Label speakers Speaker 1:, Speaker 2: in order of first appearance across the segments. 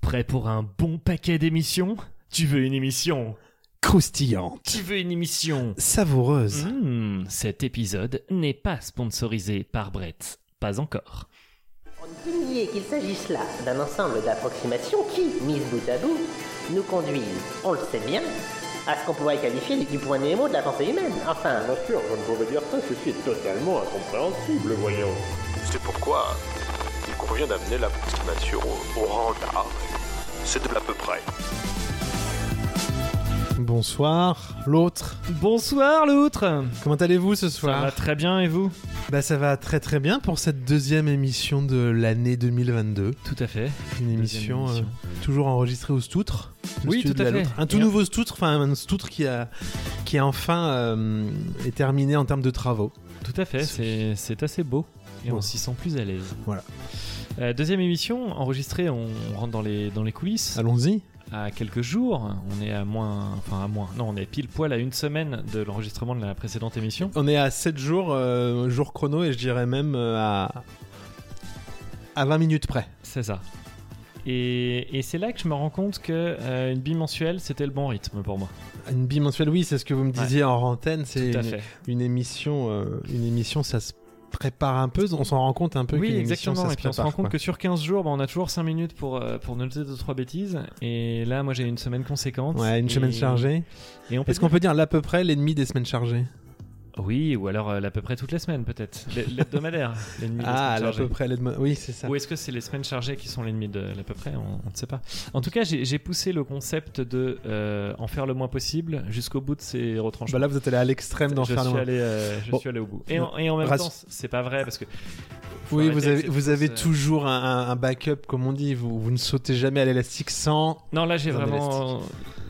Speaker 1: Prêt pour un bon paquet d'émissions Tu veux une émission
Speaker 2: croustillante,
Speaker 1: Tu veux une émission
Speaker 2: savoureuse.
Speaker 1: Hmm, Cet épisode n'est pas sponsorisé par Brett. Pas encore.
Speaker 3: On ne peut nier qu'il s'agisse là d'un ensemble d'approximations qui, mises bout à bout, nous conduisent, on le sait bien, à ce qu'on pourrait qualifier du point Nemo de la pensée humaine. Enfin,
Speaker 4: Bien sûr, je ne pouvais dire ça, ceci est totalement incompréhensible, voyons.
Speaker 5: C'est pourquoi il convient d'amener l'approximation au, au rang d'art. C'est de l'à peu près.
Speaker 1: Mmh.
Speaker 2: Bonsoir, l'autre.
Speaker 1: Bonsoir l'outre
Speaker 2: Comment allez-vous ce
Speaker 1: Ça va
Speaker 2: soir
Speaker 1: très bien et vous
Speaker 2: Bah ça va très très bien pour cette deuxième émission de l'année 2022.
Speaker 1: Tout à fait.
Speaker 2: Une émission, euh, toujours enregistrée au Stoutre. le
Speaker 1: Oui,
Speaker 2: studio
Speaker 1: tout à
Speaker 2: de la
Speaker 1: fait.
Speaker 2: Loutre. Un tout
Speaker 1: Et un-
Speaker 2: nouveau Stoutre, enfin un Stoutre qui a, qui a enfin euh, est terminé en termes de travaux.
Speaker 1: Tout à fait, c'est c'est assez beau. Et on
Speaker 2: Bon.
Speaker 1: s'y sent plus à l'aise.
Speaker 2: Voilà.
Speaker 1: Euh, deuxième émission enregistrée, on rentre dans les, dans les coulisses.
Speaker 2: Allons-y.
Speaker 1: À quelques jours, on est à moins. Enfin, à moins. Non, on est pile poil à une semaine de l'enregistrement de la précédente émission.
Speaker 2: On est à 7 jours, euh, jour chrono, et je dirais même euh, à, à 20 minutes près.
Speaker 1: C'est ça. Et, et c'est là que je me rends compte que euh, une bimensuelle, c'était le bon rythme pour moi.
Speaker 2: Une bimensuelle, oui, c'est ce que vous me
Speaker 1: Ouais.
Speaker 2: disiez en antenne. C'est
Speaker 1: Tout à
Speaker 2: une-
Speaker 1: fait.
Speaker 2: une émission, euh, une émission, ça se prépare un peu. On s'en rend compte un peu.
Speaker 1: Oui,
Speaker 2: qu'une émission,
Speaker 1: exactement.
Speaker 2: ça
Speaker 1: Et
Speaker 2: se
Speaker 1: puis on se rend
Speaker 2: prépare,
Speaker 1: compte
Speaker 2: quoi.
Speaker 1: que sur 15 jours, bah, on a toujours 5 minutes pour, euh, pour noter 2-3 bêtises. Et là, moi, j'ai une semaine conséquente.
Speaker 2: Ouais, une
Speaker 1: Et-
Speaker 2: semaine chargée.
Speaker 1: Et on peut
Speaker 2: Est-ce qu'on peut dire l'à peu près l'ennemi des semaines chargées
Speaker 1: Oui, ou alors euh, à peu près toutes les semaines, peut-être. L- L'hebdomadaire, l'ennemi de la
Speaker 2: Ah,
Speaker 1: semaine
Speaker 2: l'à
Speaker 1: chargée.
Speaker 2: peu près l'ennemi. Oui, c'est ça.
Speaker 1: Ou est-ce que c'est les semaines chargées qui sont l'ennemi de l'à peu près On on ne sait pas. En tout cas, j'ai j'ai poussé le concept de euh, en faire le moins possible jusqu'au bout de ces retranchements.
Speaker 2: Bah là, vous êtes allé à l'extrême d'en
Speaker 1: je
Speaker 2: faire le
Speaker 1: suis
Speaker 2: moins.
Speaker 1: allé, euh, je
Speaker 2: Bon.
Speaker 1: suis allé au bout. Et en, et en même
Speaker 2: Rass-
Speaker 1: temps, c'est pas vrai parce que. faut
Speaker 2: Oui,
Speaker 1: arrêter
Speaker 2: vous
Speaker 1: avec
Speaker 2: avez,
Speaker 1: cette
Speaker 2: vous avez
Speaker 1: fausse, euh,
Speaker 2: toujours un, un- un backup, comme on dit. Vous, vous ne sautez jamais à l'élastique sans.
Speaker 1: Non, là j'ai
Speaker 2: Vous en avez
Speaker 1: vraiment.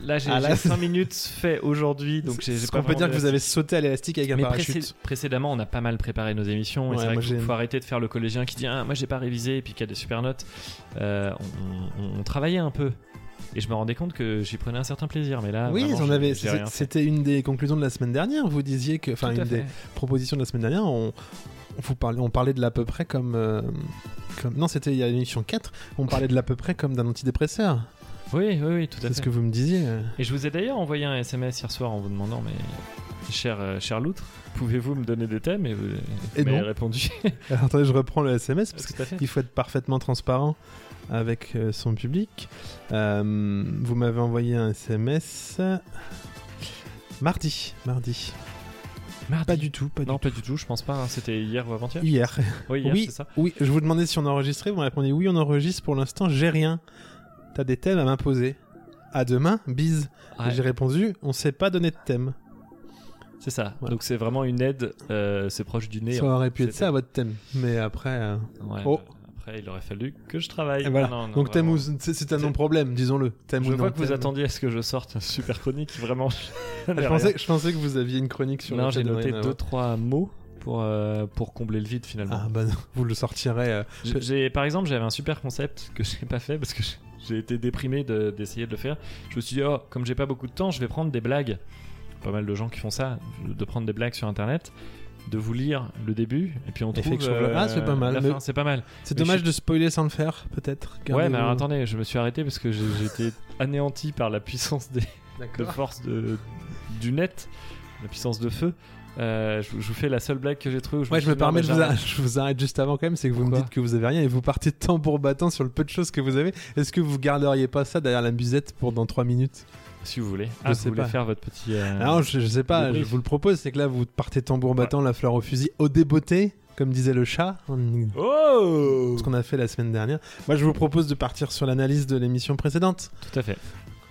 Speaker 1: Là j'ai
Speaker 2: Ah, là-
Speaker 1: 5 minutes fait aujourd'hui, donc j'ai j'ai
Speaker 2: Ce
Speaker 1: pas
Speaker 2: qu'on peut
Speaker 1: vraiment
Speaker 2: dire que vous
Speaker 1: d'élastique.
Speaker 2: avez sauté à l'élastique avec un
Speaker 1: Mais
Speaker 2: parachute.
Speaker 1: précé- précédemment, on a pas mal préparé nos émissions. et
Speaker 2: Ouais,
Speaker 1: c'est vrai
Speaker 2: moi,
Speaker 1: qu'il faut,
Speaker 2: j'ai-
Speaker 1: faut arrêter de faire le collégien qui dit ah, Moi j'ai pas révisé et puis qui a des super notes. Euh, on, on- on travaillait un peu. Et je me rendais compte que j'y prenais un certain plaisir. Mais là,
Speaker 2: oui,
Speaker 1: Ah, vraiment,
Speaker 2: j'en
Speaker 1: j'ai-
Speaker 2: avais-
Speaker 1: j'ai rien fait.
Speaker 2: C'était une des conclusions de la semaine dernière. Vous disiez que, enfin,
Speaker 1: Tout à
Speaker 2: une des
Speaker 1: fait.
Speaker 2: propositions de la semaine dernière, on, on vous parlait, on parlait de l'à peu près comme, euh, comme- non, c'était il y a l'émission 4. On parlait de l'à peu près comme d'un antidépresseur.
Speaker 1: Oui, oui, oui, tout à
Speaker 2: C'est
Speaker 1: fait.
Speaker 2: ce que vous me disiez. euh.
Speaker 1: Et je vous ai d'ailleurs envoyé un SMS hier soir en vous demandant Mais cher, euh, cher Loutre, pouvez-vous me donner des thèmes Et vous,
Speaker 2: Et
Speaker 1: vous m'avez
Speaker 2: non.
Speaker 1: répondu.
Speaker 2: Alors, attendez, je reprends le SMS parce
Speaker 1: tout à fait.
Speaker 2: qu'il faut être parfaitement transparent avec euh, son public. Euh, vous m'avez envoyé un SMS euh, mardi, mardi.
Speaker 1: Mardi.
Speaker 2: Pas du tout, pas
Speaker 1: Non,
Speaker 2: du
Speaker 1: pas du tout, je pense pas. hein. C'était hier ou avant-hier
Speaker 2: tout. Hier.
Speaker 1: Oui, hier,
Speaker 2: oui,
Speaker 1: c'est ça.
Speaker 2: oui, je vous demandais si on enregistrait, vous me répondez oui, on enregistre, pour l'instant j'ai rien. T'as des thèmes à m'imposer. À demain, bise. Et
Speaker 1: Ouais.
Speaker 2: Ah, J'ai répondu, on s'est pas donné de thème.
Speaker 1: C'est ça.
Speaker 2: Voilà.
Speaker 1: Donc c'est vraiment une aide, euh, c'est proche du nez.
Speaker 2: ça aurait pu être
Speaker 1: c'était-
Speaker 2: ça votre thème. Mais après. euh,
Speaker 1: Ouais,
Speaker 2: Oh.
Speaker 1: bah, Après, il aurait fallu que je travaille. Ah
Speaker 2: et voilà.
Speaker 1: Non, non,
Speaker 2: Donc thème
Speaker 1: vraiment.
Speaker 2: ou c'est c'est un
Speaker 1: C'est-
Speaker 2: non-problème, disons-le. Thème
Speaker 1: Je
Speaker 2: ou
Speaker 1: vois
Speaker 2: non
Speaker 1: que vous
Speaker 2: thème.
Speaker 1: attendiez à ce que je sorte un super chronique, vraiment.
Speaker 2: Ah, Je pensais, je pensais que vous aviez une chronique sur
Speaker 1: non,
Speaker 2: le euh,
Speaker 1: j'ai
Speaker 2: thème de
Speaker 1: noté
Speaker 2: Ryan
Speaker 1: deux
Speaker 2: Howard.
Speaker 1: trois mots pour euh, pour combler le vide finalement.
Speaker 2: Ah bah non, vous le sortirez. euh,
Speaker 1: J'ai- j'ai par exemple, j'avais un super concept que j'ai pas fait parce que j'ai- j'ai été déprimé de- d'essayer de le faire. Je me suis dit, oh, comme j'ai pas beaucoup de temps, je vais prendre des blagues. Pas mal de gens qui font ça, de prendre des blagues sur internet, de vous lire le début, et puis on
Speaker 2: Et
Speaker 1: trouve. euh,
Speaker 2: fiction bleu. Ah, c'est pas mal,
Speaker 1: la
Speaker 2: mais-
Speaker 1: fin, c'est pas mal.
Speaker 2: C'est
Speaker 1: Mais
Speaker 2: dommage
Speaker 1: je-
Speaker 2: de spoiler sans le faire, peut-être.
Speaker 1: Ouais,
Speaker 2: Gardez-vous-
Speaker 1: mais alors, attendez, je me suis arrêté parce que j'ai j'étais anéanti par la puissance des, de
Speaker 2: D'accord.
Speaker 1: force de, du net, la puissance de feu. Euh, je, vous- je vous fais la seule blague que j'ai trouvée. où
Speaker 2: Ouais, je me
Speaker 1: suis dit, non,
Speaker 2: permets
Speaker 1: mais
Speaker 2: de vous,
Speaker 1: j'arrête.
Speaker 2: arr- je vous arrête juste avant quand même, c'est que vous me
Speaker 1: Pourquoi
Speaker 2: dites que vous avez rien et vous partez tambour battant sur le peu de choses que vous avez. Est-ce que vous garderiez pas ça derrière la musette pour dans 3 minutes
Speaker 1: Si vous voulez. Ah, vous
Speaker 2: sais
Speaker 1: voulez
Speaker 2: pas. Ah,
Speaker 1: faire votre petit. euh,
Speaker 2: Non, je, je sais pas, je
Speaker 1: débrief.
Speaker 2: vous le propose, c'est que là vous partez tambour battant, la fleur au fusil, au débeauté, comme disait le chat. en-
Speaker 1: Oh
Speaker 2: Ce qu'on a fait la semaine dernière. Moi je vous propose de partir sur l'analyse de l'émission précédente.
Speaker 1: Tout à fait.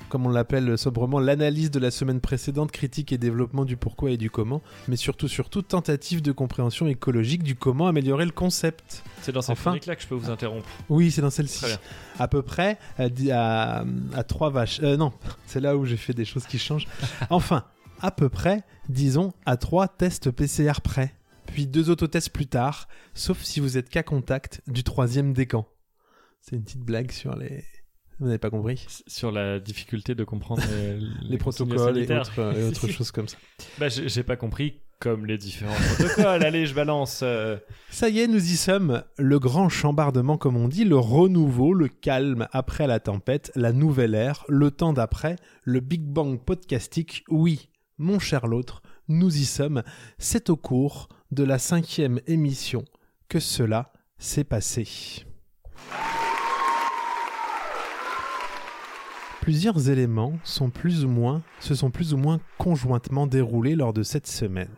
Speaker 2: comme on l'appelle sobrement, l'analyse de la semaine précédente, critique et développement du pourquoi et du comment, mais surtout, surtout, tentative de compréhension écologique du comment améliorer le concept.
Speaker 1: C'est dans cette
Speaker 2: Enfin.
Speaker 1: chronique-là que je peux vous interrompre.
Speaker 2: Oui, c'est dans celle-ci.
Speaker 1: Très bien.
Speaker 2: À peu près euh, di- à, à trois vaches. Euh, non, c'est là où j'ai fait des choses qui changent. Enfin, à peu près, disons, à trois tests PCR près, puis deux autotests plus tard, sauf si vous êtes cas contact du troisième décan. C'est une petite blague sur les Vous n'avez pas compris
Speaker 1: sur la difficulté de comprendre les,
Speaker 2: Les protocoles et autres,
Speaker 1: euh,
Speaker 2: euh, et autres choses comme ça.
Speaker 1: Bah, j'ai j'ai pas compris comme les différents protocoles. Allez, je balance. euh,
Speaker 2: Ça y est, nous y sommes. Le grand chambardement, comme on dit, le renouveau, le calme après la tempête, la nouvelle ère, le temps d'après, le Big Bang podcastique. Oui, mon cher l'autre, nous y sommes. C'est au cours de la cinquième émission que cela s'est passé. Plusieurs éléments sont plus ou moins, se sont plus ou moins conjointement déroulés lors de cette semaine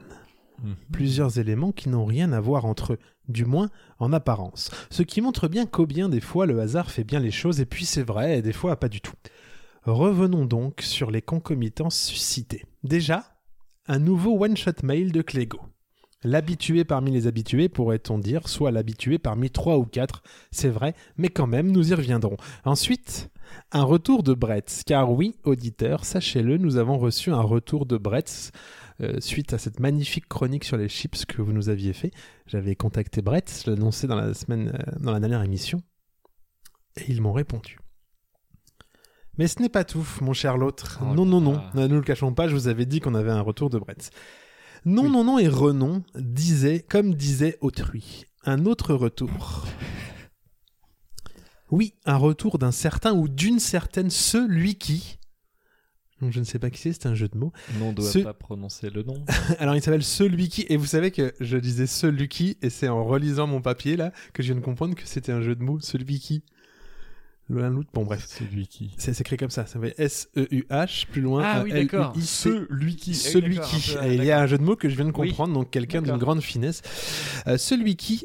Speaker 1: Mhm.
Speaker 2: plusieurs éléments qui n'ont rien à voir entre eux, du moins en apparence. Ce qui montre bien qu'au bien des fois le hasard fait bien les choses, et puis c'est vrai, et des fois pas du tout. Revenons donc sur les concomitances suscitées. Déjà, un nouveau one-shot mail de Clégo. L'habitué parmi les habitués, pourrait-on dire, soit l'habitué parmi trois ou quatre, c'est vrai, mais quand même, nous y reviendrons. Ensuite, un retour de Bretz, car oui, auditeurs, sachez-le, nous avons reçu un retour de Bretz euh, suite à cette magnifique chronique sur les chips que vous nous aviez fait. J'avais contacté Brett, je l'annonçais dans la semaine, euh, dans la dernière émission, et ils m'ont répondu. Mais ce n'est pas tout, mon cher l'autre.
Speaker 1: Oh
Speaker 2: non,
Speaker 1: là
Speaker 2: non, non,
Speaker 1: là.
Speaker 2: ne nous le cachons pas, je vous avais dit qu'on avait un retour de Brett. Non, non, non, et Renon disait, comme disait autrui, un autre retour. Oui, un retour d'un certain ou d'une certaine celui qui. Donc je ne sais pas qui c'est, c'est un jeu de mots.
Speaker 1: Non, on doit
Speaker 2: Ce-
Speaker 1: pas prononcer le nom.
Speaker 2: Alors il s'appelle Celui qui, et vous savez que je disais Celui qui, et c'est en relisant mon papier là que je viens de comprendre que c'était un jeu de mots, Celui qui. L'un l'autre, bon bref.
Speaker 1: Celui qui.
Speaker 2: C'est c'est écrit comme ça, ça fait S-E-U-H, plus loin.
Speaker 1: Ah oui, d'accord.
Speaker 2: Celui qui.
Speaker 1: Eh oui,
Speaker 2: Celui
Speaker 1: d'accord,
Speaker 2: qui.
Speaker 1: un peu,
Speaker 2: Et il y a un jeu de mots que je viens de
Speaker 1: Oui.
Speaker 2: comprendre, donc quelqu'un d'une
Speaker 1: D'accord.
Speaker 2: grande finesse. Euh, celui qui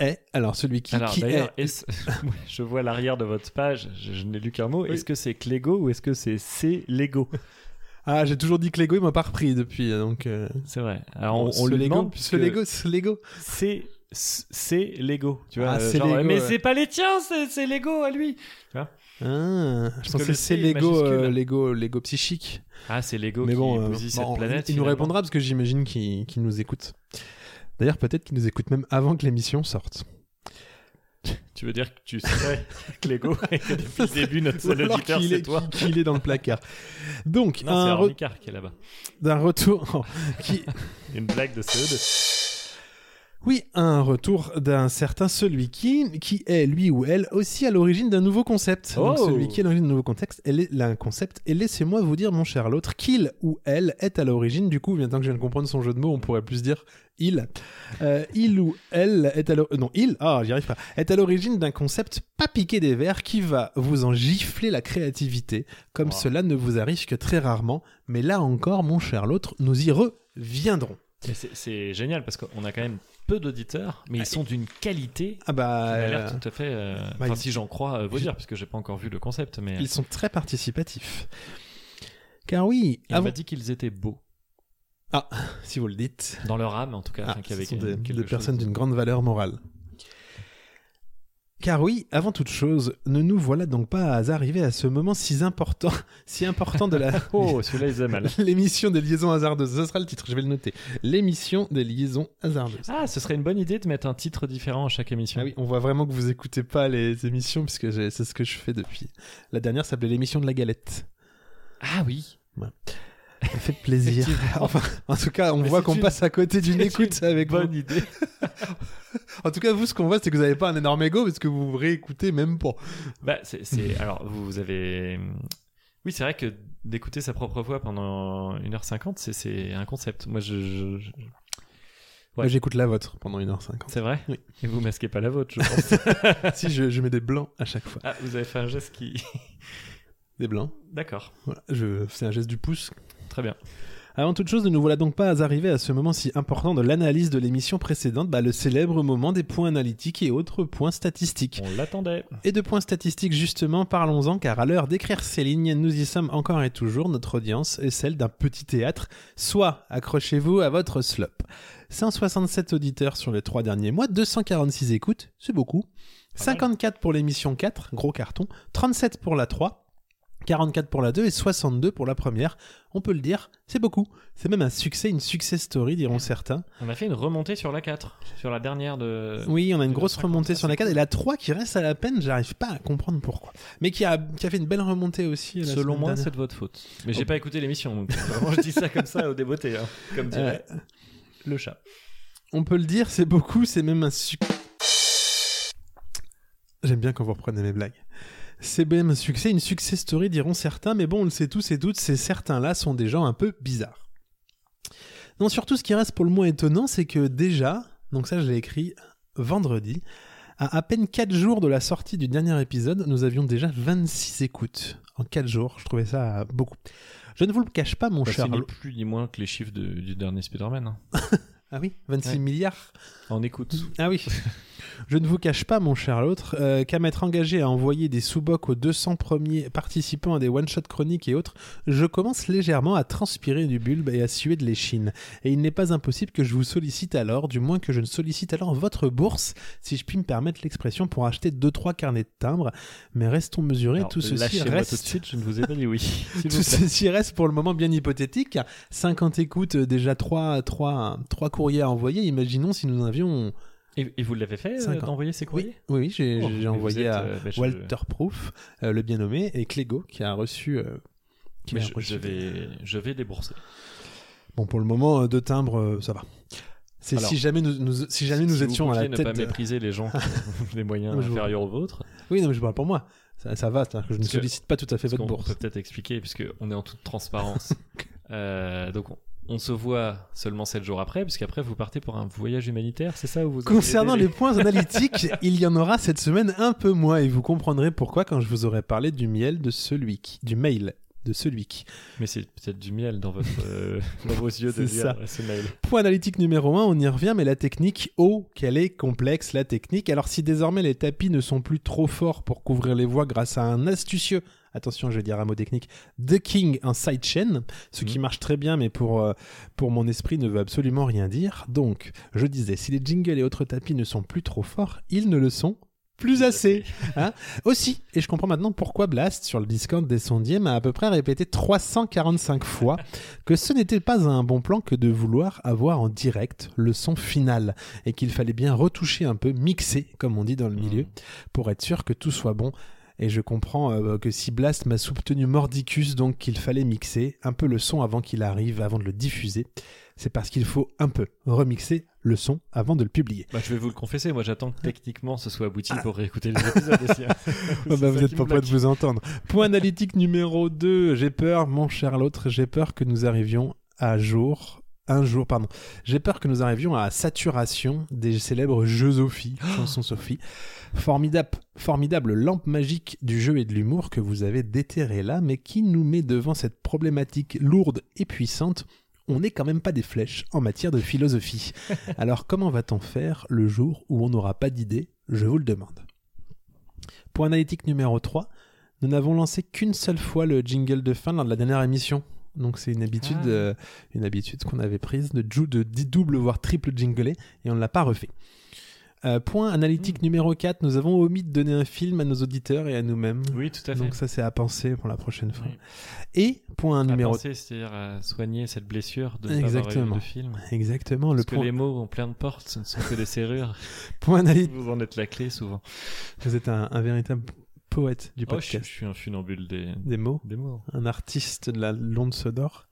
Speaker 2: est. Alors celui qui,
Speaker 1: Alors
Speaker 2: qui est.
Speaker 1: d'ailleurs, est-ce- Moi, je vois l'arrière de votre page, je, je n'ai lu qu'un mot. Est-ce que c'est Clégo ou est-ce que c'est C Lego
Speaker 2: Ah, j'ai toujours dit que Lego, il m'a pas repris depuis, donc. euh,
Speaker 1: C'est vrai. Alors on, on
Speaker 2: ce
Speaker 1: le
Speaker 2: Lego,
Speaker 1: demande
Speaker 2: ce
Speaker 1: puisque
Speaker 2: Lego, ce Lego.
Speaker 1: c'est c'est Lego, tu vois.
Speaker 2: Ah,
Speaker 1: euh,
Speaker 2: c'est
Speaker 1: genre,
Speaker 2: Lego,
Speaker 1: mais
Speaker 2: ouais.
Speaker 1: c'est pas les tiens, c'est c'est Lego à lui.
Speaker 2: Ah, je
Speaker 1: que le
Speaker 2: pensais que c'est
Speaker 1: C est
Speaker 2: Lego, euh,
Speaker 1: majuscule.
Speaker 2: Lego, Lego psychique.
Speaker 1: Ah, c'est Lego
Speaker 2: Mais
Speaker 1: qui
Speaker 2: bon, euh,
Speaker 1: bousille cette
Speaker 2: bon,
Speaker 1: planète.
Speaker 2: il nous
Speaker 1: finalement.
Speaker 2: répondra parce que j'imagine qu'il qu'il nous écoute. D'ailleurs, peut-être qu'il nous écoute même avant que l'émission sorte.
Speaker 1: Tu veux dire que tu sais que Lego était depuis le début notre
Speaker 2: Ou
Speaker 1: seul
Speaker 2: alors
Speaker 1: auditeur,
Speaker 2: qu'il
Speaker 1: c'est
Speaker 2: est,
Speaker 1: toi.
Speaker 2: qu'il est dans le placard. Donc,
Speaker 1: Non, c'est
Speaker 2: un, re-
Speaker 1: Armicard qui est là-bas.
Speaker 2: d'un retour. qui...
Speaker 1: Une blague de E ce
Speaker 2: Oui, un retour d'un certain celui qui, qui est lui ou elle aussi à l'origine d'un nouveau concept. Donc,
Speaker 1: Oh.
Speaker 2: celui qui est à l'origine d'un nouveau contexte, elle est là un concept. Et laissez-moi vous dire, mon cher l'autre, qu'il ou elle est à l'origine. Du coup, maintenant que je viens de comprendre son jeu de mots, on pourrait plus dire il. Euh, il ou elle est à l'origine. Non, il, ah, j'y arrive pas. Est à l'origine d'un concept pas piqué des verres qui va vous en gifler la créativité, comme
Speaker 1: Wow.
Speaker 2: cela ne vous arrive que très rarement. Mais là encore, mon cher l'autre, nous y reviendrons.
Speaker 1: Mais c'est- C'est génial parce qu'on a quand même peu d'auditeurs, mais ils sont d'une qualité
Speaker 2: Ah
Speaker 1: qui
Speaker 2: bah.
Speaker 1: m'a
Speaker 2: euh,
Speaker 1: l'air tout à fait. euh,
Speaker 2: bah,
Speaker 1: enfin,
Speaker 2: ils-
Speaker 1: si j'en crois euh, vous
Speaker 2: ils-
Speaker 1: dire, parce que j'ai pas encore vu le concept, mais
Speaker 2: Ils sont très participatifs. Car oui,
Speaker 1: il
Speaker 2: avant-
Speaker 1: m'a dit qu'ils étaient beaux
Speaker 2: si vous le dites,
Speaker 1: dans leur âme, en tout cas,
Speaker 2: Ah,
Speaker 1: enfin, qu'il y
Speaker 2: ce
Speaker 1: avait
Speaker 2: sont
Speaker 1: quelque-
Speaker 2: des,
Speaker 1: quelque
Speaker 2: des
Speaker 1: chose.
Speaker 2: personnes d'une grande valeur morale. Car oui, avant toute chose, ne nous voilà donc pas à arriver à ce moment si important, si important de la
Speaker 1: Oh, celui-là, ils aiment mal.
Speaker 2: l'émission des liaisons hasardeuses. Ce sera le titre, je vais le noter. L'émission des liaisons hasardeuses.
Speaker 1: Ah, ce serait une bonne idée de mettre un titre différent à chaque émission.
Speaker 2: Ah oui, on voit vraiment que vous écoutez pas les émissions puisque j'ai- c'est ce que je fais depuis. La dernière s'appelait l'émission de la galette.
Speaker 1: Ah oui.
Speaker 2: Ça fait plaisir. enfin, en tout cas, on
Speaker 1: Mais
Speaker 2: voit
Speaker 1: c'est
Speaker 2: qu'on
Speaker 1: une-
Speaker 2: passe à côté d'une
Speaker 1: c'est
Speaker 2: écoute
Speaker 1: une
Speaker 2: avec vous.
Speaker 1: Bonne idée.
Speaker 2: En tout cas, vous, ce qu'on voit, c'est que vous n'avez pas un énorme ego parce que vous vous réécoutez même pas.
Speaker 1: Bah, c'est, c'est- alors, vous vous avez. Oui, c'est vrai que d'écouter sa propre voix pendant 1h50, c'est, c'est un concept. Moi, je. je- je- Ouais.
Speaker 2: Moi, J'écoute la vôtre pendant 1h50.
Speaker 1: C'est vrai
Speaker 2: Oui.
Speaker 1: Et vous masquez pas la vôtre, je pense.
Speaker 2: si, je, je mets des blancs à chaque fois.
Speaker 1: ah, vous avez fait un geste qui.
Speaker 2: Des blancs.
Speaker 1: D'accord.
Speaker 2: Voilà. Je... C'est un geste du pouce.
Speaker 1: Très bien.
Speaker 2: Avant toute chose, ne nous voilà donc pas arrivés à ce moment si important de l'analyse de l'émission précédente, bah, le célèbre moment des points analytiques et autres points statistiques.
Speaker 1: On l'attendait.
Speaker 2: Et de points statistiques justement, parlons-en car à l'heure d'écrire ces lignes, nous y sommes encore et toujours, notre audience est celle d'un petit théâtre, soit accrochez-vous à votre slop. 167 auditeurs sur les trois derniers mois, 246 écoutes, c'est beaucoup.
Speaker 1: Pas mal.
Speaker 2: 54 pour l'émission 4, gros carton, 37 pour la 3, 44 pour la 2 et 62 pour la première. On peut le dire, c'est beaucoup. C'est même un succès, une success story, diront certains.
Speaker 1: On a fait une remontée sur la 4, sur la dernière de.
Speaker 2: Oui, on a une
Speaker 1: c'est
Speaker 2: grosse
Speaker 1: la 50,
Speaker 2: remontée
Speaker 1: ça,
Speaker 2: sur la
Speaker 1: c'est
Speaker 2: 4 et la 3 qui reste à la peine, j'arrive pas à comprendre pourquoi. Mais qui a, qui a fait une belle remontée aussi. la
Speaker 1: Selon
Speaker 2: semaine
Speaker 1: moi,
Speaker 2: dernière.
Speaker 1: c'est de votre faute. Mais j'ai
Speaker 2: Oh.
Speaker 1: pas écouté l'émission, donc vraiment je dis ça comme ça au débeauté, hein,
Speaker 2: Euh,
Speaker 1: comme dirait le chat.
Speaker 2: On peut le dire, c'est beaucoup, c'est même un succès. J'aime bien quand vous reprenez mes blagues. C'est même un succès, une success story diront certains, mais bon, on le sait tous et toutes, ces certains-là sont des gens un peu bizarres. Non, surtout ce qui reste pour le moins étonnant, c'est que déjà, donc ça je l'ai écrit vendredi, à à peine 4 jours de la sortie du dernier épisode, nous avions déjà 26 écoutes. En 4 jours, je trouvais ça euh, beaucoup. Je ne vous le cache pas, mon
Speaker 1: Bah,
Speaker 2: cher.
Speaker 1: c'est ni plus ni moins que les chiffres de- du dernier Spider-Man. hein.
Speaker 2: Ah oui, 26
Speaker 1: Ouais.
Speaker 2: milliards
Speaker 1: En écoute.
Speaker 2: Ah oui. Je ne vous cache pas, mon cher l'autre, euh, qu'à m'être engagé à envoyer des sous-bocs aux 200 premiers participants à des one-shot chroniques et autres, je commence légèrement à transpirer du bulbe et à suer de l'échine. Et il n'est pas impossible que je vous sollicite alors, du moins que je ne sollicite alors votre bourse, si je puis me permettre l'expression, pour acheter 2-3 carnets de timbres. Mais restons mesurés,
Speaker 1: Alors,
Speaker 2: tout ceci
Speaker 1: lâchez-moi tout de
Speaker 2: reste
Speaker 1: suite, je ne vous ai pas dit oui. S'il vous
Speaker 2: tout ceci reste pour le moment bien hypothétique. 50 écoutes, euh, déjà 3, courriers à envoyer. Imaginons si nous en avions.
Speaker 1: Et, et vous l'avez fait euh,
Speaker 2: Cinq ans.
Speaker 1: d'envoyer ces courriers
Speaker 2: Oui, oui, oui, j'ai
Speaker 1: Oh,
Speaker 2: j'ai
Speaker 1: mais vous
Speaker 2: envoyé
Speaker 1: êtes,
Speaker 2: à
Speaker 1: euh, bah, je-
Speaker 2: Walter Proof, euh, le bien nommé, et Clégo, qui a reçu. euh, qui
Speaker 1: Mais
Speaker 2: a
Speaker 1: je,
Speaker 2: reçu-
Speaker 1: je vais, je vais débourser.
Speaker 2: Bon, pour le moment, euh, deux timbres, euh, ça va. C'est
Speaker 1: Alors,
Speaker 2: si jamais nous, nous- si jamais nous
Speaker 1: Si
Speaker 2: étions
Speaker 1: vous
Speaker 2: à la
Speaker 1: pouviez ne
Speaker 2: tête.
Speaker 1: pas
Speaker 2: de-
Speaker 1: mépriser les gens qui ont des moyens
Speaker 2: Non, mais je vous-
Speaker 1: inférieurs aux vôtres.
Speaker 2: Oui, non, mais je parle pour moi. Ça, ça va, c'est-à-dire que je ne
Speaker 1: Parce que-
Speaker 2: sollicite pas tout à fait
Speaker 1: Parce
Speaker 2: votre
Speaker 1: qu'on
Speaker 2: bourse.
Speaker 1: peut peut-être expliquer, puisque on est en toute transparence. Euh, donc, on, on se voit seulement 7 jours après, puisqu'après, vous partez pour un voyage humanitaire, c'est ça où vous
Speaker 2: Concernant
Speaker 1: avez
Speaker 2: les
Speaker 1: été-
Speaker 2: points analytiques, il y en aura cette semaine un peu moins et vous comprendrez pourquoi quand je vous aurai parlé du miel de celui qui, du mail de celui qui.
Speaker 1: Mais c'est peut-être du miel dans, votre, euh, dans vos yeux de
Speaker 2: C'est
Speaker 1: lire
Speaker 2: ça.
Speaker 1: euh, ce mail.
Speaker 2: Point analytique numéro 1, on y revient, mais la technique, oh, qu'elle est complexe la technique. Alors si désormais les tapis ne sont plus trop forts pour couvrir les voies grâce à un astucieux, attention je vais dire un mot technique, The King en sidechain, ce qui marche très bien mais pour, euh, pour mon esprit ne veut absolument rien dire. Donc, je disais, si les jingles et autres tapis ne sont plus trop forts, ils ne le sont plus assez. Aussi, et je comprends maintenant pourquoi Blast sur le Discord des sondiers m'a à peu près répété 345 fois que ce n'était pas un bon plan que de vouloir avoir en direct le son final et qu'il fallait bien retoucher un peu, mixer comme on dit dans le milieu,
Speaker 1: Mhm.
Speaker 2: pour être sûr que tout soit bon. Et je comprends euh, que si Blast m'a soutenu mordicus, donc qu'il fallait mixer un peu le son avant qu'il arrive, avant de le diffuser, c'est parce qu'il faut un peu remixer le son avant de le publier.
Speaker 1: Bah, je vais vous le confesser, moi j'attends que techniquement ce soit abouti pour réécouter les épisodes aussi. hein.
Speaker 2: Ah
Speaker 1: C'est
Speaker 2: bah,
Speaker 1: ça
Speaker 2: vous êtes
Speaker 1: qui
Speaker 2: pas
Speaker 1: me
Speaker 2: prêt de
Speaker 1: bloque.
Speaker 2: vous entendre. Point analytique numéro 2. J'ai peur, mon cher l'autre, j'ai peur que nous arrivions à jour. Un jour, pardon. J'ai peur que nous arrivions à saturation des célèbres jeux Sophie,
Speaker 1: Oh.
Speaker 2: chansons Sophie. Formidable, formidable lampe magique du jeu et de l'humour que vous avez déterré là, mais qui nous met devant cette problématique lourde et puissante. On n'est quand même pas des flèches en matière de philosophie. Alors comment va-t-on faire le jour où on n'aura pas d'idée Je vous le demande. Point analytique numéro 3, nous n'avons lancé qu'une seule fois le jingle de fin lors de la dernière émission. Donc c'est une habitude,
Speaker 1: Ah.
Speaker 2: euh, une habitude qu'on avait prise de, jou- de dix double voire triple jingler et on ne l'a pas refait. Euh, point analytique
Speaker 1: Hmm.
Speaker 2: numéro 4, nous avons omis de donner un film à nos auditeurs et à nous-mêmes.
Speaker 1: Oui, tout à fait.
Speaker 2: Donc ça c'est à penser pour la prochaine fois.
Speaker 1: Oui.
Speaker 2: Et point
Speaker 1: À
Speaker 2: numéro
Speaker 1: penser, c'est-à-dire à soigner cette blessure de ne pas avoir eu
Speaker 2: Exactement.
Speaker 1: de film.
Speaker 2: exactement le
Speaker 1: Parce que
Speaker 2: point,
Speaker 1: les mots ont plein de portes, ce ne sont que des serrures.
Speaker 2: point analytique.
Speaker 1: Vous en êtes la clé souvent.
Speaker 2: Vous êtes un, un véritable poète du
Speaker 1: Oh, je, je
Speaker 2: podcast
Speaker 1: suis un funambule des,
Speaker 2: des mots.
Speaker 1: des mots.
Speaker 2: un artiste de la l'onde sonore.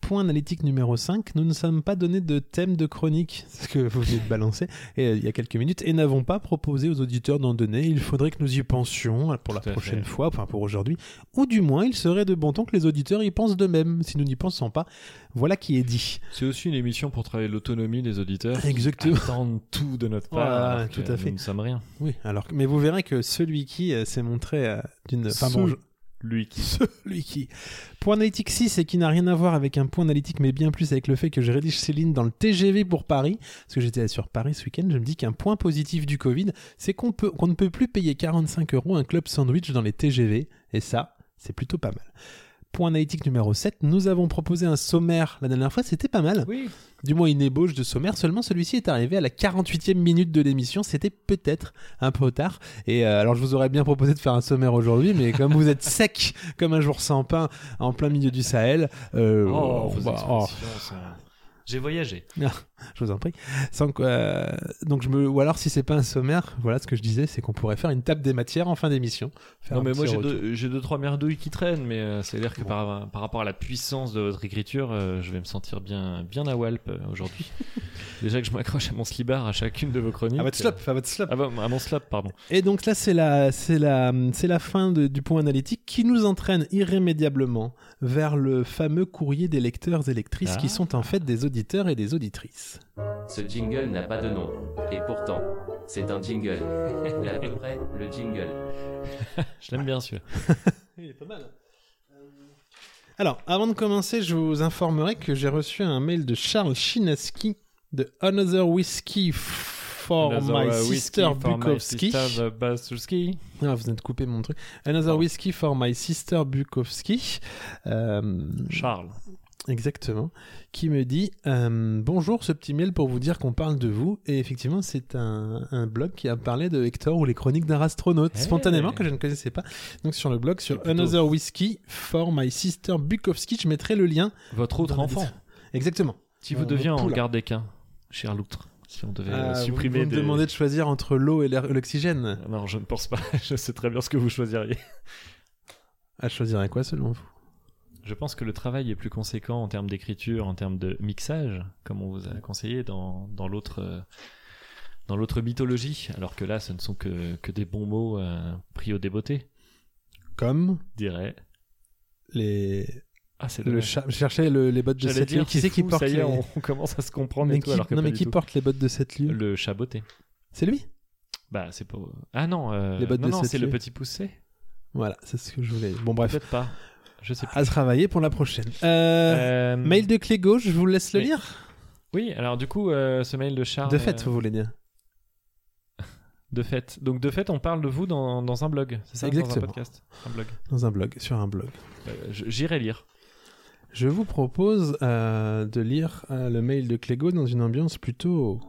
Speaker 2: Point analytique numéro 5, nous ne sommes pas donné de thème de chronique, ce que vous venez de balancer et, euh, il y a quelques minutes, et n'avons pas proposé aux auditeurs d'en donner. Il faudrait que nous y pensions euh, pour la
Speaker 1: Tout à
Speaker 2: prochaine
Speaker 1: fait.
Speaker 2: fois, enfin pour aujourd'hui, ou du moins il serait de bon temps que les auditeurs y pensent d'eux-mêmes. Si nous n'y pensons pas, voilà qui est dit.
Speaker 1: C'est aussi une émission pour travailler l'autonomie des auditeurs. qui
Speaker 2: Exactement.
Speaker 1: Attendent tout de notre part.
Speaker 2: Ouais, ouais,
Speaker 1: alors
Speaker 2: ouais,
Speaker 1: que
Speaker 2: tout à fait.
Speaker 1: Nous ne sommes rien.
Speaker 2: Oui, alors que- mais vous verrez que celui qui euh, s'est montré euh, d'une. Enfin bon, je-
Speaker 1: Lui qui.
Speaker 2: Celui qui. Point analytique 6 et qui n'a rien à voir avec un point analytique, mais bien plus avec le fait que je rédige Céline dans le TGV pour Paris, parce que j'étais sur Paris ce week-end, je me dis qu'un point positif du Covid, c'est qu'on peut- qu'on ne peut plus payer 45 euros un club sandwich dans les TGV, et ça, c'est plutôt pas mal. Point analytique numéro 7, nous avons proposé un sommaire la dernière fois, c'était pas mal.
Speaker 1: Oui.
Speaker 2: Du moins une ébauche de sommaire, seulement celui-ci est arrivé à la 48e minute de l'émission, c'était peut-être un peu tard. Et euh, alors je vous aurais bien proposé de faire un sommaire aujourd'hui, mais comme vous êtes sec comme un jour sans pain en plein milieu du Sahel, euh,
Speaker 1: Oh, vos
Speaker 2: bah, oh,
Speaker 1: expressions, ça- hein. J'ai voyagé.
Speaker 2: je vous en prie. Sans que- euh, donc je me, ou alors si c'est pas un sommaire, voilà ce que je disais, c'est qu'on pourrait faire une table des matières en fin d'émission. Faire
Speaker 1: Non,
Speaker 2: un
Speaker 1: mais moi
Speaker 2: petit
Speaker 1: j'ai
Speaker 2: retour.
Speaker 1: deux, j'ai deux, trois merdouilles qui traînent, mais euh, c'est l'air que par, par rapport à la puissance de votre écriture, euh, je vais me sentir bien, bien à Walp euh, aujourd'hui. Déjà que je m'accroche à mon slibard à chacune de vos chroniques.
Speaker 2: À votre slop, à votre slop.
Speaker 1: Ah, bah, à mon slap, pardon.
Speaker 2: Et donc là, c'est la, c'est la, c'est la fin de- du point analytique qui nous entraîne irrémédiablement vers le fameux courrier des lecteurs et lectrices
Speaker 1: Ah.
Speaker 2: qui sont en fait des auditeurs et des auditrices.
Speaker 6: Ce jingle n'a pas de nom. Et pourtant, c'est un jingle. Et à peu près, le jingle.
Speaker 1: Je l'aime bien celui-là.
Speaker 2: Alors, avant de commencer, je vous informerai que j'ai reçu un mail de Charles Chinaski de Another Whiskey for
Speaker 1: Another,
Speaker 2: Oh, My
Speaker 1: euh,
Speaker 2: Sister
Speaker 1: whiskey for my
Speaker 2: Bukowski.
Speaker 1: sister, uh, Bukowski.
Speaker 2: Ah, vous venez de couper mon truc. Another
Speaker 1: Pardon.
Speaker 2: Whiskey for My Sister Bukowski. Euh,
Speaker 1: Charles.
Speaker 2: Exactement, qui me dit euh, Bonjour, ce petit mail pour vous dire qu'on parle de vous. Et effectivement, c'est un, un blog qui a parlé de Hector ou les chroniques d'un astronaute,
Speaker 1: Hey.
Speaker 2: spontanément, que je ne connaissais pas. Donc sur le blog, sur
Speaker 1: Eh. plutôt-
Speaker 2: Another Whiskey for My Sister Bukowski, je mettrai le lien.
Speaker 1: Votre autre
Speaker 2: dans la
Speaker 1: enfant.
Speaker 2: description. Exactement.
Speaker 1: Si
Speaker 2: Mon-
Speaker 1: vous
Speaker 2: mon
Speaker 1: deviez en
Speaker 2: poulain.
Speaker 1: garder qu'un, cher Loutre, si on devait euh,
Speaker 2: Ah, vous-
Speaker 1: supprimer
Speaker 2: vous me
Speaker 1: des-
Speaker 2: demandez de choisir entre l'eau et l'air- l'oxygène.
Speaker 1: Non, je ne pense pas. je sais très bien ce que vous choisiriez.
Speaker 2: À choisir un quoi selon vous
Speaker 1: Je pense que le travail est plus conséquent en termes d'écriture, en termes de mixage, comme on vous a conseillé dans, dans l'autre euh, dans l'autre mythologie, alors que là, ce ne sont que, que des bons mots euh, pris au débeauté,
Speaker 2: Comme
Speaker 1: je dirais.
Speaker 2: les.
Speaker 1: Ah, c'est
Speaker 2: Le
Speaker 1: dommage.
Speaker 2: cha- Je cherchais le- les bottes de
Speaker 1: J'allais
Speaker 2: cette lieu.
Speaker 1: dire,
Speaker 2: Qui c'est qui
Speaker 1: fou,
Speaker 2: porte
Speaker 1: ça y est,
Speaker 2: les-
Speaker 1: on, on commence à se comprendre
Speaker 2: mais
Speaker 1: et tout,
Speaker 2: qui-
Speaker 1: alors que
Speaker 2: Non,
Speaker 1: pas
Speaker 2: mais
Speaker 1: du
Speaker 2: qui
Speaker 1: tout.
Speaker 2: porte les bottes de cette lieu
Speaker 1: Le chaboté.
Speaker 2: C'est lui
Speaker 1: Bah, c'est pas... Ah non, euh,
Speaker 2: Les bottes
Speaker 1: non,
Speaker 2: de
Speaker 1: non,
Speaker 2: sept
Speaker 1: c'est le
Speaker 2: lieues.
Speaker 1: petit poussé
Speaker 2: Voilà, c'est ce que je voulais. Bon, bref,
Speaker 1: Peut-être pas. Je sais plus.
Speaker 2: à travailler pour la prochaine. Euh,
Speaker 1: Euh,
Speaker 2: Mail de clé gauche, je vous laisse le
Speaker 1: mais-
Speaker 2: lire.
Speaker 1: Oui, alors du coup, euh, ce mail de Charles...
Speaker 2: De fait, vous
Speaker 1: euh,
Speaker 2: voulez dire.
Speaker 1: de fait. Donc de fait, on parle de vous dans, dans un blog, c'est ça Dans
Speaker 2: Exactement.
Speaker 1: un podcast. Un blog.
Speaker 2: Dans un blog, sur un blog.
Speaker 1: Euh, j- J'irai lire.
Speaker 2: Je vous propose euh, de lire euh, le mail de clé gauche dans une ambiance plutôt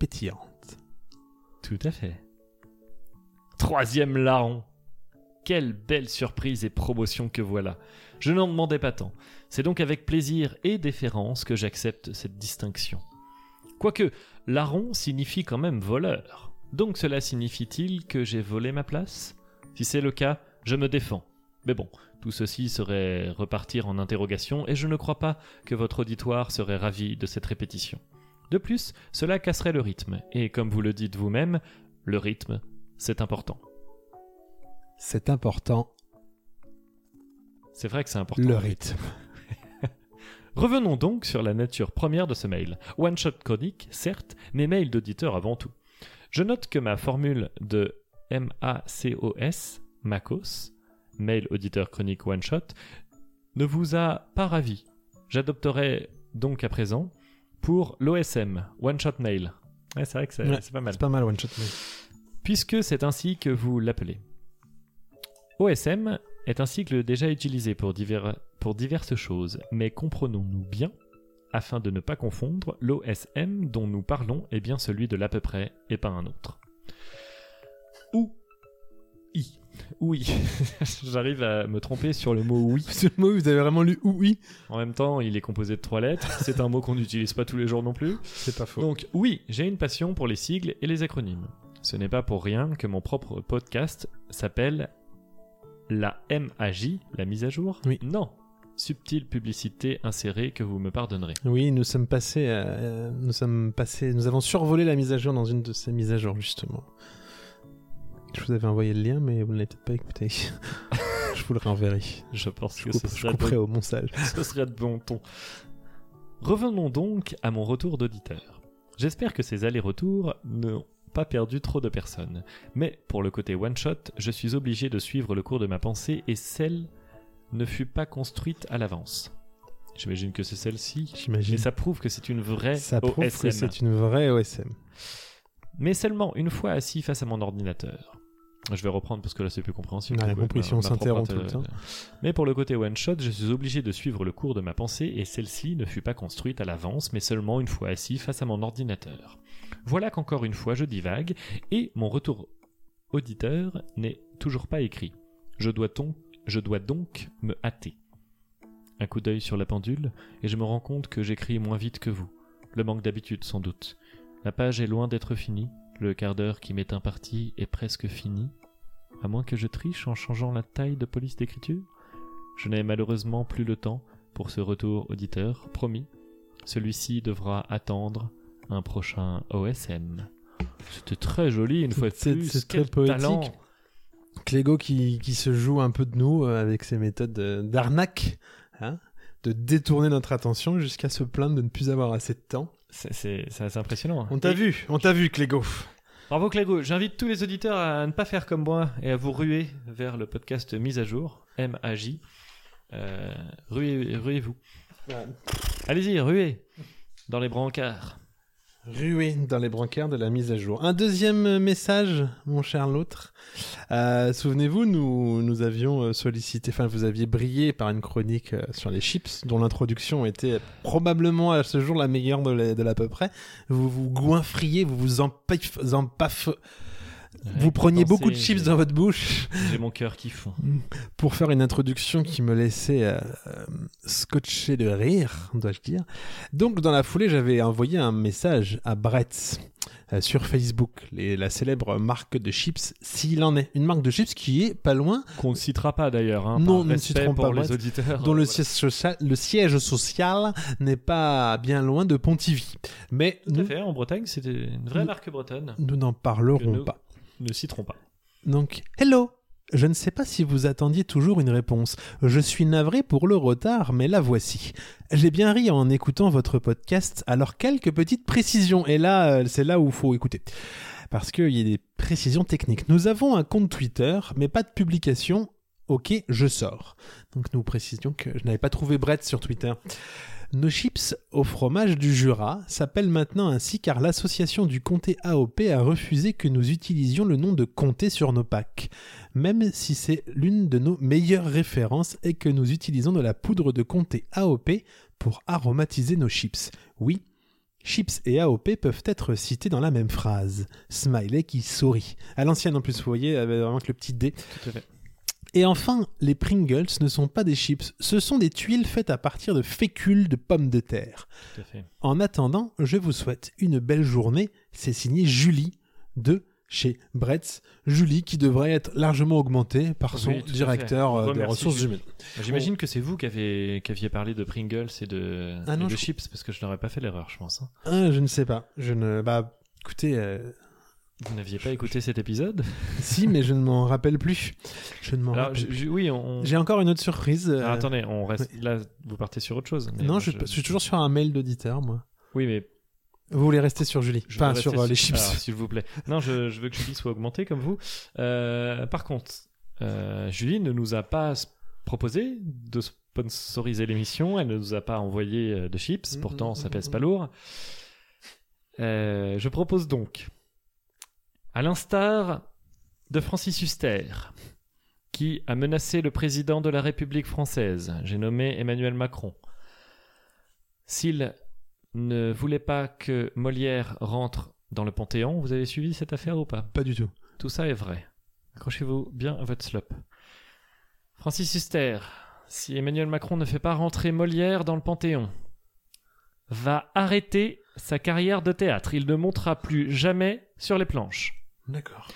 Speaker 2: pétillante.
Speaker 1: Tout à fait. Troisième larron. Quelle belle surprise et promotion que voilà. Je n'en demandais pas tant. C'est donc avec plaisir et déférence que j'accepte cette distinction. Quoique, larron signifie quand même voleur. Donc cela signifie-t-il que j'ai volé ma place Si c'est le cas, je me défends. Mais bon, tout ceci serait repartir en interrogation et je ne crois pas que votre auditoire serait ravi de cette répétition. De plus, cela casserait le rythme, et comme vous le dites vous-même, le rythme, c'est important.
Speaker 2: C'est important,
Speaker 1: C'est vrai que c'est important.
Speaker 2: le rythme.
Speaker 1: Revenons donc sur la nature première de ce mail. One shot chronique, certes, mais mail d'auditeur avant tout. Je note que ma formule de MACOS, MACOS, mail auditeur chronique one shot, ne vous a pas ravi. J'adopterai donc à présent pour l'OSM, one shot mail. Ouais, c'est vrai que c'est
Speaker 2: Ouais,
Speaker 1: c'est pas mal.
Speaker 2: C'est pas mal, One Shot Mail.
Speaker 1: puisque c'est ainsi que vous l'appelez. OSM est un cycle déjà utilisé pour, divers- pour diverses choses, mais comprenons-nous bien, afin de ne pas confondre, l'OSM dont nous parlons est bien celui de l'à peu près et pas un autre. Ou I. Oui, j'arrive à me tromper sur le mot oui.
Speaker 2: Ce mot, vous avez vraiment lu oui
Speaker 1: En même temps, il est composé de trois lettres, c'est un mot qu'on n'utilise pas tous les jours non plus.
Speaker 2: C'est pas faux.
Speaker 1: Donc oui, j'ai une passion pour les sigles et les acronymes. Ce n'est pas pour rien que mon propre podcast s'appelle la MAJ, la mise à jour.
Speaker 2: Oui.
Speaker 1: Non, subtile publicité insérée que vous me pardonnerez.
Speaker 2: Oui, nous sommes passés, à- euh, nous sommes passés, nous avons survolé la mise à jour dans une de ces mises à jour justement. Je vous avais envoyé le lien, mais vous ne l'avez peut-être pas écouté. je vous le renverrai.
Speaker 1: Je pense
Speaker 2: Je,
Speaker 1: que
Speaker 2: coupe-
Speaker 1: ce
Speaker 2: je
Speaker 1: serait,
Speaker 2: couperai
Speaker 1: de,
Speaker 2: au montage.
Speaker 1: ce serait de bon ton. Revenons donc à mon retour d'auditeur. J'espère que ces allers-retours n'ont pas perdu trop de personnes. Mais pour le côté one-shot, je suis obligé de suivre le cours de ma pensée et celle ne fut pas construite à l'avance. J'imagine que c'est celle-ci.
Speaker 2: J'imagine.
Speaker 1: Mais ça prouve que c'est une vraie
Speaker 2: Ça prouve que
Speaker 1: OSM.
Speaker 2: c'est une vraie OSM.
Speaker 1: Mais seulement une fois assis face à mon ordinateur. Je vais reprendre parce que là c'est plus compréhensible.
Speaker 2: On a
Speaker 1: Du coup,
Speaker 2: compris,
Speaker 1: ma-
Speaker 2: si on
Speaker 1: ma propre euh,
Speaker 2: s'interrompt tout le
Speaker 1: inter- Mais pour le côté one shot, je suis obligé de suivre le cours de ma pensée et celle-ci ne fut pas construite à l'avance, mais seulement une fois assis face à mon ordinateur. Voilà qu'encore une fois je divague et mon retour auditeur n'est toujours pas écrit. Je dois, donc, je dois donc me hâter. Un coup d'œil sur la pendule et je me rends compte que j'écris moins vite que vous. Le manque d'habitude sans doute. La page est loin d'être finie. Le quart d'heure qui m'est imparti est presque fini. À moins que je triche en changeant la taille de police d'écriture. Je n'ai malheureusement plus le temps pour ce retour auditeur, promis. Celui-ci devra attendre un prochain OSM. C'était très joli une fois de
Speaker 2: C'est-
Speaker 1: plus.
Speaker 2: c'est
Speaker 1: Quel
Speaker 2: très poétique.
Speaker 1: talent.
Speaker 2: Clégo qui, qui se joue un peu de nous euh, avec ses méthodes euh, d'arnaque, hein, de détourner notre attention jusqu'à se plaindre de ne plus avoir assez de temps.
Speaker 1: C'est- C'est c'est assez impressionnant. hein.
Speaker 2: On t'a vu, on t'a vu Clégo.
Speaker 1: Bravo Clégo, j'invite tous les auditeurs à ne pas faire comme moi et à vous ruer vers le podcast Mise à jour, M-A-J. Euh, ruez- Ruez-vous. Allez-y, ruez dans les brancards.
Speaker 2: Rué dans les brancards de la mise à jour. Un deuxième message, mon cher l'autre. Euh, Souvenez-vous, nous, nous avions euh, sollicité, enfin vous aviez brillé par une chronique euh, sur les chips, dont l'introduction était probablement à ce jour la meilleure de la- de l'à peu près. Vous vous goinfriez, vous vous empaf... empaf- vous preniez
Speaker 1: pensez,
Speaker 2: beaucoup de chips
Speaker 1: j'ai-
Speaker 2: dans votre bouche
Speaker 1: J'ai mon cœur qui fond.
Speaker 2: pour faire une introduction qui me laissait euh, euh, scotcher de rire, dois-je dire. Donc, dans la foulée, j'avais envoyé un message à Bretz euh, sur Facebook, les- la célèbre marque de chips, s'il en est. Une marque de chips qui est pas loin,
Speaker 1: Qu'on ne citera pas d'ailleurs. Hein,
Speaker 2: Non,
Speaker 1: par
Speaker 2: nous ne
Speaker 1: respect
Speaker 2: citerons
Speaker 1: pour
Speaker 2: pas,
Speaker 1: les
Speaker 2: bref,
Speaker 1: auditeurs.
Speaker 2: dont le,
Speaker 1: Voilà.
Speaker 2: siège social, le siège social n'est pas bien loin de Pontivy. Mais
Speaker 1: Tout à
Speaker 2: nous,
Speaker 1: fait, en Bretagne, c'était une vraie
Speaker 2: nous-
Speaker 1: marque bretonne.
Speaker 2: nous n'en
Speaker 1: Que nous-
Speaker 2: parlerons pas.
Speaker 1: Ne citerons pas.
Speaker 2: Donc, hello Je ne sais pas si vous attendiez toujours une réponse. Je suis navré pour le retard, mais la voici. J'ai bien ri en écoutant votre podcast, alors quelques petites précisions. Et là, euh, c'est là où il faut écouter. Parce qu'il y a des précisions techniques. Nous avons un compte Twitter, mais pas de publication. Ok, je sors. Donc nous précisions que je n'avais pas trouvé Brett sur Twitter. Nos chips au fromage du Jura s'appellent maintenant ainsi car l'association du comté AOP a refusé que nous utilisions le nom de comté sur nos packs, même si c'est l'une de nos meilleures références et que nous utilisons de la poudre de comté AOP pour aromatiser nos chips. Oui, chips et AOP peuvent être cités dans la même phrase. Smiley qui sourit. À l'ancienne en plus, vous voyez, avec vraiment que le petit dé.
Speaker 1: Tout à fait.
Speaker 2: Et enfin, les Pringles ne sont pas des chips, ce sont des tuiles faites à partir de fécules de pommes de terre.
Speaker 1: Tout à fait.
Speaker 2: En attendant, je vous souhaite une belle journée. C'est signé Julie de chez Bretz. Julie qui devrait être largement augmentée par son
Speaker 1: Oui, tout à
Speaker 2: directeur
Speaker 1: fait.
Speaker 2: euh, des
Speaker 1: Remercie,
Speaker 2: ressources
Speaker 1: Julie.
Speaker 2: humaines.
Speaker 1: Bah, J'imagine que c'est vous qui avez- qui aviez parlé de Pringles et de,
Speaker 2: Ah
Speaker 1: et
Speaker 2: non,
Speaker 1: de
Speaker 2: je-
Speaker 1: chips, parce que je n'aurais pas fait l'erreur, je pense. hein.
Speaker 2: Ah, je ne sais pas. Je ne. Bah, écoutez, euh,
Speaker 1: Vous n'aviez pas écouté cet épisode
Speaker 2: si, mais je ne m'en rappelle plus. Je ne m'en
Speaker 1: Alors,
Speaker 2: rappelle
Speaker 1: je- je- oui, on.
Speaker 2: plus. J'ai encore une autre surprise. euh,
Speaker 1: Alors, attendez, on reste là. Vous partez sur autre chose. mais
Speaker 2: non,
Speaker 1: moi,
Speaker 2: je, je suis toujours sur un mail d'auditeur, moi.
Speaker 1: Oui, mais
Speaker 2: Vous voulez rester sur Julie
Speaker 1: je veux
Speaker 2: Enfin,
Speaker 1: rester
Speaker 2: sur euh, les chips.
Speaker 1: Alors, s'il vous plaît. Non, je, je veux que Julie soit augmentée comme vous. Euh, par contre, euh, Julie ne nous a pas s- proposé de sponsoriser l'émission. Elle ne nous a pas envoyé euh, de chips.
Speaker 2: Mhm,
Speaker 1: Pourtant, ça
Speaker 2: mhm,
Speaker 1: pèse
Speaker 2: mhm.
Speaker 1: pas lourd. Euh, je propose donc, à l'instar de Francis Huster, qui a menacé le président de la République française, j'ai nommé Emmanuel Macron, s'il ne voulait pas que Molière rentre dans le Panthéon, vous avez suivi cette affaire ou pas
Speaker 2: Pas du tout.
Speaker 1: Tout ça est vrai. Accrochez-vous bien à votre slope. Francis Huster, si Emmanuel Macron ne fait pas rentrer Molière dans le Panthéon, va arrêter sa carrière de théâtre. Il ne montera plus jamais sur les planches.
Speaker 2: D'accord.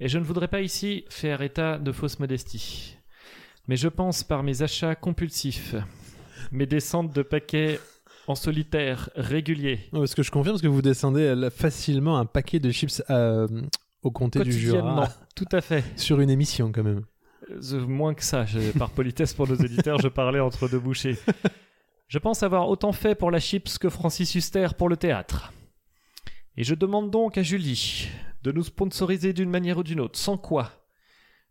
Speaker 1: Et je ne voudrais pas ici faire état de fausse modestie. Mais je pense par mes achats compulsifs, mes descentes de paquets en solitaire réguliers,
Speaker 2: Non, parce que je confirme, parce que vous descendez euh, là, facilement un paquet de chips euh, au comté du
Speaker 1: quotidiennement,
Speaker 2: Jura
Speaker 1: tout à fait.
Speaker 2: sur une émission quand même.
Speaker 1: Euh, moins que ça, je- par politesse pour nos auditeurs, je parlais entre deux bouchées. Je pense avoir autant fait pour la chips que Francis Huster pour le théâtre. Et je demande donc à Julie de nous sponsoriser d'une manière ou d'une autre, sans quoi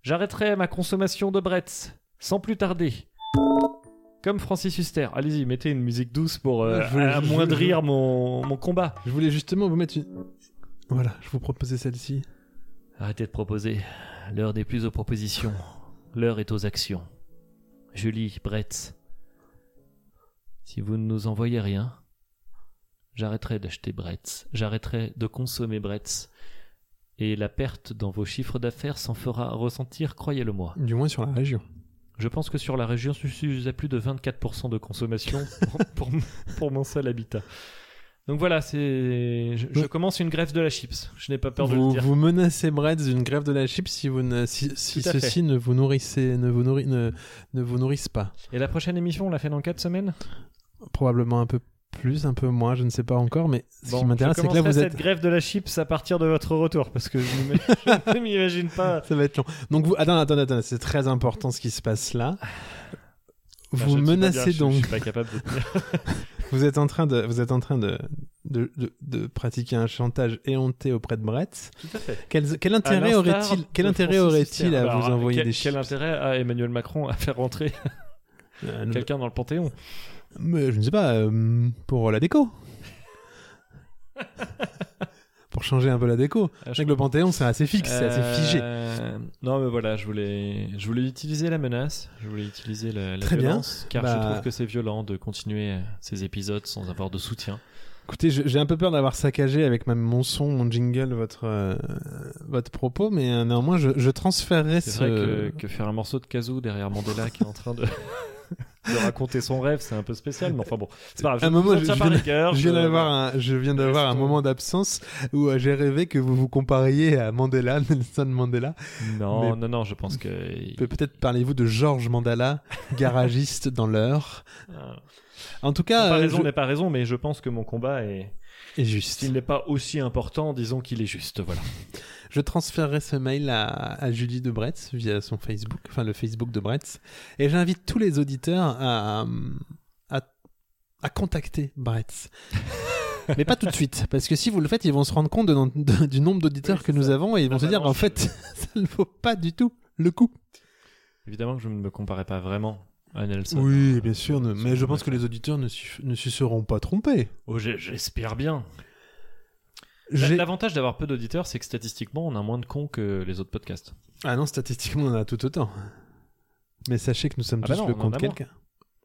Speaker 1: j'arrêterai ma consommation de Bretz, sans plus tarder. Comme Francis Huster. Allez-y, mettez une musique douce pour euh,
Speaker 2: Je veux- je-
Speaker 1: amoindrir mon, mon combat.
Speaker 2: Je voulais justement vous mettre une... Voilà, je vous proposais celle-ci.
Speaker 1: Arrêtez de proposer. l'heure n'est plus aux propositions, l'heure est aux actions. Julie, Brett, si vous ne nous envoyez rien, j'arrêterai d'acheter Bretz, j'arrêterai de consommer Bretz, et la perte dans vos chiffres d'affaires s'en fera ressentir, croyez-le-moi.
Speaker 2: Du moins sur la région.
Speaker 1: Je pense que sur la région, je suis à plus de 24% de consommation pour, pour, pour mon seul habitat. Donc voilà, c'est. Je, je
Speaker 2: Ouais.
Speaker 1: commence une grève de la chips. Je n'ai pas peur de le
Speaker 2: Vous,
Speaker 1: dire.
Speaker 2: vous menacez Brett d'une grève de la chip si, vous ne, si, si
Speaker 1: Tout à fait.
Speaker 2: ceci ne vous, nourrissez, ne, vous nourri- ne, ne vous nourrissent pas.
Speaker 1: Et la prochaine émission, on l'a fait dans 4 semaines
Speaker 2: Probablement un peu plus, un peu moins, je ne sais pas encore, mais ce
Speaker 1: Bon,
Speaker 2: qui m'intéresse,
Speaker 1: je
Speaker 2: c'est que là, vous
Speaker 1: commencerai
Speaker 2: êtes.
Speaker 1: cette grève de la chips à partir de votre retour, parce que je, m'im- je ne m'imagine pas.
Speaker 2: Ça va être long. Donc, vous... attends, attends, attends, c'est très important ce qui se passe là.
Speaker 1: Enfin,
Speaker 2: Vous
Speaker 1: Ah, je ne sais pas
Speaker 2: menacez
Speaker 1: dire, je-
Speaker 2: donc,
Speaker 1: Je, suis pas capable de tenir.
Speaker 2: vous êtes en train de, vous êtes en train de, de, de- de pratiquer un chantage éhonté auprès de Brett.
Speaker 1: Tout à fait.
Speaker 2: Quel, quel
Speaker 1: À
Speaker 2: intérêt
Speaker 1: l'instar
Speaker 2: aurait-il, quel
Speaker 1: de
Speaker 2: intérêt
Speaker 1: Francis
Speaker 2: aurait-il
Speaker 1: Huster.
Speaker 2: à
Speaker 1: Alors, euh,
Speaker 2: vous envoyer
Speaker 1: quel,
Speaker 2: des
Speaker 1: Quel
Speaker 2: chips
Speaker 1: intérêt a Emmanuel Macron à faire rentrer
Speaker 2: Euh, nous-
Speaker 1: quelqu'un dans le Panthéon
Speaker 2: Mais je ne sais pas, euh, pour la déco. pour changer un peu la déco.
Speaker 1: Ah, je
Speaker 2: Je sais que le Panthéon, c'est assez fixe, c'est assez figé.
Speaker 1: Euh, Non, mais voilà, je voulais, je voulais utiliser la menace, je voulais utiliser la, la
Speaker 2: Très bien.
Speaker 1: violence, car je
Speaker 2: Bah-
Speaker 1: trouve que c'est violent de continuer euh, ces épisodes sans avoir de soutien.
Speaker 2: Écoutez, je- j'ai un peu peur d'avoir saccagé avec même mon son, mon jingle, votre, euh, votre propos, mais euh, néanmoins, je, je transférerai
Speaker 1: C'est
Speaker 2: ce...
Speaker 1: vrai que, que faire un morceau de kazoo derrière Mandela qui est en train de, de raconter son rêve, c'est un peu spécial, mais enfin bon, c'est pas grave.
Speaker 2: À un moment,
Speaker 1: vous en
Speaker 2: je-
Speaker 1: tiens
Speaker 2: je
Speaker 1: par
Speaker 2: viens-
Speaker 1: les cœurs,
Speaker 2: Je viens
Speaker 1: je-
Speaker 2: d'avoir un, je viens d'avoir un
Speaker 1: Restons-
Speaker 2: moment d'absence où euh, j'ai rêvé que vous vous compariez à Mandela, Nelson Mandela.
Speaker 1: Non,
Speaker 2: Mais-
Speaker 1: non, non, je pense que.
Speaker 2: Pe- Peut-être parlez-vous de Georges Mandela, garagiste dans l'heure.
Speaker 1: Ah,
Speaker 2: En tout cas,
Speaker 1: pas
Speaker 2: euh,
Speaker 1: raison
Speaker 2: je-
Speaker 1: n'est pas raison, mais je pense que mon combat est.
Speaker 2: est juste.
Speaker 1: S'il n'est pas aussi important, disons qu'il est juste, voilà.
Speaker 2: Je transférerai ce mail à, à Julie de Bretz via son Facebook, enfin le Facebook de Bretz. Et j'invite tous les auditeurs à, à, à contacter Bretz. Mais pas tout de suite, parce que si vous le faites, ils vont se rendre compte de no- de- du nombre d'auditeurs
Speaker 1: Oui,
Speaker 2: que
Speaker 1: c'est
Speaker 2: nous
Speaker 1: ça.
Speaker 2: avons et ils vont
Speaker 1: La
Speaker 2: se dire, en
Speaker 1: balance,
Speaker 2: fait, ça ne vaut pas du tout le coup.
Speaker 1: Évidemment que je ne me comparais pas vraiment à Nelson.
Speaker 2: Oui, bien sûr, ne-
Speaker 1: c'est
Speaker 2: mais je
Speaker 1: bon,
Speaker 2: pense que les auditeurs ne, s'y- ne s'y seront pas trompés.
Speaker 1: Oh, j'ai- j'espère bien.
Speaker 2: J'ai-
Speaker 1: L'avantage d'avoir peu d'auditeurs, c'est que statistiquement, on a moins de cons que les autres podcasts.
Speaker 2: Ah non, statistiquement, on en a tout autant. Mais sachez que nous sommes
Speaker 1: Ah
Speaker 2: tous
Speaker 1: bah non,
Speaker 2: le
Speaker 1: on en
Speaker 2: compte
Speaker 1: a
Speaker 2: quelqu'un.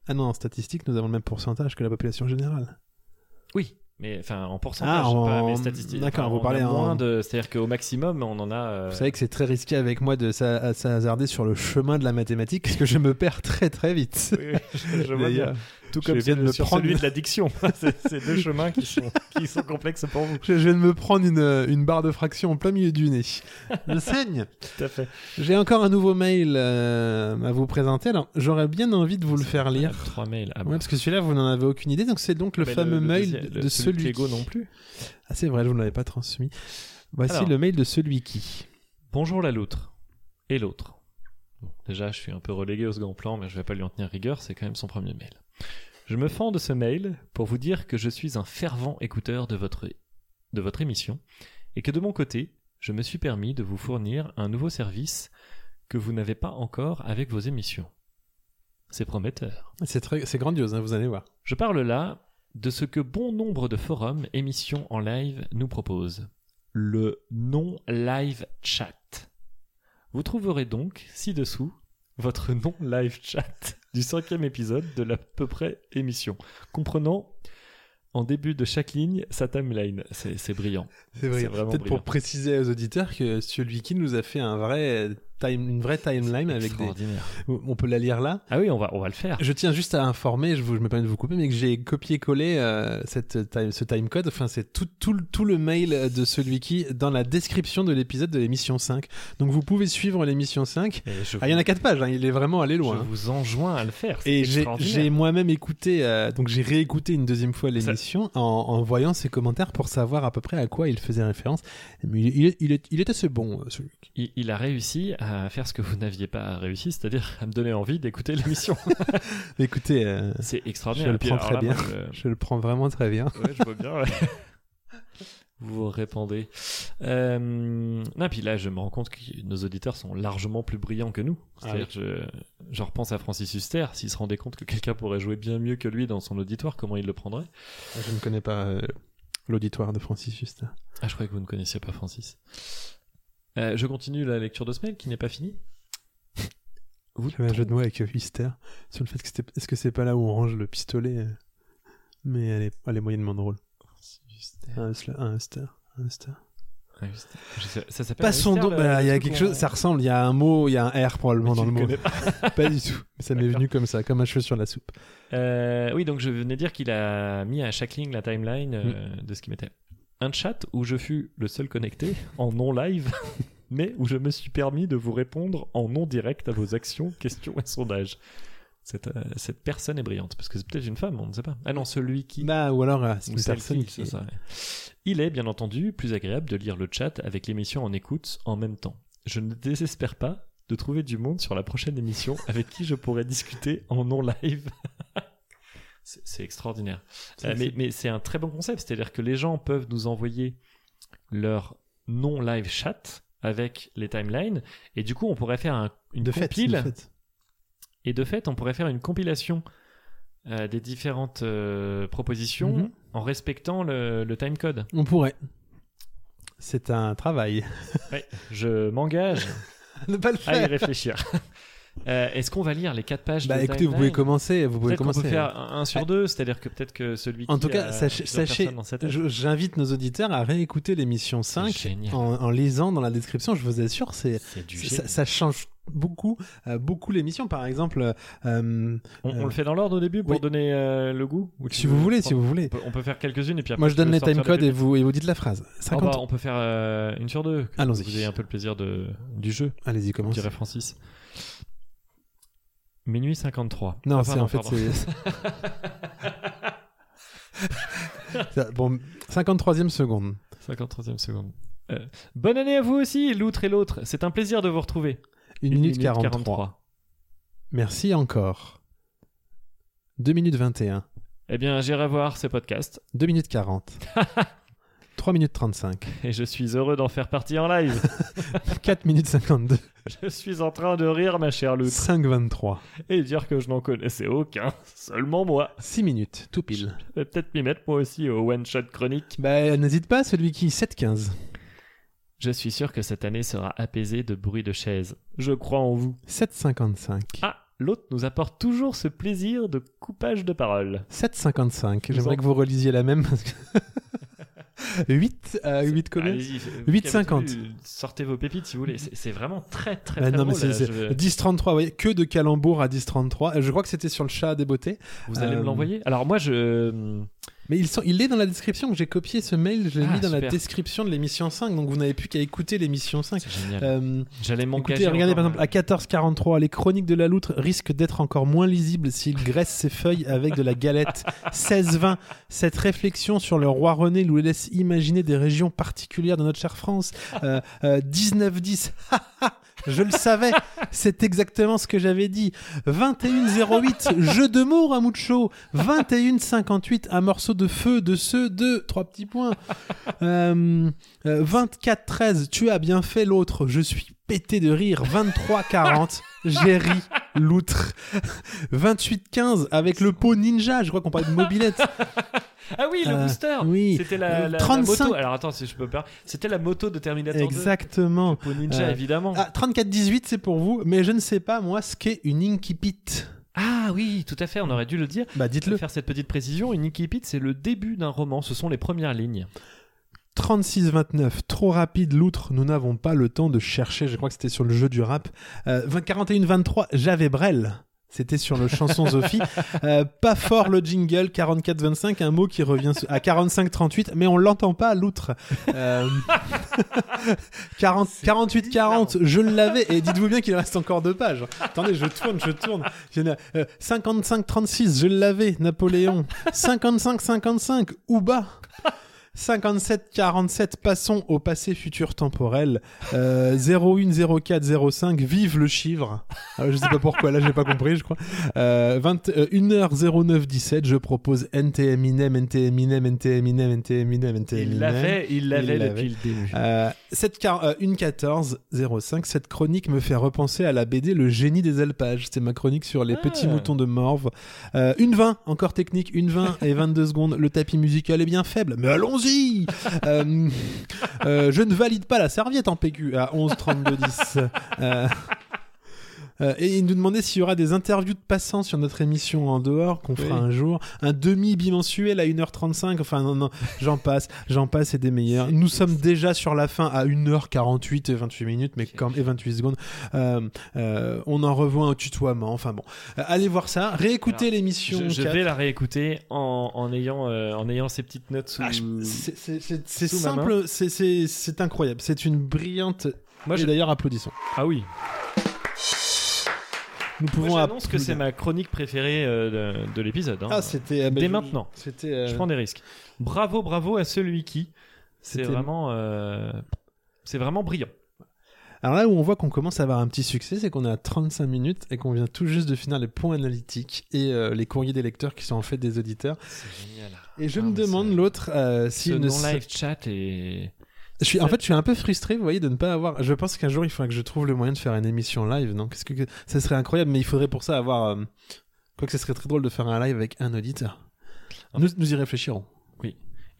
Speaker 2: Ah non, en statistique, nous avons le même pourcentage que la population générale.
Speaker 1: Euh. Oui. Mais enfin, en pourcentage,
Speaker 2: Ah, en-
Speaker 1: pas mes statistiques.
Speaker 2: d'accord,
Speaker 1: Enfin,
Speaker 2: vous
Speaker 1: on
Speaker 2: parlez
Speaker 1: a
Speaker 2: en-
Speaker 1: moins de. C'est-à-dire qu'au maximum, on en a. euh,
Speaker 2: Vous savez que c'est très risqué avec moi de s'ha- s'hasarder sur le chemin de la mathématique, parce que je me perds très très vite.
Speaker 1: oui, oui, je, je vois
Speaker 2: D'ailleurs,
Speaker 1: bien. Tout
Speaker 2: je
Speaker 1: comme
Speaker 2: viens de
Speaker 1: celle-
Speaker 2: me
Speaker 1: sur
Speaker 2: prendre-
Speaker 1: celui de l'addiction. c'est c'est deux chemins qui sont, qui sont complexes pour vous.
Speaker 2: Je je viens de me prendre une, euh, une barre de fraction en plein milieu du nez. Je saigne.
Speaker 1: Tout à fait.
Speaker 2: J'ai encore un nouveau mail euh, à vous présenter. Alors, j'aurais bien envie de vous le faire lire.
Speaker 1: Trois mails. Ah,
Speaker 2: Ouais, parce que celui-là, vous n'en avez aucune idée. Donc, c'est donc le
Speaker 1: Mais
Speaker 2: fameux mail
Speaker 1: deuxième-
Speaker 2: de,
Speaker 1: le-
Speaker 2: de
Speaker 1: celui de
Speaker 2: celui,
Speaker 1: Clégo
Speaker 2: qui-
Speaker 1: non plus.
Speaker 2: Ah, c'est vrai, je vous ne l'avais pas transmis. Voici
Speaker 1: Alors.
Speaker 2: le mail de celui qui.
Speaker 1: Bonjour la loutre. Et l'autre. Bon, déjà, je suis un peu relégué au second plan, mais je vais pas lui en tenir rigueur, c'est quand même son premier mail. Je me fends de ce mail pour vous dire que je suis un fervent écouteur de votre, de votre émission et que de mon côté, je me suis permis de vous fournir un nouveau service que vous n'avez pas encore avec vos émissions. C'est prometteur.
Speaker 2: C'est très- c'est grandiose, hein, vous allez voir.
Speaker 1: Je parle là de ce que bon nombre de forums, émissions en live nous proposent. Le non-live chat. Vous trouverez donc ci-dessous votre non-live chat du cinquième épisode de l'à peu près émission, comprenant en début de chaque ligne sa timeline. C'est c'est brillant. vrai.
Speaker 2: C'est vrai.
Speaker 1: C'est vraiment
Speaker 2: Peut-être
Speaker 1: brillant.
Speaker 2: pour préciser aux auditeurs que celui qui nous a fait un vrai euh, time, une vraie timeline avec des.
Speaker 1: Extraordinaire.
Speaker 2: On peut la lire là.
Speaker 1: Ah oui, on va, on va le faire.
Speaker 2: Je tiens juste à informer, je, vous, je me permets de vous couper, mais que j'ai copié-collé euh, cette time- ce timecode. Enfin, c'est tout, tout, le- tout le mail de celui qui dans la description de l'épisode de l'émission 5. Donc vous pouvez suivre l'émission 5.
Speaker 1: Et je,
Speaker 2: Ah, il y en a 4 pages, hein, il est vraiment allé
Speaker 1: vous-
Speaker 2: loin.
Speaker 1: je
Speaker 2: hein.
Speaker 1: vous enjoins à le faire. c'est
Speaker 2: Et j'ai-
Speaker 1: extraordinaire.
Speaker 2: j'ai moi-même écouté, euh, donc j'ai réécouté une deuxième fois l'émission en, en voyant ses commentaires pour savoir à peu près à quoi il faisait référence. Mais il, il, il est, il est assez bon, euh, celui qui.
Speaker 1: il, il a réussi à faire ce que vous n'aviez pas réussi, c'est-à-dire à me donner envie d'écouter l'émission.
Speaker 2: Écoutez, euh,
Speaker 1: C'est extraordinaire.
Speaker 2: Je le
Speaker 1: Et puis,
Speaker 2: prends
Speaker 1: alors
Speaker 2: très
Speaker 1: là,
Speaker 2: bien.
Speaker 1: moi,
Speaker 2: je le prends vraiment très bien.
Speaker 1: je- ouais, je vois bien. ouais. Vous vous répandez. Euh, non, puis là, je me rends compte que nos auditeurs sont largement plus brillants que nous. C'est-à-dire, que je, je repense à Francis Huster. S'il se rendait compte que quelqu'un pourrait jouer bien mieux que lui dans son auditoire, comment il le prendrait
Speaker 2: Ah, Je ne connais pas euh, l'auditoire de Francis Justin.
Speaker 1: Ah, je croyais que vous ne connaissiez pas Francis. Euh, je continue la lecture de ce mail qui n'est pas finie.
Speaker 2: J'avais un jeu de mots avec euh, Hystère sur le fait que c'était. Est-ce que c'est pas là où on range le pistolet euh, Mais elle est, elle est moyennement drôle. Un Hustler. Un Hustler. Un Hustler.
Speaker 1: Un Hustler. Ah, Je sais- Ça s'appelle.
Speaker 2: Passons
Speaker 1: un Hustler,
Speaker 2: donc.
Speaker 1: le-
Speaker 2: bah, Il y
Speaker 1: le
Speaker 2: a
Speaker 1: truc
Speaker 2: quelque
Speaker 1: qu'on-
Speaker 2: chose. Ça ressemble. Il y a un mot. Il y a un R probablement
Speaker 1: Mais
Speaker 2: dans
Speaker 1: tu
Speaker 2: le
Speaker 1: le
Speaker 2: mot.
Speaker 1: connais
Speaker 2: Pas. du tout. Mais ça m'est
Speaker 1: D'accord.
Speaker 2: venu comme ça, comme un cheveu sur la soupe.
Speaker 1: Euh, oui, donc je venais dire qu'il a mis à chaque ligne la timeline euh, de ce qu'il mettait. Un chat où je fus le seul connecté en non live, mais où je me suis permis de vous répondre en non direct à vos actions, questions et sondages. Cette, euh, cette personne est brillante parce que c'est peut-être une femme, on ne sait pas. Ah non, celui qui.
Speaker 2: Bah ou alors euh, c'est
Speaker 1: Ou
Speaker 2: une
Speaker 1: celle
Speaker 2: personne
Speaker 1: qui,
Speaker 2: qui.
Speaker 1: c'est ça, ouais. Il est, bien entendu, plus agréable de lire le chat avec l'émission en écoute en même temps. Je ne désespère pas de trouver du monde sur la prochaine émission avec qui je pourrais discuter en non-live. c'est c'est extraordinaire. Euh, mais mais c'est un très bon concept, c'est-à-dire que les gens peuvent nous envoyer leur non-live chat avec les timelines, et du coup, on pourrait faire un- une
Speaker 2: De fait.
Speaker 1: compile.
Speaker 2: De fait.
Speaker 1: Et de fait, on pourrait faire une compilation euh, des différentes euh, propositions
Speaker 2: Mhm.
Speaker 1: en respectant le, le timecode.
Speaker 2: On pourrait. C'est un travail.
Speaker 1: Je m'engage
Speaker 2: ne pas le
Speaker 1: à y
Speaker 2: faire.
Speaker 1: réfléchir. Euh, Est-ce qu'on va lire les quatre pages
Speaker 2: Bah
Speaker 1: de
Speaker 2: écoutez, vous pouvez
Speaker 1: timeline
Speaker 2: commencer. Vous pouvez
Speaker 1: Peut-être qu'on
Speaker 2: commencer.
Speaker 1: peut faire un un sur deux, c'est-à-dire que peut-être que celui
Speaker 2: En
Speaker 1: qui
Speaker 2: tout cas,
Speaker 1: a
Speaker 2: sachez-
Speaker 1: plusieurs
Speaker 2: sachez-
Speaker 1: personnes dans sa tête-
Speaker 2: Je- J'invite nos auditeurs à réécouter l'émission
Speaker 1: C'est
Speaker 2: 5
Speaker 1: génial.
Speaker 2: en, en lisant dans la description. Je vous assure, c'est
Speaker 1: C'est du
Speaker 2: ça,
Speaker 1: génie.
Speaker 2: ça change beaucoup, euh, beaucoup l'émission. Par exemple, euh,
Speaker 1: on, on
Speaker 2: euh,
Speaker 1: le fait dans l'ordre au début pour
Speaker 2: oui.
Speaker 1: donner euh, le goût ou tu
Speaker 2: si
Speaker 1: veux
Speaker 2: vous voulez,
Speaker 1: prendre-
Speaker 2: si vous voulez.
Speaker 1: On peut, on peut faire quelques-unes et puis après
Speaker 2: Moi, je
Speaker 1: tu
Speaker 2: donne
Speaker 1: veux
Speaker 2: les
Speaker 1: sortir
Speaker 2: timecodes
Speaker 1: les
Speaker 2: et vous et vous dites la phrase.
Speaker 1: plus- Oh,
Speaker 2: 50.
Speaker 1: bah, on peut faire euh, une sur deux. que
Speaker 2: Allons-y.
Speaker 1: Vous ayez un peu le plaisir de, du jeu.
Speaker 2: Allez-y, commence.
Speaker 1: dirait Francis. Minuit 53.
Speaker 2: Non,
Speaker 1: Ah,
Speaker 2: c'est
Speaker 1: pardon,
Speaker 2: en fait
Speaker 1: pardon.
Speaker 2: c'est- Ça- bon 53e seconde.
Speaker 1: 53e seconde. Euh, bonne année à vous aussi, l'outre et l'autre. C'est un plaisir de vous retrouver.
Speaker 2: 1
Speaker 1: Une
Speaker 2: minute 43. Merci encore. 2 minutes 21.
Speaker 1: Eh bien, j'irai voir ce podcast
Speaker 2: 2 minutes 40. 3 minutes 35.
Speaker 1: et je suis heureux d'en faire partie en live.
Speaker 2: 4 minutes 52.
Speaker 1: je suis en train de rire, ma chère loutre,
Speaker 2: 5 23.
Speaker 1: et dire que je n'en connaissais aucun, seulement moi.
Speaker 2: 6 minutes, tout pile.
Speaker 1: Je vais peut-être m'y mettre moi aussi au One Shot Chronique.
Speaker 2: Bah, n'hésite pas, celui qui 7-15.
Speaker 1: Je suis sûr que cette année sera apaisée de bruit de chaises. Je crois en vous.
Speaker 2: 7-55.
Speaker 1: Ah, l'autre nous apporte toujours ce plaisir de coupage de parole.
Speaker 2: 7,55. J'aimerais
Speaker 1: en-
Speaker 2: que vous relisiez la même. Parce que... 8, euh, 8 combien
Speaker 1: Allez-y, euh,
Speaker 2: 8,50.
Speaker 1: calmez-vous, Sortez vos pépites si vous voulez. C'est c'est vraiment très très,
Speaker 2: Bah
Speaker 1: très
Speaker 2: non, mais
Speaker 1: drôle,
Speaker 2: c'est
Speaker 1: là.
Speaker 2: c'est-
Speaker 1: Je vais-
Speaker 2: 10,33, vous voyez, que de calembours à 10,33. Euh, Je crois que c'était sur le chat des beautés.
Speaker 1: Vous allez
Speaker 2: Euh,
Speaker 1: me l'envoyer Alors moi je.
Speaker 2: Mais il, sont- il est dans la description, j'ai copié ce mail, je l'ai
Speaker 1: Ah,
Speaker 2: mis dans la
Speaker 1: super.
Speaker 2: description de l'émission 5, donc vous n'avez plus qu'à écouter l'émission 5.
Speaker 1: C'est génial.
Speaker 2: Euh,
Speaker 1: J'allais m'engager.
Speaker 2: écoutez, regardez par
Speaker 1: encore,
Speaker 2: exemple, à 14,43, les chroniques de la loutre risquent d'être encore moins lisibles s'il graisse ses feuilles avec de la galette. 16,20, cette réflexion sur le roi René nous laisse imaginer des régions particulières de notre chère France. Euh, euh, 19,10, Ha, ha, je le savais, c'est exactement ce que j'avais dit. 21,08, jeu de mots, Ramoucho. 21,58, un morceau de feu, de ce, de, trois petits points. Euh, euh, 24,13, tu as bien fait l'autre, je suis pété de rire. 23,40, j'ai ri, l'outre. 28,15, avec le pot ninja, je crois qu'on parlait de mobilette.
Speaker 1: Ah oui, le
Speaker 2: Euh,
Speaker 1: booster
Speaker 2: oui.
Speaker 1: C'était la, la- la
Speaker 2: 35.
Speaker 1: moto. Alors attends, si je peux pas. C'était la moto de Terminator 2.
Speaker 2: Exactement.
Speaker 1: Pour Ninja,
Speaker 2: Euh,
Speaker 1: évidemment. Ah.
Speaker 2: Ah, 34,18, c'est pour vous, mais je ne sais pas, moi, ce qu'est une inkipit.
Speaker 1: Ah oui, tout à fait, on aurait dû le dire.
Speaker 2: Bah,
Speaker 1: Je vais
Speaker 2: dites-le.
Speaker 1: faire cette petite précision. Une incipit, c'est le début d'un roman. Ce sont les premières lignes.
Speaker 2: 36-29, trop rapide l'outre, nous n'avons pas le temps de chercher, je crois que c'était sur le jeu du rap. Euh, 20 41-23, j'avais Brel, c'était sur le chanson Sophie. Euh, pas fort le jingle, 44-25, un mot qui revient à 45-38, mais on l'entend pas l'outre. Euh, 40 48-40, je l'avais, et dites-vous bien qu'il reste encore deux pages. Attendez, je tourne, je tourne. Il y en a, euh, 55-36, je l'avais, Napoléon. 55-55, Ouba. 57-47, passons au passé futur temporel. Euh, 01-04-05, vive le chivre. Euh, je sais pas pourquoi, là j'ai pas compris, je crois. Euh, 1h09-17, je propose NTM Inem, NTM Inem, NTM Inem, NTM Inem, NTM
Speaker 1: Il
Speaker 2: Inem.
Speaker 1: l'avait, il l'avait
Speaker 2: l'avait.
Speaker 1: depuis le début.
Speaker 2: Euh, 7, euh, 1 14 05 cette chronique me fait repenser à la BD Le génie des alpages c'est ma chronique sur les
Speaker 1: Ah.
Speaker 2: petits moutons de morve Euh, une 20 encore technique une 20 et 22 secondes le tapis musical est bien faible mais allons-y allons-y Euh, euh, Je ne valide pas la serviette en PQ à 11 32 10. Euh, euh, et il nous demandait s'il y aura des interviews de passants sur notre émission en dehors qu'on fera
Speaker 1: Oui.
Speaker 2: un jour, un demi bimensuel à 1h35, enfin non non, j'en passe, j'en passe et des meilleurs. Nous sommes déjà sur la fin à 1h48 et 28 minutes mais comme et 28 secondes. Euh, euh, on en revoit un tutoiement, enfin bon. Euh, allez voir ça, réécoutez l'émission
Speaker 1: Je, je
Speaker 2: 4.
Speaker 1: vais la réécouter en, en ayant, euh, en ayant ces petites notes sous.
Speaker 2: Ah, je- c'est- c'est- c'est- C'est
Speaker 1: sous ma
Speaker 2: simple, c'est- c'est c'est incroyable. C'est une brillante.
Speaker 1: Moi,
Speaker 2: Moi,
Speaker 1: je-
Speaker 2: j'ai d'ailleurs applaudissons.
Speaker 1: Ah oui.
Speaker 2: Nous pouvons.
Speaker 1: Moi, J'annonce que c'est
Speaker 2: applaudir.
Speaker 1: ma chronique préférée euh, de, de l'épisode. hein.
Speaker 2: Ah, c'était. euh, bah,
Speaker 1: Dès
Speaker 2: je-
Speaker 1: maintenant.
Speaker 2: C'était. euh,
Speaker 1: Je prends des risques. Bravo, bravo à celui qui. C'est
Speaker 2: C'était-
Speaker 1: vraiment, euh, c'est vraiment brillant.
Speaker 2: Alors là où on voit qu'on commence à avoir un petit succès, c'est qu'on est à 35 minutes et qu'on vient tout juste de finir les points analytiques et euh, les courriers des lecteurs qui sont en fait des auditeurs.
Speaker 1: C'est génial.
Speaker 2: Et je
Speaker 1: Ah,
Speaker 2: me
Speaker 1: mais
Speaker 2: demande
Speaker 1: c'est-
Speaker 2: l'autre euh,
Speaker 1: Ce
Speaker 2: s'il ne. se-
Speaker 1: non-live chat et
Speaker 2: Je suis, en fait, je suis un peu frustré, vous voyez, de ne pas avoir. Je pense qu'un jour, il faudrait que je trouve le moyen de faire une émission live. Donc, ce que que- ça serait incroyable, mais il faudrait pour ça avoir. euh, Quoique, ce serait très drôle de faire un live avec un auditeur. Nous, nous y réfléchirons.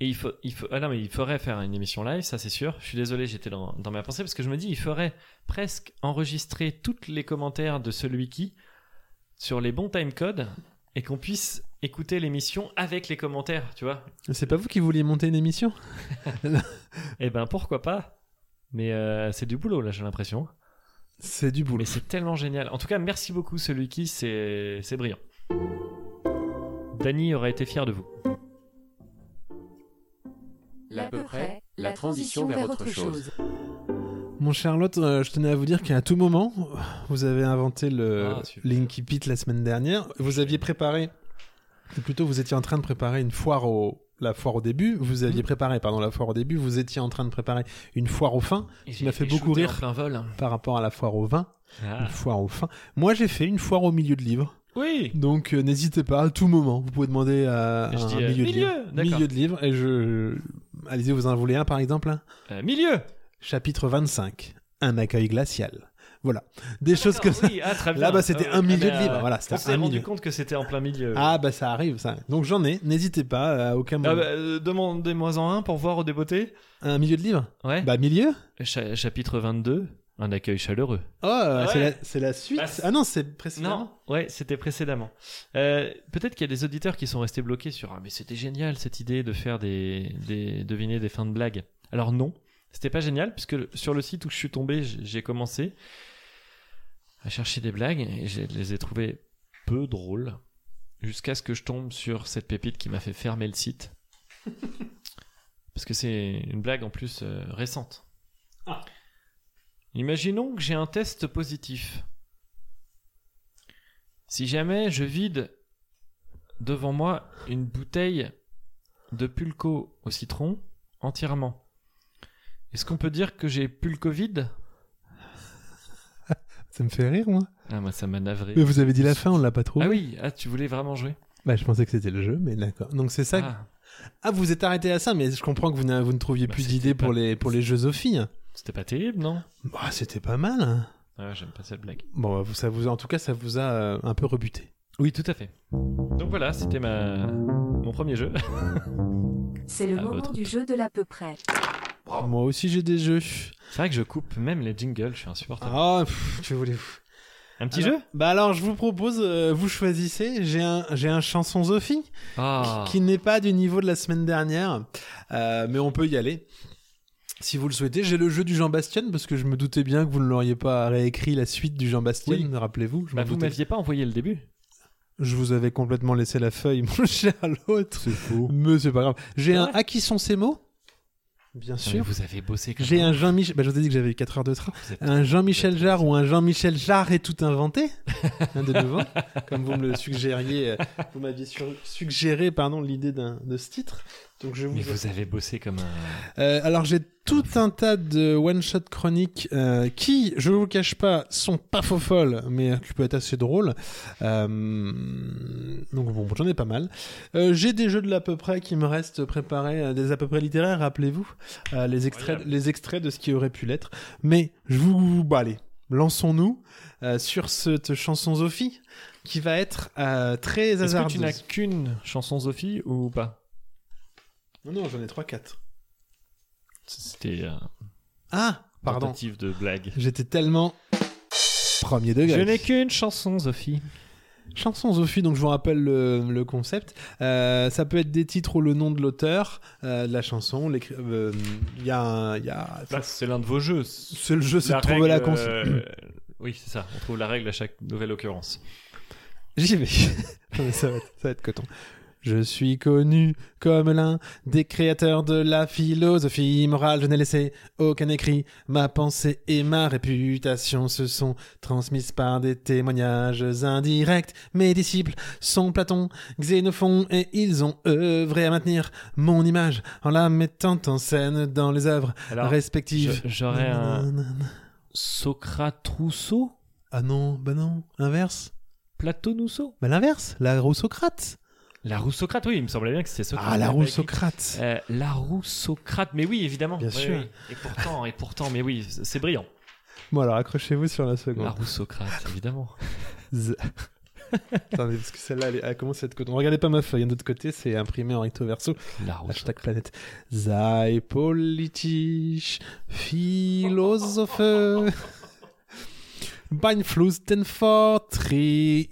Speaker 1: Et il faut, il faut, ah non, mais il ferait faire une émission live, ça c'est sûr. Je suis désolé, j'étais dans, dans ma pensée parce que je me dis, il ferait presque enregistrer toutes les commentaires de celui qui sur les bons timecodes et qu'on puisse écouter l'émission avec les commentaires, tu vois.
Speaker 2: C'est pas vous qui vouliez monter une émission
Speaker 1: Eh ben pourquoi pas Mais euh, c'est du boulot là, j'ai l'impression.
Speaker 2: C'est du boulot.
Speaker 1: Mais c'est tellement génial. En tout cas, merci beaucoup celui qui, c'est c'est brillant. Dany aurait été fier de vous.
Speaker 6: L'à peu près, la transition vers autre chose.
Speaker 2: Mon cher Lot, euh, je tenais à vous dire qu'à tout moment, vous avez inventé le
Speaker 1: Ah, super.
Speaker 2: Linky Pit la semaine dernière. Vous aviez préparé, ou plutôt vous étiez en train de préparer une foire au la foire au début. Vous
Speaker 1: Mm.
Speaker 2: aviez préparé, pardon, la foire au début. Vous étiez en train de préparer une foire au fin
Speaker 1: Et
Speaker 2: Tu
Speaker 1: j'ai
Speaker 2: m'as fait
Speaker 1: été
Speaker 2: beaucoup
Speaker 1: shooté en
Speaker 2: rire.
Speaker 1: plein vol.
Speaker 2: par rapport à la foire au vin,
Speaker 1: Ah.
Speaker 2: une foire au fin. Moi, j'ai fait une foire au milieu de livres.
Speaker 1: Oui.
Speaker 2: Donc euh, n'hésitez pas, à tout moment, vous pouvez demander à
Speaker 1: Je
Speaker 2: un
Speaker 1: dis, euh,
Speaker 2: milieu, de
Speaker 1: milieu,
Speaker 2: livres,
Speaker 1: d'accord.
Speaker 2: milieu de livres. Et je, allez-y, vous en voulez un par exemple. hein
Speaker 1: Euh, milieu.
Speaker 2: Chapitre 25. Un accueil glacial. Voilà. Des choses comme ça.
Speaker 1: Oui, ah, très bien.
Speaker 2: Là, bah, c'était
Speaker 1: Ah,
Speaker 2: un
Speaker 1: oui.
Speaker 2: milieu
Speaker 1: Ah,
Speaker 2: de
Speaker 1: bah,
Speaker 2: livres.
Speaker 1: euh,
Speaker 2: Voilà,
Speaker 1: On
Speaker 2: c'était
Speaker 1: s'est
Speaker 2: un
Speaker 1: rendu
Speaker 2: milieu.
Speaker 1: compte que c'était en plein milieu.
Speaker 2: Ah, bah ça arrive, ça. arrive. Donc j'en ai, n'hésitez pas, à aucun moment.
Speaker 1: Euh. Ah bah, euh, Demandez-moi en un pour voir au débeauté.
Speaker 2: Un milieu de livre
Speaker 1: Ouais.
Speaker 2: Bah, milieu
Speaker 1: Cha- chapitre 22, un accueil chaleureux.
Speaker 2: Oh, euh,
Speaker 1: Ouais.
Speaker 2: c'est la- c'est la, suite.
Speaker 1: Ah, c'est-
Speaker 2: Ah non, c'est précisément.
Speaker 1: Non, ouais, c'était précédemment. Euh, Peut-être qu'il y a des auditeurs qui sont restés bloqués sur Ah, mais c'était génial cette idée de faire des, des- deviner des fins de blagues. Alors non, c'était pas génial puisque sur le site où je suis tombé, j- j'ai commencé à chercher des blagues et je les ai trouvées peu drôles jusqu'à ce que je tombe sur cette pépite qui m'a fait fermer le site. Parce que c'est une blague en plus euh, récente. Imaginons que j'ai un test positif. Si jamais je vide devant moi une bouteille de pulco au citron entièrement, est-ce qu'on peut dire que j'ai pu le Covid
Speaker 2: Ça me fait rire, moi.
Speaker 1: Ah, moi ça m'a navré.
Speaker 2: Mais vous avez dit la fin, on l'a pas trouvé.
Speaker 1: Ah oui, ah, tu voulais vraiment jouer
Speaker 2: Bah, je pensais que c'était le jeu, mais d'accord. Donc c'est ça. Ah.
Speaker 1: Ah,
Speaker 2: vous êtes arrêté à ça, mais je comprends que vous, n'a- vous ne trouviez
Speaker 1: Bah,
Speaker 2: plus
Speaker 1: c'était
Speaker 2: d'idées pour
Speaker 1: pas-
Speaker 2: les, pour les jeux aux filles.
Speaker 1: c'était pas terrible, non
Speaker 2: Bah, c'était pas mal. hein.
Speaker 1: Ah, j'aime pas cette blague.
Speaker 2: Bon, bah, vous- ça vous, en tout cas, ça vous a euh, un peu rebuté.
Speaker 1: Oui, tout à fait. Donc voilà, c'était ma... mon premier jeu.
Speaker 7: C'est le
Speaker 1: À
Speaker 7: moment
Speaker 1: votre
Speaker 7: du jeu de l'à peu près.
Speaker 2: Moi aussi, j'ai des jeux.
Speaker 1: C'est vrai que je coupe même les jingles, je suis insupportable.
Speaker 2: Ah, pff, tu voulais.
Speaker 1: Un petit
Speaker 2: Alors-
Speaker 1: jeu
Speaker 2: Bah alors je vous propose, euh, vous choisissez. J'ai un, j'ai un chanson Zophie
Speaker 1: Ah
Speaker 2: qui n'est pas du niveau de la semaine dernière, euh, mais on peut y aller. Si vous le souhaitez, j'ai le jeu du Jean Bastien parce que je me doutais bien que vous ne l'auriez pas réécrit la suite du Jean Bastien.
Speaker 1: Oui.
Speaker 2: Rappelez-vous, je,
Speaker 1: Bah,
Speaker 2: m'en
Speaker 1: vous
Speaker 2: doutais.
Speaker 1: m'aviez pas envoyé le début
Speaker 2: je vous avais complètement laissé la feuille, mon cher l'autre. C'est faux. Mais c'est pas grave. J'ai un à qui sont ces mots Bien
Speaker 1: Non, mais
Speaker 2: sûr.
Speaker 1: Vous avez bossé comme
Speaker 2: J'ai un Jean-Michel. Bah, je vous ai dit que j'avais eu 4 heures de train.
Speaker 1: Vous êtes-
Speaker 2: Un Jean-Michel Jarre ou un Jean-Michel Jarre est tout inventé, un de nouveau, comme vous me le suggériez, euh, vous m'aviez sur- suggéré pardon l'idée d'un- de ce titre. Donc je vous.
Speaker 1: Mais vous avez bossé comme un...
Speaker 2: Euh, alors j'ai tout un tas de one-shot chroniques euh, qui, je vous le cache pas, sont pas faux folles, mais euh, qui peuvent être assez drôles. Euh, donc bon, j'en ai pas mal. Euh, j'ai des jeux de l'à peu près qui me restent préparés, euh, des à peu près littéraires, rappelez-vous, euh, les extraits, les extraits de ce qui aurait pu l'être. Mais je vous, bah allez, lançons-nous euh, sur cette chanson Zophie qui va être euh, très
Speaker 1: Est-ce que tu
Speaker 2: hasardeuse.
Speaker 1: n'as qu'une chanson Sophie ou pas
Speaker 2: Non, non, j'en ai 3-4.
Speaker 1: C'était euh,
Speaker 2: Ah, pardon.
Speaker 1: tentative de blague.
Speaker 2: J'étais tellement. Premier degré.
Speaker 1: Je n'ai qu'une chanson, Sophie.
Speaker 2: Chanson Zophie, donc je vous rappelle le, le concept. Euh, ça peut être des titres ou le nom de l'auteur euh, de la chanson. l'écri- euh, Il y a, un- il y a...
Speaker 1: Bah, c'est l'un de vos jeux. euh,
Speaker 2: C'est le jeu, c'est de trouver la cons.
Speaker 1: oui, c'est ça. On trouve la règle à chaque nouvelle occurrence.
Speaker 2: J'y vais. Non, mais ça, va être, ça va être coton. Je suis connu comme l'un des créateurs de la philosophie morale. Je n'ai laissé aucun écrit. Ma pensée et ma réputation se sont transmises par des témoignages indirects. Mes disciples sont Platon, Xénophon et ils ont œuvré à maintenir mon image en la mettant en scène dans les œuvres
Speaker 1: Alors,
Speaker 2: respectives.
Speaker 1: je- j'aurais un
Speaker 2: Nanana.
Speaker 1: Socrate Rousseau,
Speaker 2: Ah non, bah non, inverse.
Speaker 1: Platon Rousseau.
Speaker 2: Bah l'inverse, la Socrate.
Speaker 1: La Roussocrate, oui, il me semblait bien que c'était Socrate.
Speaker 2: Ah, la
Speaker 1: Avec-
Speaker 2: Socrate.
Speaker 1: Euh, la Roussocrate, mais oui, évidemment.
Speaker 2: Bien
Speaker 1: Oui,
Speaker 2: sûr.
Speaker 1: oui. Et pourtant, et pourtant, mais oui, c'est c'est brillant.
Speaker 2: Bon alors accrochez-vous sur la
Speaker 1: La
Speaker 2: seconde. Ah,
Speaker 1: Roussocrate, évidemment.
Speaker 2: Z. Attendez parce que celle-là elle, est- elle commence à être coton. Regardez pas meuf, il y a d'autre côté, c'est imprimé en recto verso.
Speaker 1: La Roussocrate.
Speaker 2: Hashtag planète. Sei politisch, Philosophe. Beeinflusst den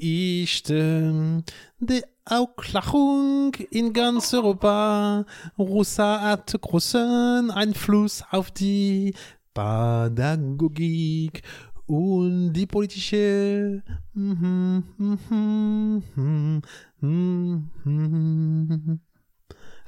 Speaker 2: Vortrichten der Aufklärung in ganz Europa. Rosa hat großen Einfluss auf die Pädagogik und die politische. Mhm, mhm, mhm, mhm, mhm.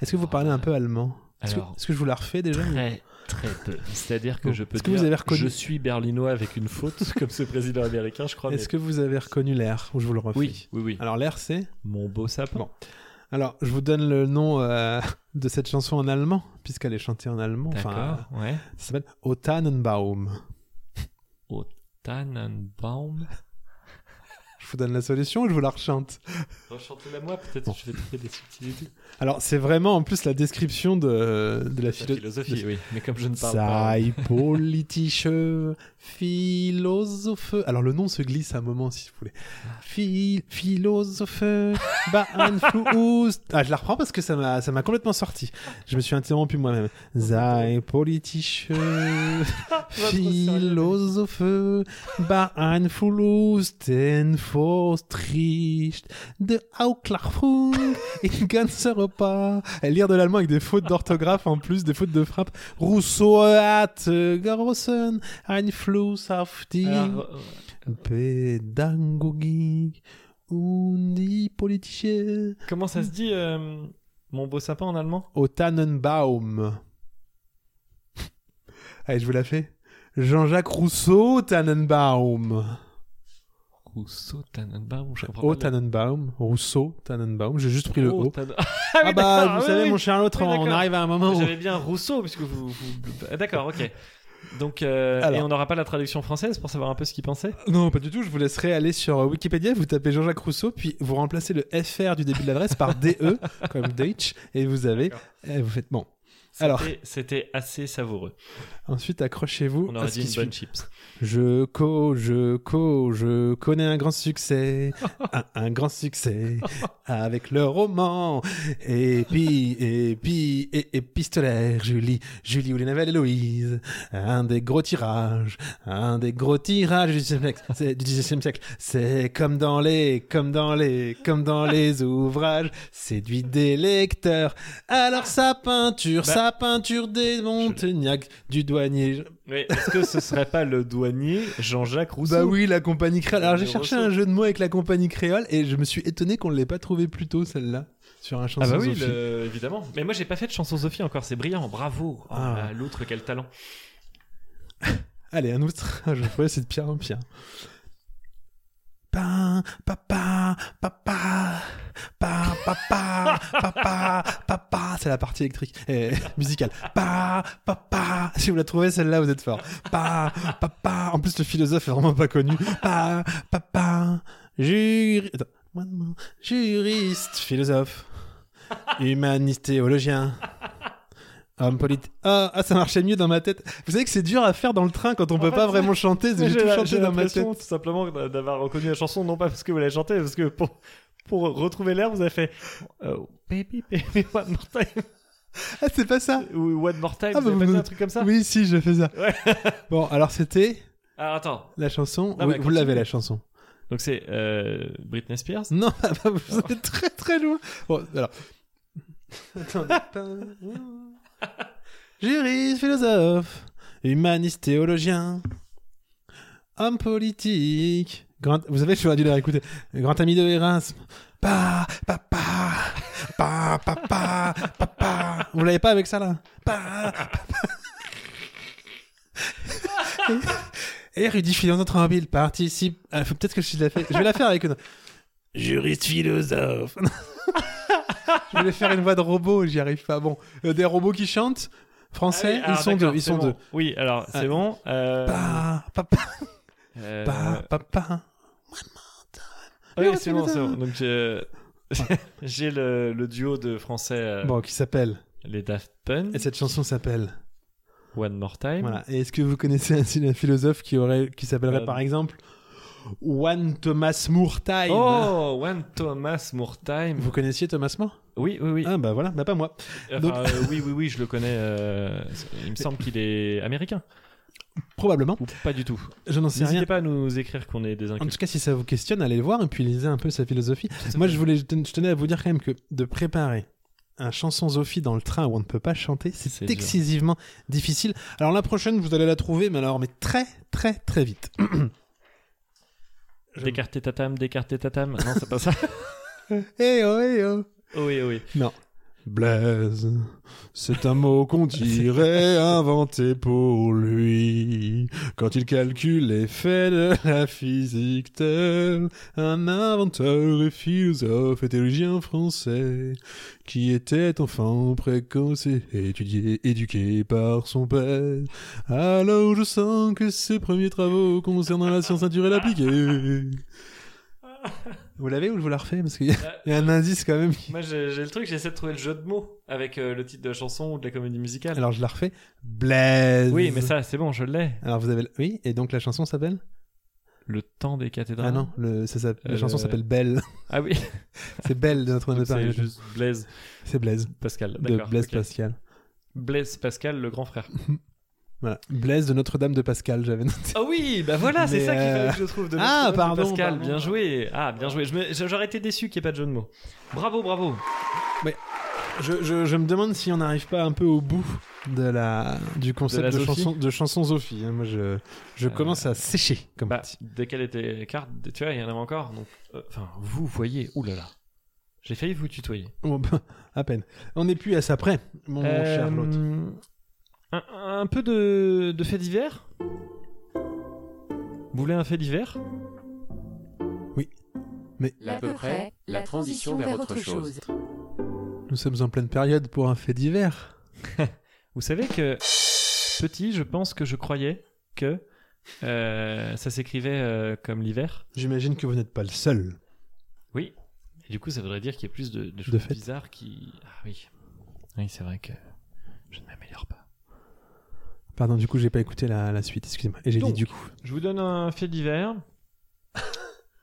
Speaker 2: Est-ce que vous parlez un peu allemand Est-ce que,
Speaker 1: Alors-
Speaker 2: est-ce que je vous la refais déjà
Speaker 1: Très, très peu. C'est-à-dire que
Speaker 2: Bon.
Speaker 1: je peux
Speaker 2: Est-ce
Speaker 1: dire
Speaker 2: que vous avez reconnu-
Speaker 1: je suis berlinois avec une faute, comme ce président américain, je crois.
Speaker 2: Est-ce
Speaker 1: mais-
Speaker 2: que vous avez reconnu l'air Ou je vous le refais
Speaker 1: Oui, oui, oui.
Speaker 2: Alors l'air c'est
Speaker 1: Mon beau sapin.
Speaker 2: Bon. Alors je vous donne le nom euh, de cette chanson en allemand, puisqu'elle est chantée en allemand.
Speaker 1: D'accord,
Speaker 2: Enfin,
Speaker 1: ouais.
Speaker 2: euh, ça s'appelle O Tannenbaum.
Speaker 1: Au Tannenbaum.
Speaker 2: Je vous donne la solution ou je vous la rechante
Speaker 1: Rechantez-la moi, peut-être
Speaker 2: Bon.
Speaker 1: je vais trouver des subtilités.
Speaker 2: Alors c'est vraiment en plus la description de, de la, philo-
Speaker 1: philosophie, oui. Mais comme je ne parle pas...
Speaker 2: Sei politische Philosophe. Alors le nom se glisse un moment si vous voulez. Phi- philosophe beeinflusst. Ah, je la reprends parce que ça m'a ça m'a complètement sorti. Je me suis interrompu moi-même. Sei politische Philosophe beeinflusst den Vortricht de Auklärung in ganz Europa. Elle lire de l'allemand avec des fautes d'orthographe en plus, des fautes de frappe. Rousseau hat euh, großen Einfluss auf die
Speaker 1: Alors, euh,
Speaker 2: Pädagogik und die politische.
Speaker 1: comment ça se dit, euh, mon beau sapin en allemand
Speaker 2: Au Tannenbaum. Allez, je vous la fais. Jean-Jacques Rousseau, Tannenbaum.
Speaker 1: Rousseau, Tannenbaum, je comprends
Speaker 2: Au
Speaker 1: pas. le-
Speaker 2: Tannenbaum. Rousseau, Tannenbaum. J'ai juste pris le
Speaker 1: Oh,
Speaker 2: O.
Speaker 1: Tannen-
Speaker 2: Ah,
Speaker 1: oui,
Speaker 2: bah,
Speaker 1: d'accord,
Speaker 2: vous
Speaker 1: oui,
Speaker 2: savez,
Speaker 1: oui.
Speaker 2: mon cher l'autre,
Speaker 1: Oui,
Speaker 2: on
Speaker 1: d'accord.
Speaker 2: arrive à un moment où.
Speaker 1: Ah, J'avais bien Rousseau, puisque vous. vous- Ah, D'accord, ok. Donc, euh,
Speaker 2: Alors.
Speaker 1: et on n'aura pas la traduction française pour savoir un peu ce qu'il pensait
Speaker 2: Non, pas du tout. Je vous laisserai aller sur euh, Wikipédia, vous tapez Jean-Jacques Rousseau, puis vous remplacez le FR du début de l'adresse par DE, comme Deutsch, et vous avez. et vous faites bon. Alors.
Speaker 1: C'était- C'était assez savoureux.
Speaker 2: Ensuite, accrochez-vous
Speaker 1: On
Speaker 2: à
Speaker 1: aurait
Speaker 2: ce
Speaker 1: dit
Speaker 2: qui
Speaker 1: une
Speaker 2: suit.
Speaker 1: bonne chips.
Speaker 2: Je co, je co, je connais un grand succès, un, un grand succès, avec le roman. Et puis, et puis, et épistolaire, Julie, Julie ou les nouvelles Héloïse. Un des gros tirages, un des gros tirages du 19e siècle. C'est, du 19e siècle. C'est comme dans les, comme dans les, comme dans les ouvrages, séduit des lecteurs. Alors sa peinture,
Speaker 1: Bah.
Speaker 2: sa peinture des Montaignac, du douanier.
Speaker 1: Mais est-ce que ce serait pas le douanier Jean-Jacques Rousseau
Speaker 2: Bah oui, la compagnie créole. Alors j'ai
Speaker 1: Mais
Speaker 2: cherché
Speaker 1: Rousseau.
Speaker 2: un jeu de mots avec la compagnie créole et je me suis étonné qu'on ne l'ait pas trouvé plus tôt celle-là sur un chanson.
Speaker 1: Ah bah oui,
Speaker 2: Sophie.
Speaker 1: le- évidemment. Mais moi j'ai pas fait de chanson Sophie encore, c'est brillant, bravo. Oh,
Speaker 2: Ah.
Speaker 1: là, L'autre quel talent.
Speaker 2: Allez, un autre. je trouvais c'est de pire en pire. Pa, papa, papa, pa, papa, papa, papa. C'est la partie électrique, et musicale. Pa, papa. Si vous la trouvez, celle-là, vous êtes fort. Pa, papa. En plus, le philosophe est vraiment pas connu. Pa, papa, juri... Attends, moins de mots. juriste, philosophe, humaniste, théologien. Homme politique. Ah, ah, ça marchait mieux dans ma tête. Vous savez que c'est dur à faire dans le train quand on peut
Speaker 1: fait,
Speaker 2: pas
Speaker 1: c'est-
Speaker 2: vraiment chanter. J'ai tout chanté dans ma tête.
Speaker 1: tout simplement d'a- d'avoir reconnu la chanson, non pas parce que vous l'avez chantée, parce que pour, pour retrouver l'air, vous avez fait euh, Baby, baby, one more time.
Speaker 2: Ah, c'est pas ça
Speaker 1: Ou One More Time,
Speaker 2: Ah,
Speaker 1: vous
Speaker 2: bah,
Speaker 1: avez pas
Speaker 2: vous-
Speaker 1: fait un truc comme ça
Speaker 2: Oui, si, je fais ça.
Speaker 1: Ouais.
Speaker 2: Bon, alors c'était
Speaker 1: Alors attends,
Speaker 2: la
Speaker 1: Non,
Speaker 2: chanson. Oui,
Speaker 1: mais
Speaker 2: vous
Speaker 1: continue.
Speaker 2: l'avez la chanson.
Speaker 1: donc c'est euh, Britney Spears
Speaker 2: Non, ah bah, vous êtes très très loin. Bon, alors. Attendez. Juriste, philosophe, humaniste, théologien, homme politique. grand- Vous avez, je dû la réécouter. Grand ami de Erasme. Pa, pa, pa, pa, pa, pa, pa, pa. Vous l'avez pas avec ça là Pa, pa, pa. Et Rudy Filon Trambille participe. Ah, faut peut-être que je la fais. Je vais la faire avec une. Juriste philosophe. je voulais faire une voix de robot, j'y arrive pas. Bon, euh, des robots qui chantent
Speaker 1: Ah oui,
Speaker 2: français, ils
Speaker 1: alors,
Speaker 2: sont deux,
Speaker 1: d'accord,
Speaker 2: ils
Speaker 1: c'est
Speaker 2: sont
Speaker 1: bon.
Speaker 2: deux.
Speaker 1: Oui, alors c'est
Speaker 2: Ah. Bah,
Speaker 1: bon. euh,
Speaker 2: Pa, pa, pa,
Speaker 1: euh,
Speaker 2: pa, pa, pa.
Speaker 1: Ah oui, c'est bon, c'est bon. Donc je- j'ai le, le duo de français, euh,
Speaker 2: Bon, qui s'appelle
Speaker 1: les Daft Punk,
Speaker 2: Et cette chanson s'appelle
Speaker 1: One More Time.
Speaker 2: Voilà. Et est-ce que vous connaissez un, un philosophe qui aurait, qui s'appellerait
Speaker 1: Euh,
Speaker 2: par exemple Juan Thomas More Time
Speaker 1: Oh, One Thomas More Time.
Speaker 2: Vous connaissiez Thomas More
Speaker 1: Oui, oui, oui.
Speaker 2: Ah bah voilà, bah pas moi.
Speaker 1: Enfin,
Speaker 2: donc-
Speaker 1: euh, oui, oui, oui, je le connais. euh, il me semble qu'il est américain
Speaker 2: Probablement.
Speaker 1: ou pas du tout.
Speaker 2: Je n'en sais rien.
Speaker 1: N'hésitez pas à nous écrire qu'on est des
Speaker 2: En
Speaker 1: incultes.
Speaker 2: tout cas, si ça vous questionne, allez le voir et puis lisez un peu sa philosophie. Moi, je voulais, je ten- je tenais à vous dire quand même que de préparer un chanson Zophie dans le train où on ne peut pas chanter,
Speaker 1: C'est
Speaker 2: c'est
Speaker 1: dur.
Speaker 2: excessivement difficile. Alors la prochaine, vous allez la trouver, mais alors, mais très, très, très vite. je-
Speaker 1: Décarté tatam, décarté tatam. Non, c'est pas ça.
Speaker 2: Eh oh, eh oh.
Speaker 1: Oh oui, oh oui.
Speaker 2: Blaise, c'est un mot qu'on dirait inventé pour lui. Quand il calcule les faits de la physique telle, un inventeur et philosophe et théologien français, qui était enfant précoce et étudié, éduqué par son père. Alors je sens que ses premiers travaux concernant la science naturelle appliquée. Vous l'avez ou je vous la refais Parce qu'il y a- il y a un indice quand même qui...
Speaker 1: Moi, j'ai j'ai le truc, j'essaie de trouver le jeu de mots avec euh, le titre de la chanson ou de la comédie musicale.
Speaker 2: Alors je la refais. Blaise.
Speaker 1: oui, mais ça, c'est bon, je l'ai.
Speaker 2: Alors vous avez. Oui, et donc la chanson s'appelle
Speaker 1: Le temps des cathédrales.
Speaker 2: Ah non, le, ça, s'appelle- la
Speaker 1: Euh,
Speaker 2: chanson
Speaker 1: le-
Speaker 2: s'appelle Belle.
Speaker 1: Ah oui,
Speaker 2: C'est Belle de Notre-Dame de Paris.
Speaker 1: c'est juste Blaise
Speaker 2: C'est Blaise.
Speaker 1: Pascal.
Speaker 2: De
Speaker 1: d'accord,
Speaker 2: Blaise
Speaker 1: ok.
Speaker 2: Pascal.
Speaker 1: Blaise Pascal, le grand frère.
Speaker 2: Voilà. Blaise de Notre-Dame de Pascal, j'avais noté.
Speaker 1: Ah oui, bah voilà, c'est
Speaker 2: Mais,
Speaker 1: ça qu'il
Speaker 2: euh,
Speaker 1: fallait que je trouve de
Speaker 2: ah,
Speaker 1: Notre-Dame de
Speaker 2: pardon,
Speaker 1: Pascal,
Speaker 2: pardon.
Speaker 1: bien joué. Ah, bien joué. Je me- J'aurais été déçu qu'il n'y ait pas de jeu de mots. Bravo, bravo.
Speaker 2: Je, je, je me demande si on n'arrive pas un peu au bout de la, du
Speaker 1: De la
Speaker 2: concept de,
Speaker 1: Zophie
Speaker 2: chanson, de chanson Zophie. hein. Moi, je, je commence à sécher. Comme
Speaker 1: Bah,
Speaker 2: on dit.
Speaker 1: dès qu'elle était carte, tu vois, il y en avait encore. Donc, euh, enfin, vous voyez, oulala. J'ai failli vous tutoyer.
Speaker 2: Oh, bah, à peine. On n'est plus à ça près, mon
Speaker 1: Euh,
Speaker 2: cher Lot.
Speaker 1: Un, un peu de, de fait divers Vous voulez un fait divers
Speaker 6: L'à peu près, la transition vers autre chose.
Speaker 2: Nous sommes en pleine période pour un fait divers.
Speaker 1: Vous savez que, petit, je pense que je croyais que euh, ça s'écrivait euh, comme l'hiver.
Speaker 2: J'imagine que vous n'êtes pas le seul.
Speaker 1: Oui. Et du coup, ça voudrait dire qu'il y a plus de, de choses
Speaker 2: fait.
Speaker 1: bizarres qui. Ah oui. Oui, c'est vrai que je ne m'améliore pas.
Speaker 2: Pardon, du coup, j'ai pas écouté la, la suite, excusez-moi. Et j'ai dit
Speaker 1: Donc.
Speaker 2: du coup.
Speaker 1: Je vous donne un fait divers.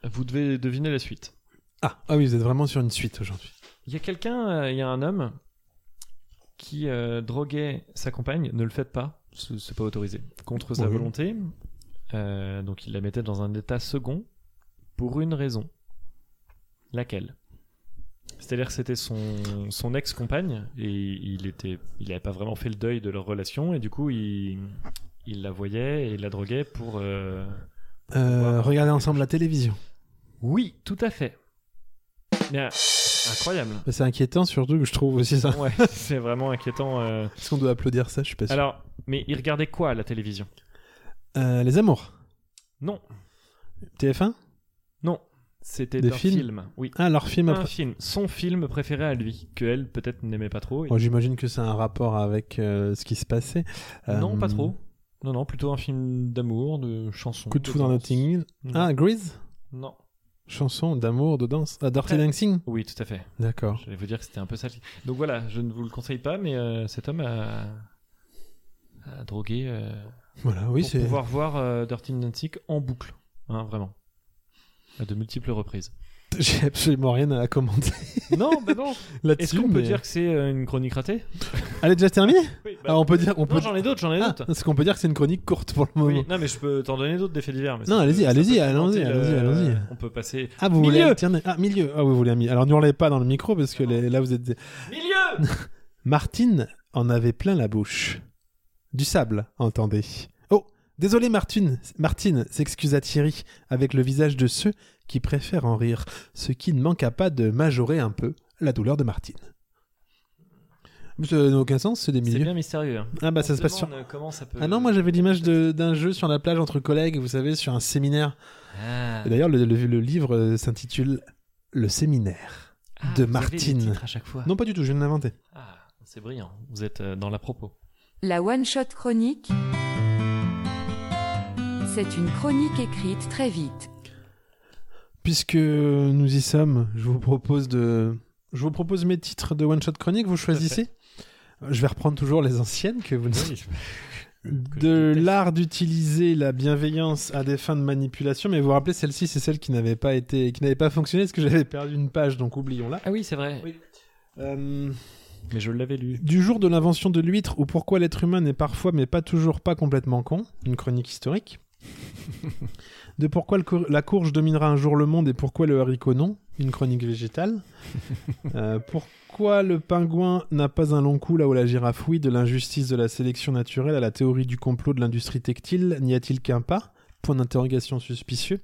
Speaker 1: vous devez deviner la suite.
Speaker 2: Ah, ah oui, vous êtes vraiment sur une suite aujourd'hui.
Speaker 1: Il y a quelqu'un, euh, il y a un homme qui euh, droguait sa compagne, ne le faites pas, c'est c'est pas autorisé, contre sa
Speaker 2: Oui.
Speaker 1: volonté. Euh, donc il la mettait dans un état second pour une raison. Laquelle C'est-à-dire que c'était son, son ex-compagne et il était, il n'avait pas vraiment fait le deuil de leur relation et du coup il, il la voyait et il la droguait pour. euh,
Speaker 2: Euh,
Speaker 1: Wow.
Speaker 2: regardez ensemble la télévision.
Speaker 1: Oui, tout à fait. Bien, incroyable.
Speaker 2: Bah, C'est inquiétant, surtout que je trouve aussi ça.
Speaker 1: Ouais, c'est vraiment inquiétant. euh,
Speaker 2: Est-ce qu'on doit applaudir ça Je suis pas sûr.
Speaker 1: Alors, mais il regardait quoi à la télévision
Speaker 2: Euh, les amours.
Speaker 1: Non,
Speaker 2: TF1
Speaker 1: non. C'était
Speaker 2: Des
Speaker 1: un
Speaker 2: films
Speaker 1: film. Oui.
Speaker 2: Ah, leur film
Speaker 1: Un
Speaker 2: après.
Speaker 1: film, son film préféré à lui, que elle peut-être n'aimait pas trop. et-
Speaker 2: Oh, J'imagine que ça a un rapport avec euh, ce qui se passait. Euh,
Speaker 1: non, pas trop. Non, non, plutôt un film d'amour, de chansons.
Speaker 2: Coup de foudre à
Speaker 1: danse.
Speaker 2: Notting Hill.
Speaker 1: Non.
Speaker 2: Ah, Grease
Speaker 1: Non.
Speaker 2: Chanson d'amour, de danse. Ah, Dirty
Speaker 1: Ouais.
Speaker 2: Dancing
Speaker 1: Oui, tout à fait.
Speaker 2: D'accord.
Speaker 1: J'allais vous dire que c'était un peu sale. Donc voilà, je ne vous le conseille pas, mais euh, cet homme a, a drogué euh,
Speaker 2: Voilà, oui,
Speaker 1: pour
Speaker 2: c'est.
Speaker 1: pouvoir voir euh, Dirty Dancing en boucle, hein, vraiment, à de multiples reprises.
Speaker 2: J'ai absolument rien à commenter
Speaker 1: Non, bah non. Est-ce
Speaker 2: là-dessus.
Speaker 1: qu'on peut
Speaker 2: mais-
Speaker 1: dire que c'est euh, une chronique ratée
Speaker 2: Elle est déjà terminée
Speaker 1: Oui,
Speaker 2: Alors, Ah, On peut dire, on
Speaker 1: Non,
Speaker 2: peut.
Speaker 1: j'en ai d'autres, j'en ai
Speaker 2: Ah,
Speaker 1: d'autres.
Speaker 2: parce qu'on peut dire que c'est une chronique courte pour le
Speaker 1: Oui,
Speaker 2: moment.
Speaker 1: Non, mais je peux t'en donner d'autres d'effets divers. mais
Speaker 2: Non,
Speaker 1: ça
Speaker 2: allez-y,
Speaker 1: peut- ça
Speaker 2: allez-y,
Speaker 1: peut
Speaker 2: allons-y,
Speaker 1: présenter le-
Speaker 2: allons-y, allons-y.
Speaker 1: euh, On peut passer.
Speaker 2: Ah, vous voulez
Speaker 1: Milieu
Speaker 2: un petit- Ah, milieu. Ah, oui, vous voulez un milieu. Alors, n'hurlez pas dans le micro parce que les- là, vous êtes. Ah,
Speaker 1: Milieu
Speaker 2: Martine en avait plein la bouche. Du sable, entendez. Oh, désolé Martine, Martine s'excusa Thierry avec le visage de ceux qui préfèrent en rire, ce qui ne manqua pas de majorer un peu la douleur de Martine. Mais Ça n'a aucun sens, c'est des
Speaker 1: C'est
Speaker 2: milieux.
Speaker 1: bien mystérieux. hein.
Speaker 2: Ah bah
Speaker 1: On
Speaker 2: ça se passe sur...
Speaker 1: demande, euh, Comment ça peut.
Speaker 2: Ah non, moi j'avais l'image de- d'un jeu sur la plage entre collègues, vous savez, sur un séminaire.
Speaker 1: Ah.
Speaker 2: Et D'ailleurs, le, le- le livre euh, s'intitule Le séminaire.
Speaker 1: Ah,
Speaker 2: de
Speaker 1: vous avez les
Speaker 2: Martine.
Speaker 1: titres à chaque fois.
Speaker 2: Non, pas du tout, je viens de l'inventer.
Speaker 1: Ah, c'est brillant. Vous êtes euh, dans la propos.
Speaker 7: La one-shot chronique. C'est une chronique écrite très vite.
Speaker 2: Puisque nous y sommes, je vous propose de, je vous propose mes titres de one shot chronique. Vous choisissez. Je vais reprendre toujours les anciennes que vous. de l'art d'utiliser la bienveillance à des fins de manipulation, mais vous vous rappelez celle-ci, c'est celle qui n'avait pas été, qui n'avait pas fonctionné, parce que j'avais perdu une page, donc oublions-la.
Speaker 1: Ah oui, c'est vrai.
Speaker 2: Euh,
Speaker 1: Mais je l'avais lu.
Speaker 2: du jour de l'invention de l'huître, ou pourquoi l'être humain n'est parfois, mais pas toujours, pas complètement con, une chronique historique. de pourquoi le cour- la courge dominera un jour le monde et pourquoi le haricot non, une chronique végétale. Euh, pourquoi le pingouin n'a pas un long cou là où la girafe oui, de l'injustice de la sélection naturelle à la théorie du complot de l'industrie textile, n'y a-t-il qu'un pas Point d'interrogation suspicieux.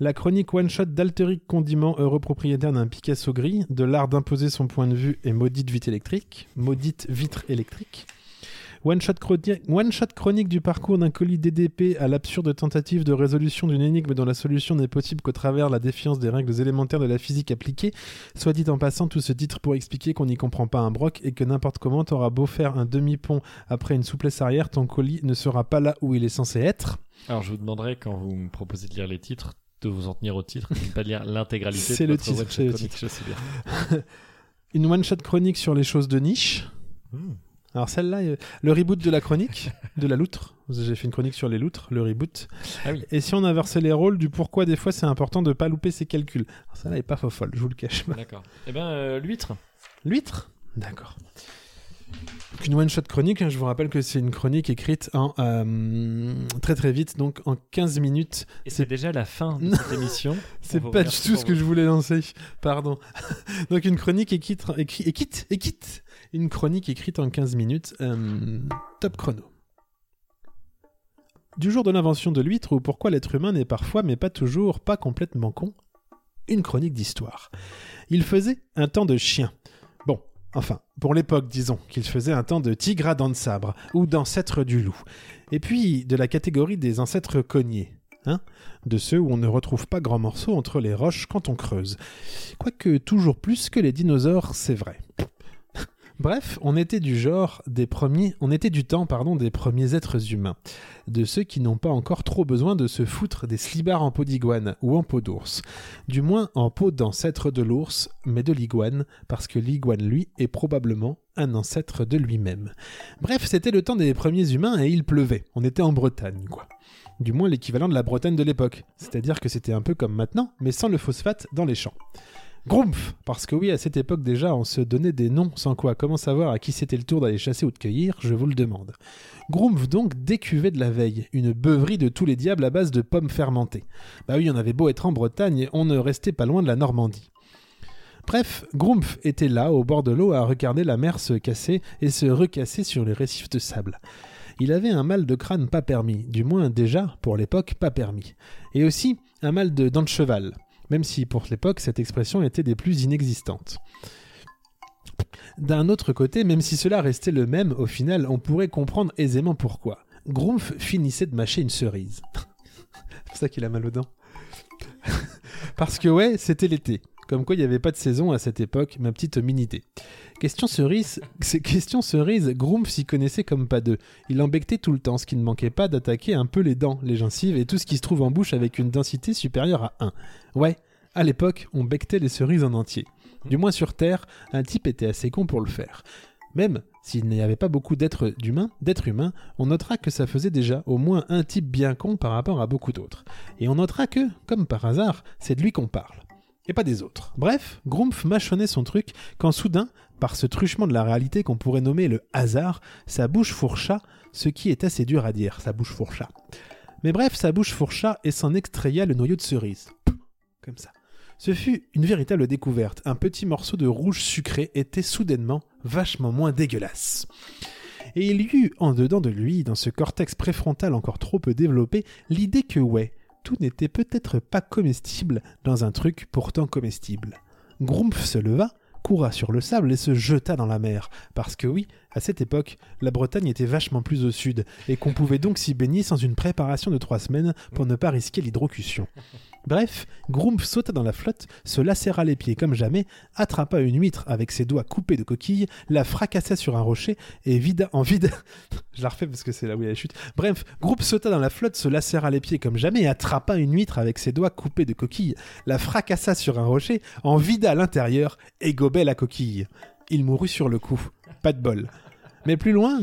Speaker 2: La chronique one-shot d'Alteric Condiment, heureux propriétaire d'un Picasso gris, de l'art d'imposer son point de vue et maudite vitre électrique. Maudite vitre électrique. One-shot chronique, one-shot chronique du parcours d'un colis DDP à l'absurde tentative de résolution d'une énigme dont la solution n'est possible qu'au travers la défiance des règles élémentaires de la physique appliquée. Soit dit en passant, tout ce titre pour expliquer qu'on n'y comprend pas un broc et que n'importe comment t'auras beau faire un demi-pont après une souplesse arrière, ton colis ne sera pas là où il est censé être.
Speaker 1: Alors, je vous demanderai, quand vous me proposez de lire les titres, de vous en tenir au titre, et de pas de lire l'intégralité
Speaker 2: C'est
Speaker 1: de
Speaker 2: le
Speaker 1: votre
Speaker 2: titre,
Speaker 1: web
Speaker 2: c'est le
Speaker 1: chronique, je sais bien.
Speaker 2: Une one-shot chronique sur les choses de niche.
Speaker 1: Hmm.
Speaker 2: Alors celle-là, euh, le reboot de la chronique, de la loutre. J'ai fait une chronique sur les loutres, le reboot.
Speaker 1: Ah oui.
Speaker 2: Et si on inversait les rôles du pourquoi des fois c'est important de pas louper ses calculs. Alors celle-là est pas faux folle, je vous le cache. pas.
Speaker 1: D'accord. Eh ben, euh, l'huître.
Speaker 2: L'huître D'accord. Donc une one-shot chronique, hein, je vous rappelle que c'est une chronique écrite en euh, très très vite, donc en 15 minutes.
Speaker 1: Et
Speaker 2: C'est-
Speaker 1: c'est déjà la fin de
Speaker 2: Non.
Speaker 1: cette émission.
Speaker 2: C'est
Speaker 1: On va
Speaker 2: pas du
Speaker 1: revenir
Speaker 2: tout
Speaker 1: sur
Speaker 2: ce que
Speaker 1: vous.
Speaker 2: je voulais lancer, pardon. donc une chronique écrite, écri- écrite, écrite, une chronique écrite en 15 minutes, euh, top chrono. Du jour de l'invention de l'huître ou pourquoi l'être humain n'est parfois, mais pas toujours, pas complètement con, une chronique d'histoire. Il faisait un temps de chien. Bon, enfin, pour l'époque, disons, qu'il faisait un temps de tigre à dents de sabre, ou d'ancêtre du loup. Et puis, de la catégorie des ancêtres cognés. Hein de ceux où on ne retrouve pas grand morceau entre les roches quand on creuse. Quoique toujours plus que les dinosaures, c'est vrai. Bref, on était du genre des premiers, on était du temps, pardon, des premiers êtres humains, de ceux qui n'ont pas encore trop besoin de se foutre des slibards en peau d'iguane ou en peau d'ours, du moins en peau d'ancêtre de l'ours, mais de l'iguane, parce que l'iguane lui est probablement un ancêtre de lui-même. Bref, c'était le temps des premiers humains et il pleuvait. On était en Bretagne, quoi. Du moins l'équivalent de la Bretagne de l'époque, c'est-à-dire que c'était un peu comme maintenant, mais sans le phosphate dans les champs. Groumph Parce que oui, à cette époque déjà, on se donnait des noms, sans quoi comment savoir à qui c'était le tour d'aller chasser ou de cueillir, je vous le demande. Groumph donc décuvait de la veille, une beuverie de tous les diables à base de pommes fermentées. Bah oui, on avait beau être en Bretagne, on ne restait pas loin de la Normandie. Bref, Groumph était là, au bord de l'eau, à regarder la mer se casser et se recasser sur les récifs de sable. Il avait un mal de crâne pas permis, du moins déjà, pour l'époque, pas permis. Et aussi un mal de dent de cheval, même si pour l'époque cette expression était des plus inexistantes. D'un autre côté, même si cela restait le même, au final, on pourrait comprendre aisément pourquoi. Groumph finissait de mâcher une cerise. c'est pour ça qu'il a mal aux dents. Parce que ouais, c'était l'été. Comme quoi, il n'y avait pas de saison à cette époque, ma petite hominidée. Question cerise, c'est question cerise, Groumph s'y connaissait comme pas deux. Il embêtait tout le temps, ce qui ne manquait pas d'attaquer un peu les dents, les gencives et tout ce qui se trouve en bouche avec une densité supérieure à 1. Ouais, à l'époque, on becquetait les cerises en entier. Du moins sur Terre, un type était assez con pour le faire. Même s'il n'y avait pas beaucoup d'êtres humains, d'êtres humains, on notera que ça faisait déjà au moins un type bien con par rapport à beaucoup d'autres. Et on notera que, comme par hasard, c'est de lui qu'on parle. et pas des autres. Bref, Grumpf mâchonnait son truc quand soudain, par ce truchement de la réalité qu'on pourrait nommer le hasard, sa bouche fourcha, ce qui est assez dur à dire, sa bouche fourcha. Mais bref, sa bouche fourcha et s'en extraya le noyau de cerise. Comme ça. Ce fut une véritable découverte. Un petit morceau de rouge sucré était soudainement vachement moins dégueulasse. Et il y eut en dedans de lui, dans ce cortex préfrontal encore trop peu développé, l'idée que ouais, tout n'était peut-être pas comestible dans un truc pourtant comestible. Grumpf se leva, coura sur le sable et se jeta dans la mer, parce que oui, à cette époque, la Bretagne était vachement plus au sud, et qu'on pouvait donc s'y baigner sans une préparation de trois semaines pour ne pas risquer l'hydrocution. Bref, Grumpf sauta dans la flotte, se lacéra les pieds comme jamais, attrapa une huître avec ses doigts coupés de coquilles, la fracassa sur un rocher et vida en vide. Je la refais parce que c'est là où il y a la chute. Bref, Groupe sauta dans la flotte, se lacéra les pieds comme jamais et attrapa une huître avec ses doigts coupés de coquilles, la fracassa sur un rocher, en vida à l'intérieur et gobait la coquille. Il mourut sur le coup. Pas de bol. Mais plus loin,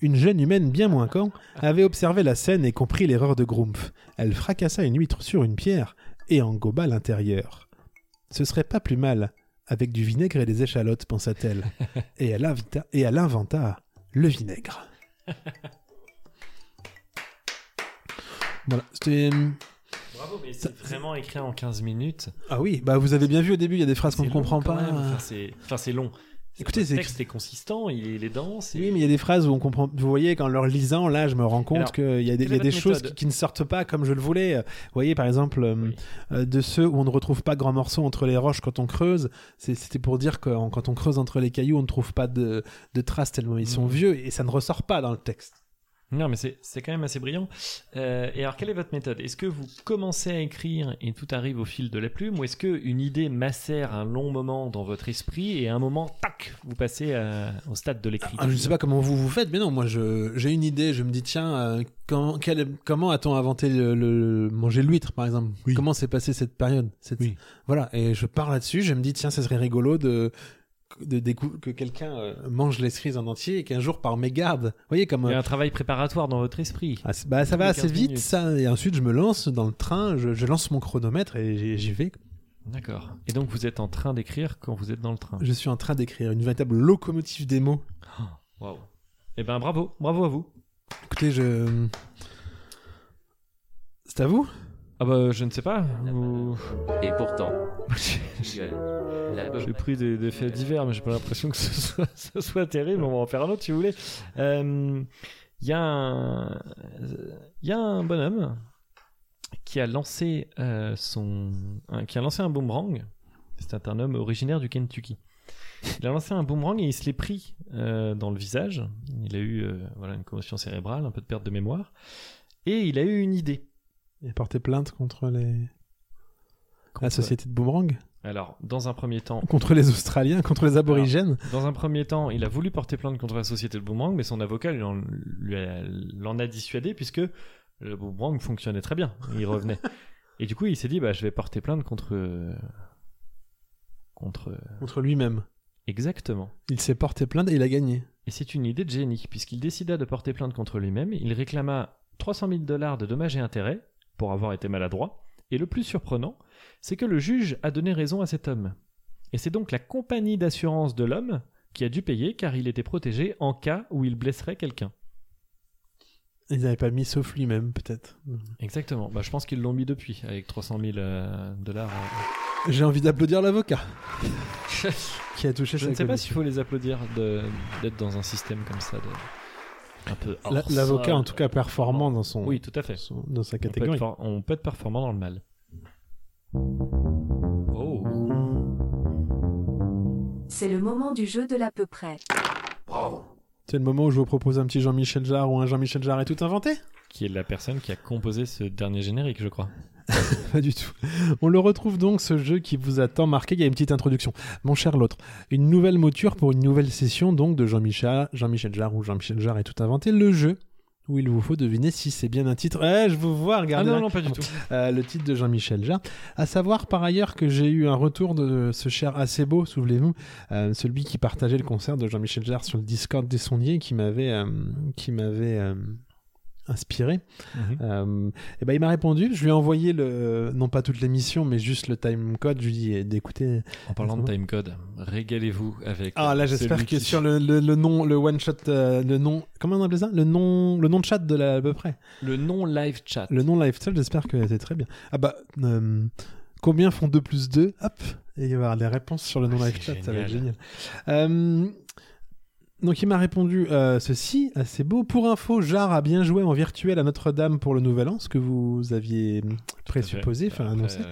Speaker 2: une jeune humaine bien moins quand avait observé la scène et compris l'erreur de Grumpf. Elle fracassa une huître sur une pierre et engoba l'intérieur. Ce serait pas plus mal, avec du vinaigre et des échalotes, pensa-t-elle. Et elle, invita- et elle inventa le vinaigre. Voilà, c'était.
Speaker 1: Bravo, mais c'est vraiment écrit en 15 minutes.
Speaker 2: Ah oui, bah vous avez bien vu au début, il y a des phrases qu'on ne
Speaker 1: C'est
Speaker 2: comprend
Speaker 1: long quand
Speaker 2: pas. euh.
Speaker 1: même. Enfin, c'est enfin, c'est long.
Speaker 2: Écoutez,
Speaker 1: le
Speaker 2: c'est-
Speaker 1: texte est consistant, il est, il est dense. et-
Speaker 2: Oui, mais il y a des phrases où on comprend. Vous voyez, quand leur lisant, là, je me rends compte
Speaker 1: Alors,
Speaker 2: qu'il y a
Speaker 1: quelle
Speaker 2: des, il y a
Speaker 1: est
Speaker 2: des
Speaker 1: votre
Speaker 2: choses
Speaker 1: méthode
Speaker 2: qui, qui ne sortent pas comme je le voulais. Euh, Vous voyez, par exemple, euh,
Speaker 1: Oui.
Speaker 2: euh, de ceux où on ne retrouve pas grand morceau entre les roches quand on creuse. C'est- C'était pour dire que en- quand on creuse entre les cailloux, on ne trouve pas de, de traces tellement ils sont
Speaker 1: Mhm.
Speaker 2: vieux et ça ne ressort pas dans le texte.
Speaker 1: Non, mais c'est c'est quand même assez brillant. Euh, et alors, quelle est votre méthode Est-ce que vous commencez à écrire et tout arrive au fil de la plume, ou est-ce que une idée macère un long moment dans votre esprit et à un moment, tac, vous passez à- au stade de l'écriture
Speaker 2: Ah, je ne sais pas comment vous vous faites, mais non, moi je- j'ai une idée, je me dis tiens, euh, quand- quel- comment a-t-on inventé le, le- manger l'huître par exemple Comment s'est passée cette période cette-
Speaker 1: Oui.
Speaker 2: Voilà, et je pars là-dessus, je me dis tiens, ça serait rigolo de, de, décou- que quelqu'un euh, mange les cerises en entier et qu'un jour par mégarde, vous voyez comme...
Speaker 1: Il y a
Speaker 2: euh,
Speaker 1: un travail préparatoire dans votre esprit.
Speaker 2: ah, c'est- bah, ça
Speaker 1: tous
Speaker 2: va
Speaker 1: les
Speaker 2: assez
Speaker 1: 15
Speaker 2: vite,
Speaker 1: minutes.
Speaker 2: ça, et ensuite je me lance dans le train, je, je lance mon chronomètre et j'y- j'y vais.
Speaker 1: D'accord. Et donc, vous êtes en train d'écrire quand vous êtes dans le train.
Speaker 2: Je suis en train d'écrire une véritable locomotive des mots.
Speaker 1: Waouh. Eh ben, bravo, bravo à vous.
Speaker 2: Écoutez, je... C'est à vous
Speaker 1: Ah bah, je ne sais pas. vous-
Speaker 6: Et pourtant, Jingle. La
Speaker 1: J'ai pris des, des faits divers, mais j'ai pas l'impression que ce soit, ce soit terrible. On va en faire un autre si vous voulez. Euh, Il y, a un- il y a un bonhomme qui a lancé, euh, son, un- qui a lancé un boomerang. C'était un homme originaire du Kentucky. Il a lancé un boomerang et il se l'est pris euh, dans le visage. Il a eu euh, voilà, une commotion cérébrale, un peu de perte de mémoire. Et il a eu une idée.
Speaker 2: Il a porté plainte contre les... la société de boomerang
Speaker 1: Alors, dans un premier temps,
Speaker 2: Contre les Australiens Contre les aborigènes
Speaker 1: Dans un premier temps, il a voulu porter plainte contre la société de Boomerang, mais son avocat lui en, lui a- l'en a dissuadé puisque le Boomerang fonctionnait très bien. Il revenait. Et du coup, il s'est dit bah, je vais porter plainte contre. euh, Contre. euh,
Speaker 2: Contre lui-même.
Speaker 1: Exactement.
Speaker 2: Il s'est porté plainte et il a gagné.
Speaker 1: Et c'est une idée de génie, puisqu'il décida de porter plainte contre lui-même. Il réclama 300 000 dollars de dommages et intérêts pour avoir été maladroit. Et le plus surprenant, c'est que le juge a donné raison à cet homme. Et c'est donc la compagnie d'assurance de l'homme qui a dû payer car il était protégé en cas où il blesserait quelqu'un.
Speaker 2: Ils n'avaient pas mis sauf lui-même, peut-être.
Speaker 1: Exactement. Bah, je pense qu'ils l'ont mis depuis avec 300 000 euh, dollars. euh.
Speaker 2: J'ai envie d'applaudir l'avocat qui a touché
Speaker 1: Je
Speaker 2: sa
Speaker 1: ne sais pas
Speaker 2: colère.
Speaker 1: s'il faut les applaudir de- d'être dans un système comme ça, de- un peu. hors
Speaker 2: La- L'avocat,
Speaker 1: sol.
Speaker 2: en tout cas, performant dans, son...
Speaker 1: Oui, tout à fait.
Speaker 2: son- dans sa
Speaker 1: On peut, être
Speaker 2: catégorie.
Speaker 1: for- on peut être performant dans le mal. Oh.
Speaker 7: C'est le moment du jeu de l'à peu près.
Speaker 2: C'est le moment où je vous propose un petit Jean-Michel Jarre ou un Jean-Michel Jarre est tout inventé
Speaker 1: Qui est la personne qui a composé ce dernier générique, je crois.
Speaker 2: Pas du tout. On le retrouve donc, ce jeu qui vous a tant marqué. Il y a une petite introduction. Mon cher l'autre, une nouvelle mouture pour une nouvelle session donc de Jean-Michel Jean-Michel Jarre ou Jean-Michel Jarre est tout inventé. Le jeu où il vous faut deviner si c'est bien un titre. Eh, je vous vois,
Speaker 1: Ah
Speaker 2: regardez.
Speaker 1: non,
Speaker 2: là.
Speaker 1: non, pas du tout.
Speaker 2: Euh, le titre de Jean-Michel Jarre. À savoir par ailleurs que j'ai eu un retour de ce cher assez beau, souvenez-vous, euh, celui qui partageait le concert de Jean-Michel Jarre sur le Discord des sondiers, qui m'avait, euh, qui m'avait euh, inspiré Euh, et ben il m'a répondu, je lui ai envoyé le, non pas toute l'émission, mais juste le time code. Je lui ai dit eh, d'écouter.
Speaker 1: En parlant de timecode, régalez-vous avec.
Speaker 2: Ah là, j'espère
Speaker 1: celui
Speaker 2: que
Speaker 1: qui-
Speaker 2: sur le, le, le nom, le one shot, euh, le nom, comment on appelle ça, le nom, le nom de chat de la à peu près,
Speaker 1: le non live chat.
Speaker 2: le nom lifestyle. J'espère que c'est très bien. Ah bah euh, combien font 2 plus 2 Hop, et il va y avoir les réponses sur le nom
Speaker 1: Ah,
Speaker 2: live
Speaker 1: c'est
Speaker 2: chat. Ça va être
Speaker 1: génial.
Speaker 2: génial. Euh, donc il m'a répondu euh, ceci, ah, c'est beau. Pour info, Jarre a bien joué en virtuel à Notre-Dame pour le Nouvel An, ce que vous aviez présupposé, enfin
Speaker 1: Après,
Speaker 2: annoncé
Speaker 1: euh,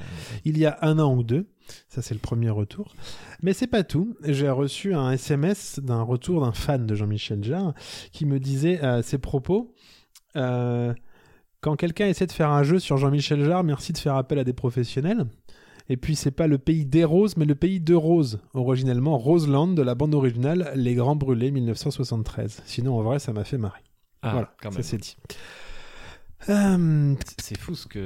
Speaker 2: il y a un an ou deux. Ça, c'est le premier retour. Mais c'est pas tout. J'ai reçu un SMS d'un retour d'un fan de Jean-Michel Jarre qui me disait euh, ses propos. euh, quand quelqu'un essaie de faire un jeu sur Jean-Michel Jarre, merci de faire appel à des professionnels. Et puis, c'est pas le pays des roses, mais le pays de Rose. Originellement, Roseland de la bande originale Les Grands Brûlés 1973. Sinon, en vrai, ça m'a fait marrer.
Speaker 1: ah,
Speaker 2: voilà,
Speaker 1: quand
Speaker 2: ça
Speaker 1: même.
Speaker 2: c'est dit. Euh,
Speaker 1: C'est fou ce que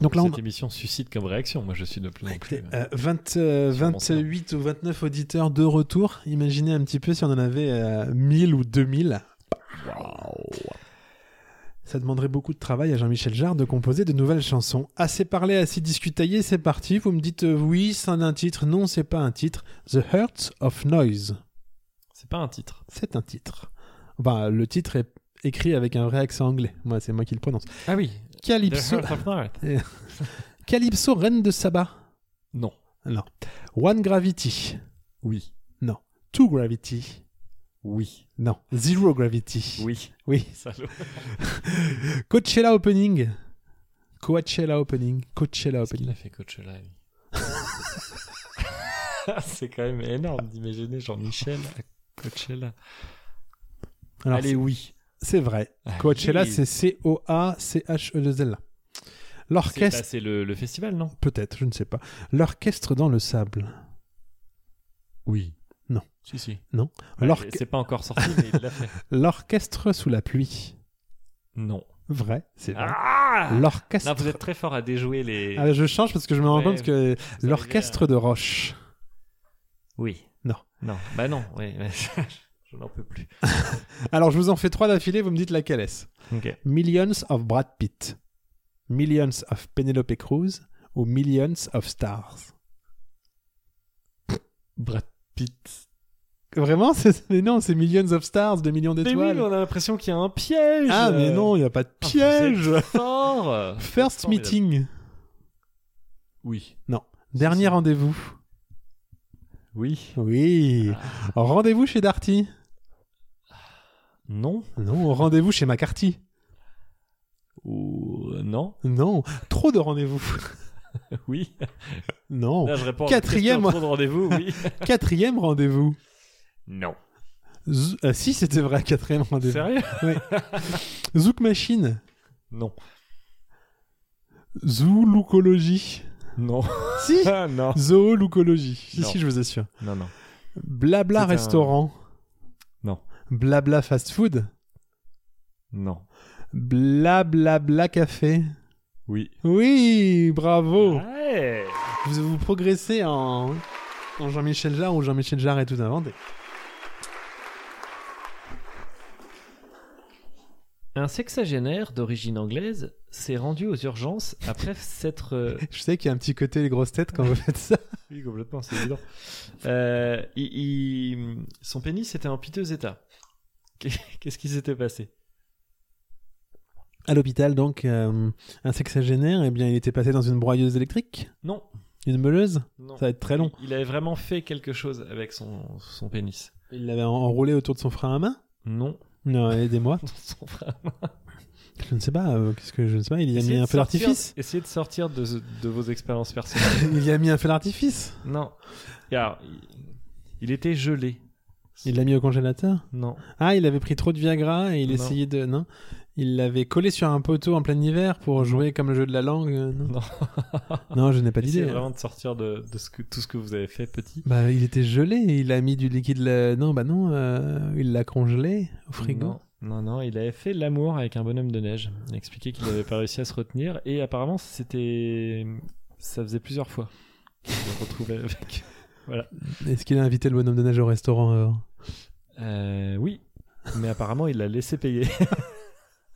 Speaker 2: donc là, on,
Speaker 1: cette émission suscite comme réaction. Moi, je suis de plus en plus.
Speaker 2: Écoutez, euh, 20, euh,
Speaker 1: Sûrement
Speaker 2: 28 ou 29 auditeurs de retour. Imaginez un petit peu si on en avait euh, 1000 ou 2000. Ça demanderait beaucoup de travail à Jean-Michel Jarre de composer de nouvelles chansons. Assez parlé, assez discutaillé, c'est parti. Vous me dites euh, oui, c'est un titre. Non, c'est pas un titre. The Hurts of Noise.
Speaker 1: C'est pas un titre.
Speaker 2: C'est un titre. Enfin, le titre est écrit avec un vrai accent anglais. Moi, c'est moi qui le prononce.
Speaker 1: Ah oui. The
Speaker 2: Calypso,
Speaker 1: Heart of North.
Speaker 2: Calypso, reine de Saba.
Speaker 1: Non.
Speaker 2: Non. One Gravity.
Speaker 1: Oui.
Speaker 2: Two Gravity.
Speaker 1: Oui.
Speaker 2: Non. Zero Gravity.
Speaker 1: Oui.
Speaker 2: Oui.
Speaker 1: Salaud.
Speaker 2: Coachella Opening. Coachella Opening. Coachella
Speaker 1: Qu'est-ce qu'il
Speaker 2: Opening.
Speaker 1: a fait Coachella lui C'est quand même énorme d'imaginer Jean-Michel à Coachella.
Speaker 2: Alors,
Speaker 1: Allez, oui.
Speaker 2: c'est vrai.
Speaker 1: Allez.
Speaker 2: Coachella, c'est C-O-A-C-H-E-2-L.
Speaker 1: C'est
Speaker 2: E L'orchestre,
Speaker 1: bah, c'est le, le festival, non
Speaker 2: peut-être, je ne sais pas. L'orchestre dans le sable.
Speaker 1: Oui.
Speaker 2: Non.
Speaker 1: Si, si.
Speaker 2: Non.
Speaker 1: Ouais,
Speaker 2: L'orque-
Speaker 1: C'est pas encore sorti, mais il l'a fait.
Speaker 2: L'orchestre sous la pluie.
Speaker 1: Non.
Speaker 2: Vrai, c'est vrai.
Speaker 1: Ah
Speaker 2: L'orchestre.
Speaker 1: Non, vous êtes très fort à déjouer les.
Speaker 2: Ah, je change parce que je me rends
Speaker 1: Ouais,
Speaker 2: compte que
Speaker 1: arrivez
Speaker 2: l'orchestre de Roche.
Speaker 1: Oui.
Speaker 2: Non.
Speaker 1: Non. Bah non, oui. mais Je n'en peux plus.
Speaker 2: Alors, je vous en fais trois d'affilée, vous me dites laquelle est-ce
Speaker 1: Ok.
Speaker 2: Millions of Brad Pitt, Millions of Penelope Cruz ou Millions of Stars.
Speaker 1: Brad Pitt.
Speaker 2: Vraiment c'est... Mais non, c'est Millions of Stars, de millions
Speaker 1: Mais oui,
Speaker 2: d'étoiles.
Speaker 1: mais on a l'impression qu'il y a un piège.
Speaker 2: ah, mais non, il n'y a pas de
Speaker 1: Ah, vous
Speaker 2: piège.
Speaker 1: êtes Fort.
Speaker 2: First
Speaker 1: Formidable.
Speaker 2: meeting,
Speaker 1: Oui.
Speaker 2: dernier rendez-vous.
Speaker 1: Oui.
Speaker 2: Oui.
Speaker 1: Ah.
Speaker 2: Rendez-vous chez Darty.
Speaker 1: Non.
Speaker 2: Non, rendez-vous chez McCarthy.
Speaker 1: Ou euh, non.
Speaker 2: Non, trop de rendez-vous.
Speaker 1: Oui.
Speaker 2: Non,
Speaker 1: Là, je réponds. à
Speaker 2: Quatrième.
Speaker 1: votre question, trop de rendez-vous. Oui.
Speaker 2: quatrième rendez-vous.
Speaker 1: non.
Speaker 2: Z- euh, si, c'était vrai, quatrième rendez-vous.
Speaker 1: Sérieux
Speaker 2: Zouk Machine,
Speaker 1: Non.
Speaker 2: Zooloukologie.
Speaker 1: Non.
Speaker 2: Si
Speaker 1: Ah, non.
Speaker 2: Zooloukologie. Si,
Speaker 1: Non.
Speaker 2: si, je vous assure.
Speaker 1: Non, non.
Speaker 2: Blabla
Speaker 1: C'est un-
Speaker 2: restaurant.
Speaker 1: Non.
Speaker 2: Blabla fast food.
Speaker 1: Non.
Speaker 2: Blablabla café.
Speaker 1: Oui.
Speaker 2: Oui, bravo.
Speaker 1: Ouais.
Speaker 2: Vous, vous progressez en, en Jean-Michel Jarre ou Jean-Michel Jarre est tout inventé.
Speaker 1: Un sexagénaire d'origine anglaise s'est rendu aux urgences après s'être. euh,
Speaker 2: Je sais qu'il y a un petit côté les grosses têtes quand vous faites ça.
Speaker 1: Oui, complètement, c'est évident. Euh, il- il- Son pénis était en piteux état. Qu'est- Qu'est-ce qui s'était passé
Speaker 2: À l'hôpital, donc, euh, un sexagénaire, eh bien, il était passé dans une broyeuse électrique,
Speaker 1: Non.
Speaker 2: une meuleuse.
Speaker 1: non.
Speaker 2: Ça va être très long.
Speaker 1: Il avait vraiment fait quelque chose avec son, son pénis.
Speaker 2: Il l'avait en- enroulé autour de son frein à main.
Speaker 1: Non.
Speaker 2: Non, aidez-moi.
Speaker 1: Son frère.
Speaker 2: Je ne sais pas, euh, qu'est-ce que je ne sais pas. Il y a mis
Speaker 1: Essayez
Speaker 2: un
Speaker 1: de
Speaker 2: feu
Speaker 1: sortir-
Speaker 2: d'artifice.
Speaker 1: Essayez de sortir de, de vos expériences personnelles.
Speaker 2: Il y a mis un feu d'artifice.
Speaker 1: non. Et alors, il, il était gelé.
Speaker 2: Il l'a mis au congélateur.
Speaker 1: Non.
Speaker 2: Ah, il avait pris trop de Viagra et il
Speaker 1: Non.
Speaker 2: essayait de. Non Il l'avait collé sur un poteau en plein hiver pour jouer comme le jeu de la langue euh, Non,
Speaker 1: Non.
Speaker 2: Non, je n'ai pas
Speaker 1: Essayez
Speaker 2: d'idée. hein.
Speaker 1: vraiment de sortir de, de ce que, tout ce que vous avez fait petit.
Speaker 2: Bah, il était gelé, il a mis du liquide. euh, Non, bah non, euh, il l'a congelé au frigo.
Speaker 1: Non, non, non, il avait fait l'amour avec un bonhomme de neige. Il a expliqué qu'il n'avait pas réussi à se retenir et apparemment c'était. Ça faisait plusieurs fois. Il se retrouvait avec.
Speaker 2: Est-ce qu'il a invité le bonhomme de neige au euh restaurant avant
Speaker 1: Euh, oui, mais apparemment il l'a laissé payer.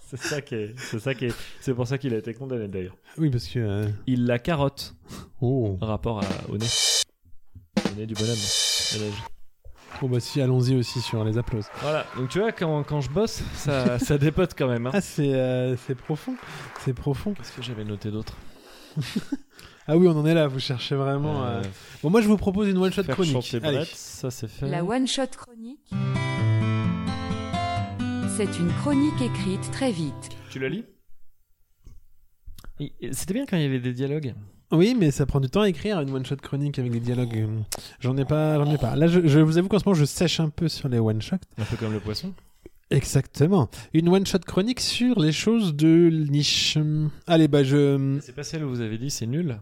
Speaker 1: C'est ça qui est. C'est ça qui est. C'est pour ça qu'il a été condamné d'ailleurs.
Speaker 2: Oui, parce que. euh,
Speaker 1: Il la carotte,
Speaker 2: Oh.
Speaker 1: rapport à- au nez. Au nez du bonhomme. Et là, je-
Speaker 2: Bon, bah si, allons-y aussi sur les applaudissements.
Speaker 1: Voilà, donc tu vois, quand, quand je bosse, ça, ça dépote quand même. hein.
Speaker 2: Ah, c'est euh, c'est profond. C'est profond.
Speaker 1: Qu'est-ce que j'avais noté d'autre
Speaker 2: Ah oui, on en est là, vous cherchez vraiment.
Speaker 1: Euh,
Speaker 2: euh, Bon, moi je vous propose une one-shot
Speaker 1: Faire
Speaker 2: chronique.
Speaker 1: chanter
Speaker 2: Allez.
Speaker 1: Brett, ça c'est fait.
Speaker 7: La One Shot Chronique. C'est une chronique écrite très vite.
Speaker 1: Tu la lis Et- C'était bien quand il y avait des dialogues.
Speaker 2: Oui, mais ça prend du temps à écrire une one-shot chronique avec des dialogues. euh, J'en ai pas, j'en ai pas. Là, je, je vous avoue qu'en ce moment, je sèche un peu sur les one-shots.
Speaker 1: Un peu comme le poisson.
Speaker 2: Exactement. Une one-shot chronique sur les choses de niche. Hum, Allez, bah je...
Speaker 1: C'est pas celle où vous avez dit c'est nul.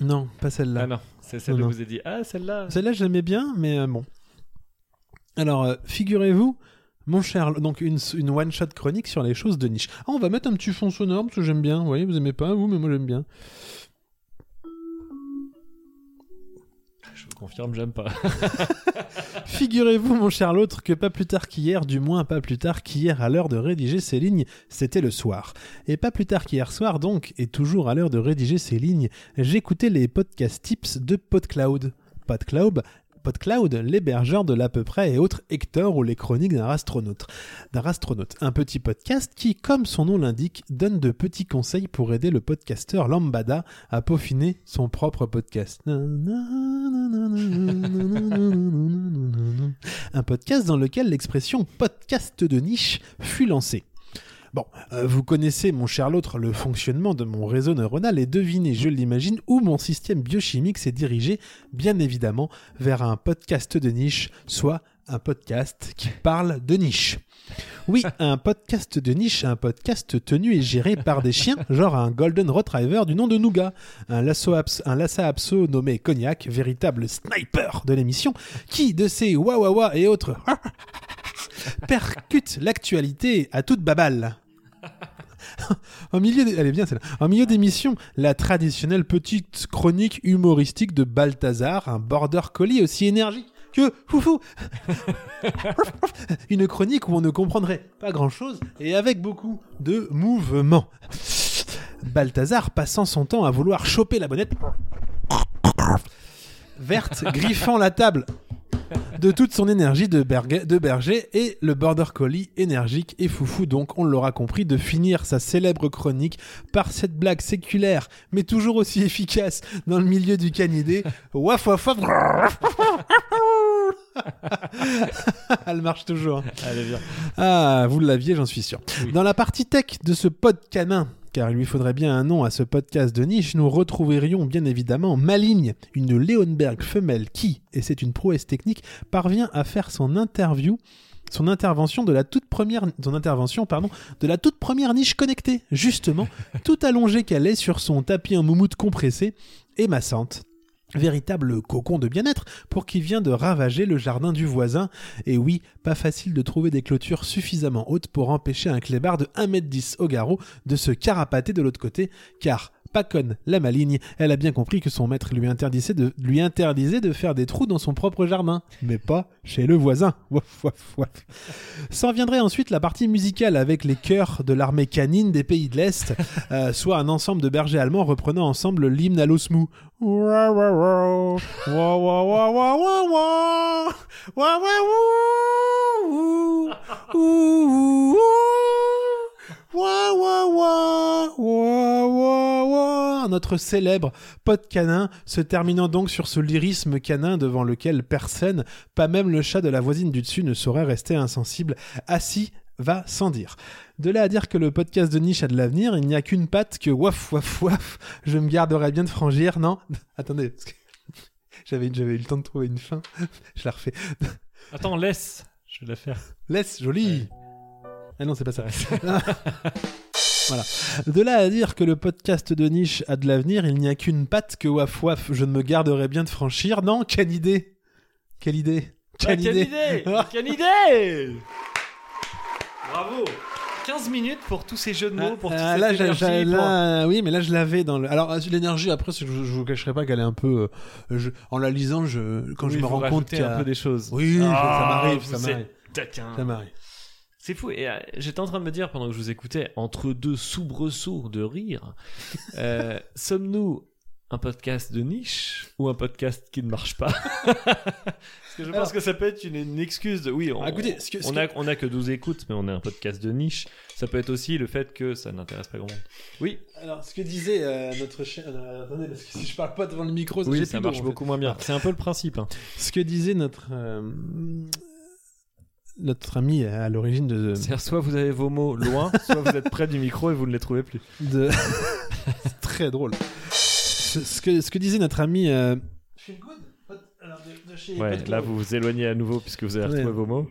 Speaker 2: Non, pas
Speaker 1: Ah
Speaker 2: celle-là.
Speaker 1: non, c'est celle
Speaker 2: Non,
Speaker 1: où
Speaker 2: non.
Speaker 1: vous avez dit ah celle-là.
Speaker 2: Celle-là, je l'aimais bien, mais euh, bon. Alors, euh, figurez-vous, mon cher... Donc, une, une one-shot chronique sur les choses de niche. Ah, on va mettre un petit fond sonore, parce que j'aime bien. Vous voyez, vous aimez pas, vous, mais moi, j'aime bien.
Speaker 1: Je vous confirme, j'aime pas.
Speaker 2: Figurez-vous, mon cher l'autre, que pas plus tard qu'hier, du moins pas plus tard qu'hier, à l'heure de rédiger ces lignes, c'était le soir. Et pas plus tard qu'hier soir, donc, et toujours à l'heure de rédiger ces lignes, j'écoutais les podcasts tips de PodCloud. PodCloud, PodCloud, l'hébergeur de l'à peu près et autres Hector ou les chroniques d'un astronaute. D'un astronaute. Un petit podcast qui, comme son nom l'indique, donne de petits conseils pour aider le podcasteur Lambada à peaufiner son propre podcast. Un podcast dans lequel l'expression podcast de niche fut lancée. Bon, euh, vous connaissez, mon cher l'autre, le fonctionnement de mon réseau neuronal et devinez, je l'imagine, où mon système biochimique s'est dirigé, bien évidemment, vers un podcast de niche, soit un podcast qui parle de niche. Oui, un podcast de niche, un podcast tenu et géré par des chiens, genre un Golden Retriever du nom de Nougat, un, lasso abs- un Lhasa Apso nommé Cognac, véritable sniper de l'émission, qui, de ses wawawa et autres percute l'actualité à toute baballe. En milieu, des- elle est bien celle-là. En milieu d'émission, la traditionnelle petite chronique humoristique de Balthazar, un border collie aussi énergique que foufou. Une chronique où on ne comprendrait pas grand-chose et avec beaucoup de mouvements. Balthazar passant son temps à vouloir choper la bonnette verte, griffant la table de toute son énergie de, berge- de berger et le border collie énergique et foufou donc on l'aura compris de finir sa célèbre chronique par cette blague séculaire mais toujours aussi efficace dans le milieu du canidé waf waf waf elle marche toujours hein.
Speaker 1: Allez viens.
Speaker 2: Ah, vous l'aviez, j'en suis sûr.
Speaker 1: Oui.
Speaker 2: Dans la partie tech de ce pod canin, car il lui faudrait bien un nom à ce podcast de niche, nous retrouverions bien évidemment Maligne, une Leonberg femelle qui, et c'est une prouesse technique, parvient à faire son interview son intervention de la toute première son intervention pardon de la toute première niche connectée justement tout allongée qu'elle est sur son tapis en moumoute compressé et massante véritable cocon de bien-être pour qui vient de ravager le jardin du voisin et oui, pas facile de trouver des clôtures suffisamment hautes pour empêcher un clébard de 1m10 au garrot de se carapater de l'autre côté, car pas conne, la maligne, elle a bien compris que son maître lui interdisait, de, lui interdisait de faire des trous dans son propre jardin, mais pas chez le voisin. Waf, waf, waf. S'en viendrait ensuite la partie musicale avec les chœurs de l'armée canine des pays de l'Est, euh, soit un ensemble de bergers allemands reprenant ensemble l'hymne à l'osmou. Ouah, ouah, ouah. Ouah, ouah, ouah, ouah, ouah, ouah. Ouah, ouah, ouh, ouh, ouh, ouh, ouh. Ouah, ouah, ouah, ouah, ouah, ouah. Notre célèbre pote canin se terminant donc sur ce lyrisme canin devant lequel personne, pas même le chat de la voisine du dessus, ne saurait rester insensible, assis va sans dire. De là à dire que le podcast de niche a de l'avenir, il n'y a qu'une patte que waf waf waf, je me garderai bien de frangir, non Attendez, parce que j'avais j'avais eu le temps de trouver une fin, je la refais.
Speaker 1: Attends, laisse. Je vais la faire.
Speaker 2: Laisse, joli Ah non, c'est pas ça. voilà. De là à dire que le podcast de niche a de l'avenir, il n'y a qu'une patte que waf waf, je ne me garderai bien de franchir. Non, quelle idée Quelle idée
Speaker 1: Ah, Quelle idée
Speaker 2: Ah.
Speaker 1: Quelle idée Bravo 15 minutes pour tous ces jeux de mots, pour tous
Speaker 2: Ah,
Speaker 1: ces
Speaker 2: là, j'a-
Speaker 1: énergies,
Speaker 2: j'a-
Speaker 1: pour-
Speaker 2: là, oui, mais là je l'avais dans le. Alors euh, l'énergie, après, c'est que je, je vous cacherai pas qu'elle est un peu. euh, je- en la lisant, je quand
Speaker 1: Oui,
Speaker 2: je me
Speaker 1: vous
Speaker 2: rends compte
Speaker 1: rajoutez
Speaker 2: qu'il y a-
Speaker 1: un peu des choses.
Speaker 2: Oui, ça
Speaker 1: Ah,
Speaker 2: m'arrive,
Speaker 1: vous
Speaker 2: ça
Speaker 1: êtes
Speaker 2: m'arrive,
Speaker 1: taquin.
Speaker 2: ça m'arrive.
Speaker 1: C'est fou. Et euh, j'étais en train de me dire pendant que je vous écoutais, entre deux soubresauts de rire, euh, sommes-nous un podcast de niche ou un podcast qui ne marche pas Parce que je
Speaker 2: Alors-
Speaker 1: pense que ça peut être une, une excuse. De, oui, on,
Speaker 2: Ah, écoutez, ce que- ce
Speaker 1: on, a, on a que 12 écoutes, mais on est un podcast de niche. Ça peut être aussi le fait que ça n'intéresse pas grand monde. Oui,
Speaker 2: Alors, ce que disait euh, notre chien. euh, attendez, parce que si je parle pas devant le micro, j'ai
Speaker 1: oui
Speaker 2: plus
Speaker 1: ça
Speaker 2: d'eau,
Speaker 1: marche
Speaker 2: en fait.
Speaker 1: beaucoup moins bien. C'est un peu le principe. hein.
Speaker 2: Ce que disait notre. euh, Notre ami à l'origine de,
Speaker 1: C'est-à-dire, soit vous avez vos mots loin, soit vous êtes près du micro et vous ne les trouvez plus.
Speaker 2: de... C'est très drôle. Ce, ce que, ce que disait notre ami. Euh...
Speaker 1: Ouais, là, vous vous éloignez à nouveau puisque vous avez
Speaker 2: Ouais.
Speaker 1: retrouvé vos mots.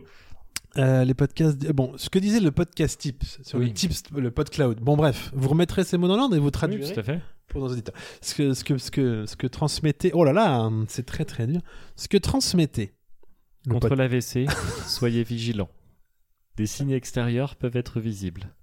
Speaker 2: Euh, les podcasts. Bon, ce que disait le podcast Tips sur
Speaker 1: Oui.
Speaker 2: le Tips, le PodCloud. Bon, bref, vous remettrez ces mots dans l'ordre et vous
Speaker 1: Oui,
Speaker 2: traduirez
Speaker 1: tout à fait.
Speaker 2: pour nos auditeurs. Ce que, ce que, ce que, ce que transmettait. Oh là là, hum, c'est très très dur. Ce que transmettait. le
Speaker 1: Contre
Speaker 2: pod-
Speaker 1: l'AVC, soyez vigilants. Des signes extérieurs peuvent être visibles.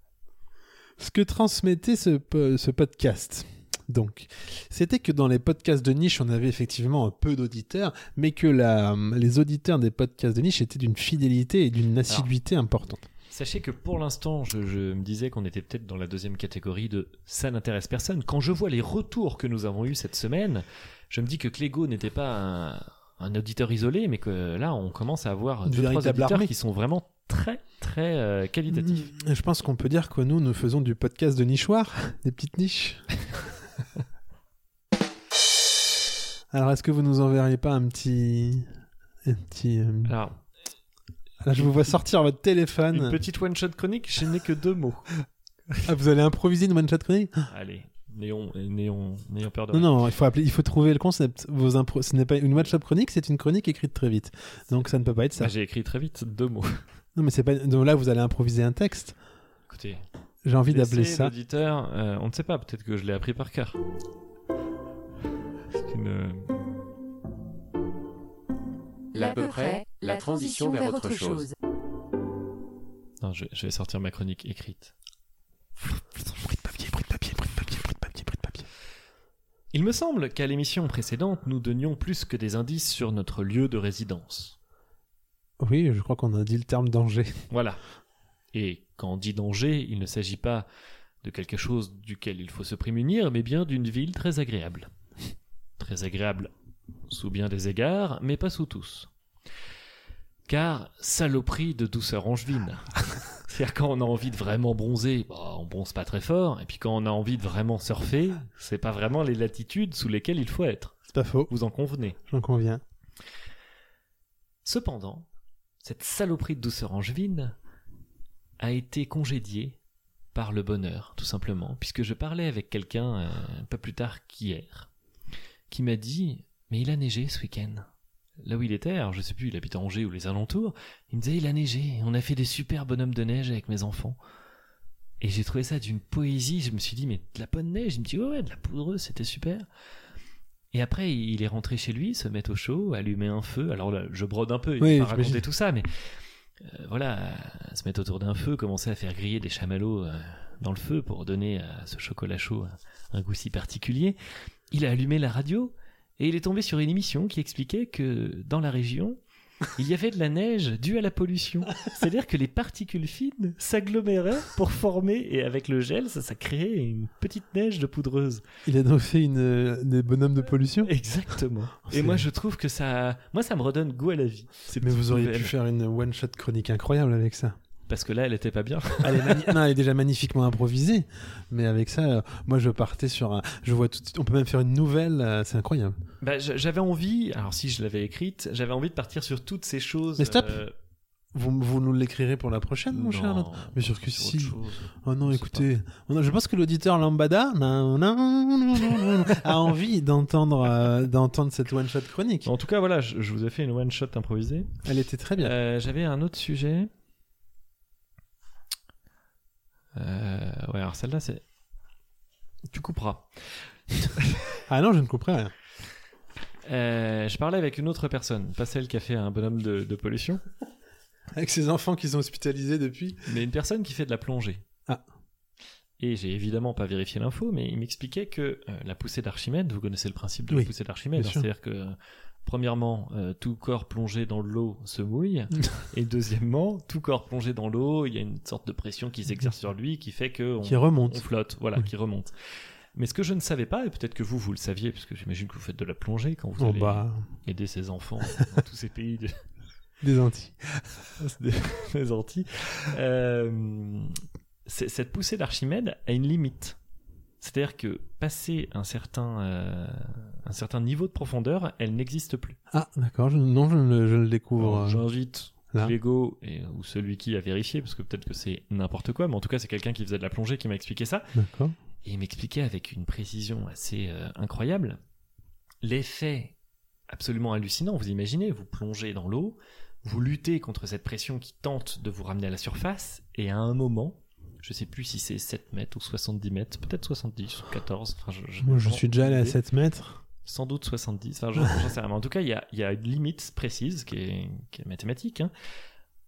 Speaker 2: Ce que transmettait ce, po- ce podcast. Donc, c'était que dans les podcasts de niche, on avait effectivement un peu d'auditeurs, mais que la, hum, les auditeurs des podcasts de niche étaient d'une fidélité et d'une assiduité importante.
Speaker 1: Sachez que pour l'instant, je, je me disais qu'on était peut-être dans la deuxième catégorie de ça n'intéresse personne. Quand je vois les retours que nous avons eus cette semaine, je me dis que Clégo n'était pas un, un auditeur isolé, mais que là, on commence à avoir
Speaker 2: Une
Speaker 1: deux, trois
Speaker 2: véritable
Speaker 1: auditeurs
Speaker 2: armée.
Speaker 1: qui sont vraiment très, très euh, qualitatifs.
Speaker 2: Mmh, Je pense qu'on peut dire que nous, nous faisons du podcast de nichoir, des petites niches. Alors, est-ce que vous nous enverriez pas un petit. Un petit. euh,
Speaker 1: Alors,
Speaker 2: Là, je vous vois sortir votre téléphone.
Speaker 1: une petite one-shot chronique, je n'ai que deux mots.
Speaker 2: Ah, vous allez improviser une one-shot chronique
Speaker 1: Allez, n'ayons n'ayons- n'ayons peur de
Speaker 2: Non,
Speaker 1: rien.
Speaker 2: non, il faut, appeler, il faut trouver le concept. Vos impro... Ce n'est pas une one-shot chronique, c'est une chronique écrite très vite. Donc, ça ne peut pas être ça.
Speaker 1: Ah, J'ai écrit très vite deux mots.
Speaker 2: Non, mais c'est pas. Donc là, vous allez improviser un texte.
Speaker 1: Écoutez,
Speaker 2: J'ai envie
Speaker 1: Laissez
Speaker 2: d'appeler ça.
Speaker 1: L'auditeur, euh, on ne sait pas, peut-être que je l'ai appris par cœur. C'est une-
Speaker 6: L'à peu près, la transition vers autre chose.
Speaker 1: Non, je, je vais sortir ma chronique écrite. Il me semble qu'à l'émission précédente, nous donnions plus que des indices sur notre lieu de résidence.
Speaker 2: Oui, je crois qu'on a dit le terme danger.
Speaker 1: Voilà. Et quand on dit danger, il ne s'agit pas de quelque chose duquel il faut se prémunir, mais bien d'une ville très agréable. Très agréable sous bien des égards, mais pas sous tous. Car saloperie de douceur angevine. C'est-à-dire quand on a envie de vraiment bronzer, bah, on bronze pas très fort, et puis quand on a envie de vraiment surfer, c'est pas vraiment les latitudes sous lesquelles il faut être.
Speaker 2: C'est pas faux,
Speaker 1: Vous en convenez.
Speaker 2: j'en conviens.
Speaker 1: Cependant, cette saloperie de douceur angevine a été congédiée par le bonheur, tout simplement, puisque je parlais avec quelqu'un euh, pas plus tard qu'hier, qui m'a dit Mais il a neigé ce week-end. Là où il était, alors je sais plus, il habite à Angers ou les alentours, il me disait Il a neigé, on a fait des super bonhommes de neige avec mes enfants. Et j'ai trouvé ça d'une poésie, je me suis dit Mais de la bonne neige Il me dit Ouais, ouais, de la poudreuse, c'était super. Et après, il est rentré chez lui, se mettre au chaud, allumer un feu. Alors là, je brode un peu, il
Speaker 2: Oui,
Speaker 1: va pas
Speaker 2: j'imagine.
Speaker 1: raconter tout ça, mais euh, voilà, euh, se mettre autour d'un feu, commencer à faire griller des chamallows euh, dans le feu pour donner à ce chocolat chaud un- un goût si particulier. Il a allumé la radio et il est tombé sur une émission qui expliquait que dans la région, il y avait de la neige due à la pollution. C'est-à-dire que les particules fines s'aggloméraient pour former, et avec le gel, ça, ça créait une petite neige de poudreuse.
Speaker 2: Il a donc fait une, euh, des bonhommes de pollution
Speaker 1: Exactement.
Speaker 2: C'est-
Speaker 1: Et moi, je trouve que ça, moi, ça me redonne goût à la vie.
Speaker 2: Mais vous auriez pu
Speaker 1: nouvelles.
Speaker 2: faire une one-shot chronique incroyable avec ça.
Speaker 1: Parce que là, elle était pas bien.
Speaker 2: Elle est, mani- non, elle est déjà magnifiquement improvisée, mais avec ça, euh, moi je partais sur un... Je vois tout de suite- On peut même faire une nouvelle, euh, c'est incroyable.
Speaker 1: Bah, j- j'avais envie, alors si je l'avais écrite, j'avais envie de partir sur toutes ces choses.
Speaker 2: Mais stop.
Speaker 1: euh,
Speaker 2: Vous, vous nous l'écrirez pour la prochaine, mon
Speaker 1: non,
Speaker 2: cher Arnaud Mais sûr que
Speaker 1: sur
Speaker 2: si.
Speaker 1: autre chose.
Speaker 2: Oh non,
Speaker 1: Je sais
Speaker 2: écoutez, on a- je pense que l'auditeur lambada nan, nan, nan, nan, a envie d'entendre euh, d'entendre cette one-shot chronique.
Speaker 1: En tout cas, voilà, je, je vous ai fait une one shot improvisée.
Speaker 2: Elle était très bien.
Speaker 1: Euh, j'avais un autre sujet. Euh, ouais, alors celle-là, c'est. Tu couperas.
Speaker 2: Ah non, je ne comprends rien.
Speaker 1: Euh, je parlais avec une autre personne, pas celle qui a fait un bonhomme de- de pollution.
Speaker 2: Avec ces enfants qui sont hospitalisés depuis.
Speaker 1: mais une personne qui fait de la plongée.
Speaker 2: Ah.
Speaker 1: Et j'ai évidemment pas vérifié l'info, mais il m'expliquait que euh, la poussée d'Archimède, vous connaissez le principe de
Speaker 2: Oui,
Speaker 1: la poussée d'Archimède,
Speaker 2: bien
Speaker 1: hein,
Speaker 2: sûr.
Speaker 1: c'est-à-dire que Premièrement, euh, tout corps plongé dans l'eau se mouille. et deuxièmement, tout corps plongé dans l'eau, il y a une sorte de pression qui s'exerce sur lui qui fait que on,
Speaker 2: qui remonte.
Speaker 1: on flotte, voilà,
Speaker 2: Oui.
Speaker 1: qui remonte. Mais ce que je ne savais pas, et peut-être que vous, vous le saviez, parce que j'imagine que vous faites de la plongée quand vous
Speaker 2: Oh
Speaker 1: allez
Speaker 2: bah,
Speaker 1: aider ces enfants dans tous ces pays de-
Speaker 2: des Antilles.
Speaker 1: des, des Antilles. Euh, c'est- cette poussée d'Archimède a une limite. C'est-à-dire que passer un certain, euh, un certain niveau de profondeur, elle n'existe plus.
Speaker 2: Ah, d'accord, je- non, je ne le, je le découvre.
Speaker 1: Alors,
Speaker 2: euh,
Speaker 1: J'invite
Speaker 2: là.
Speaker 1: Lego et, ou celui qui a vérifié, parce que peut-être que c'est n'importe quoi, mais en tout cas c'est quelqu'un qui faisait de la plongée qui m'a expliqué ça.
Speaker 2: D'accord.
Speaker 1: Et il m'expliquait avec une précision assez euh, incroyable l'effet absolument hallucinant. Vous imaginez, vous plongez dans l'eau, vous luttez contre cette pression qui tente de vous ramener à la surface, et à un moment, je sais plus si c'est 7 mètres ou 70 mètres, peut-être 70 ou 14. enfin, je, je-
Speaker 2: Moi, je
Speaker 1: j'en-
Speaker 2: suis déjà allé à
Speaker 1: idée.
Speaker 2: 7 mètres.
Speaker 1: Sans doute 70, enfin, j'en j'en sais rien. Mais en tout cas, il y a, il y a une limite précise qui est, qui est mathématique, hein,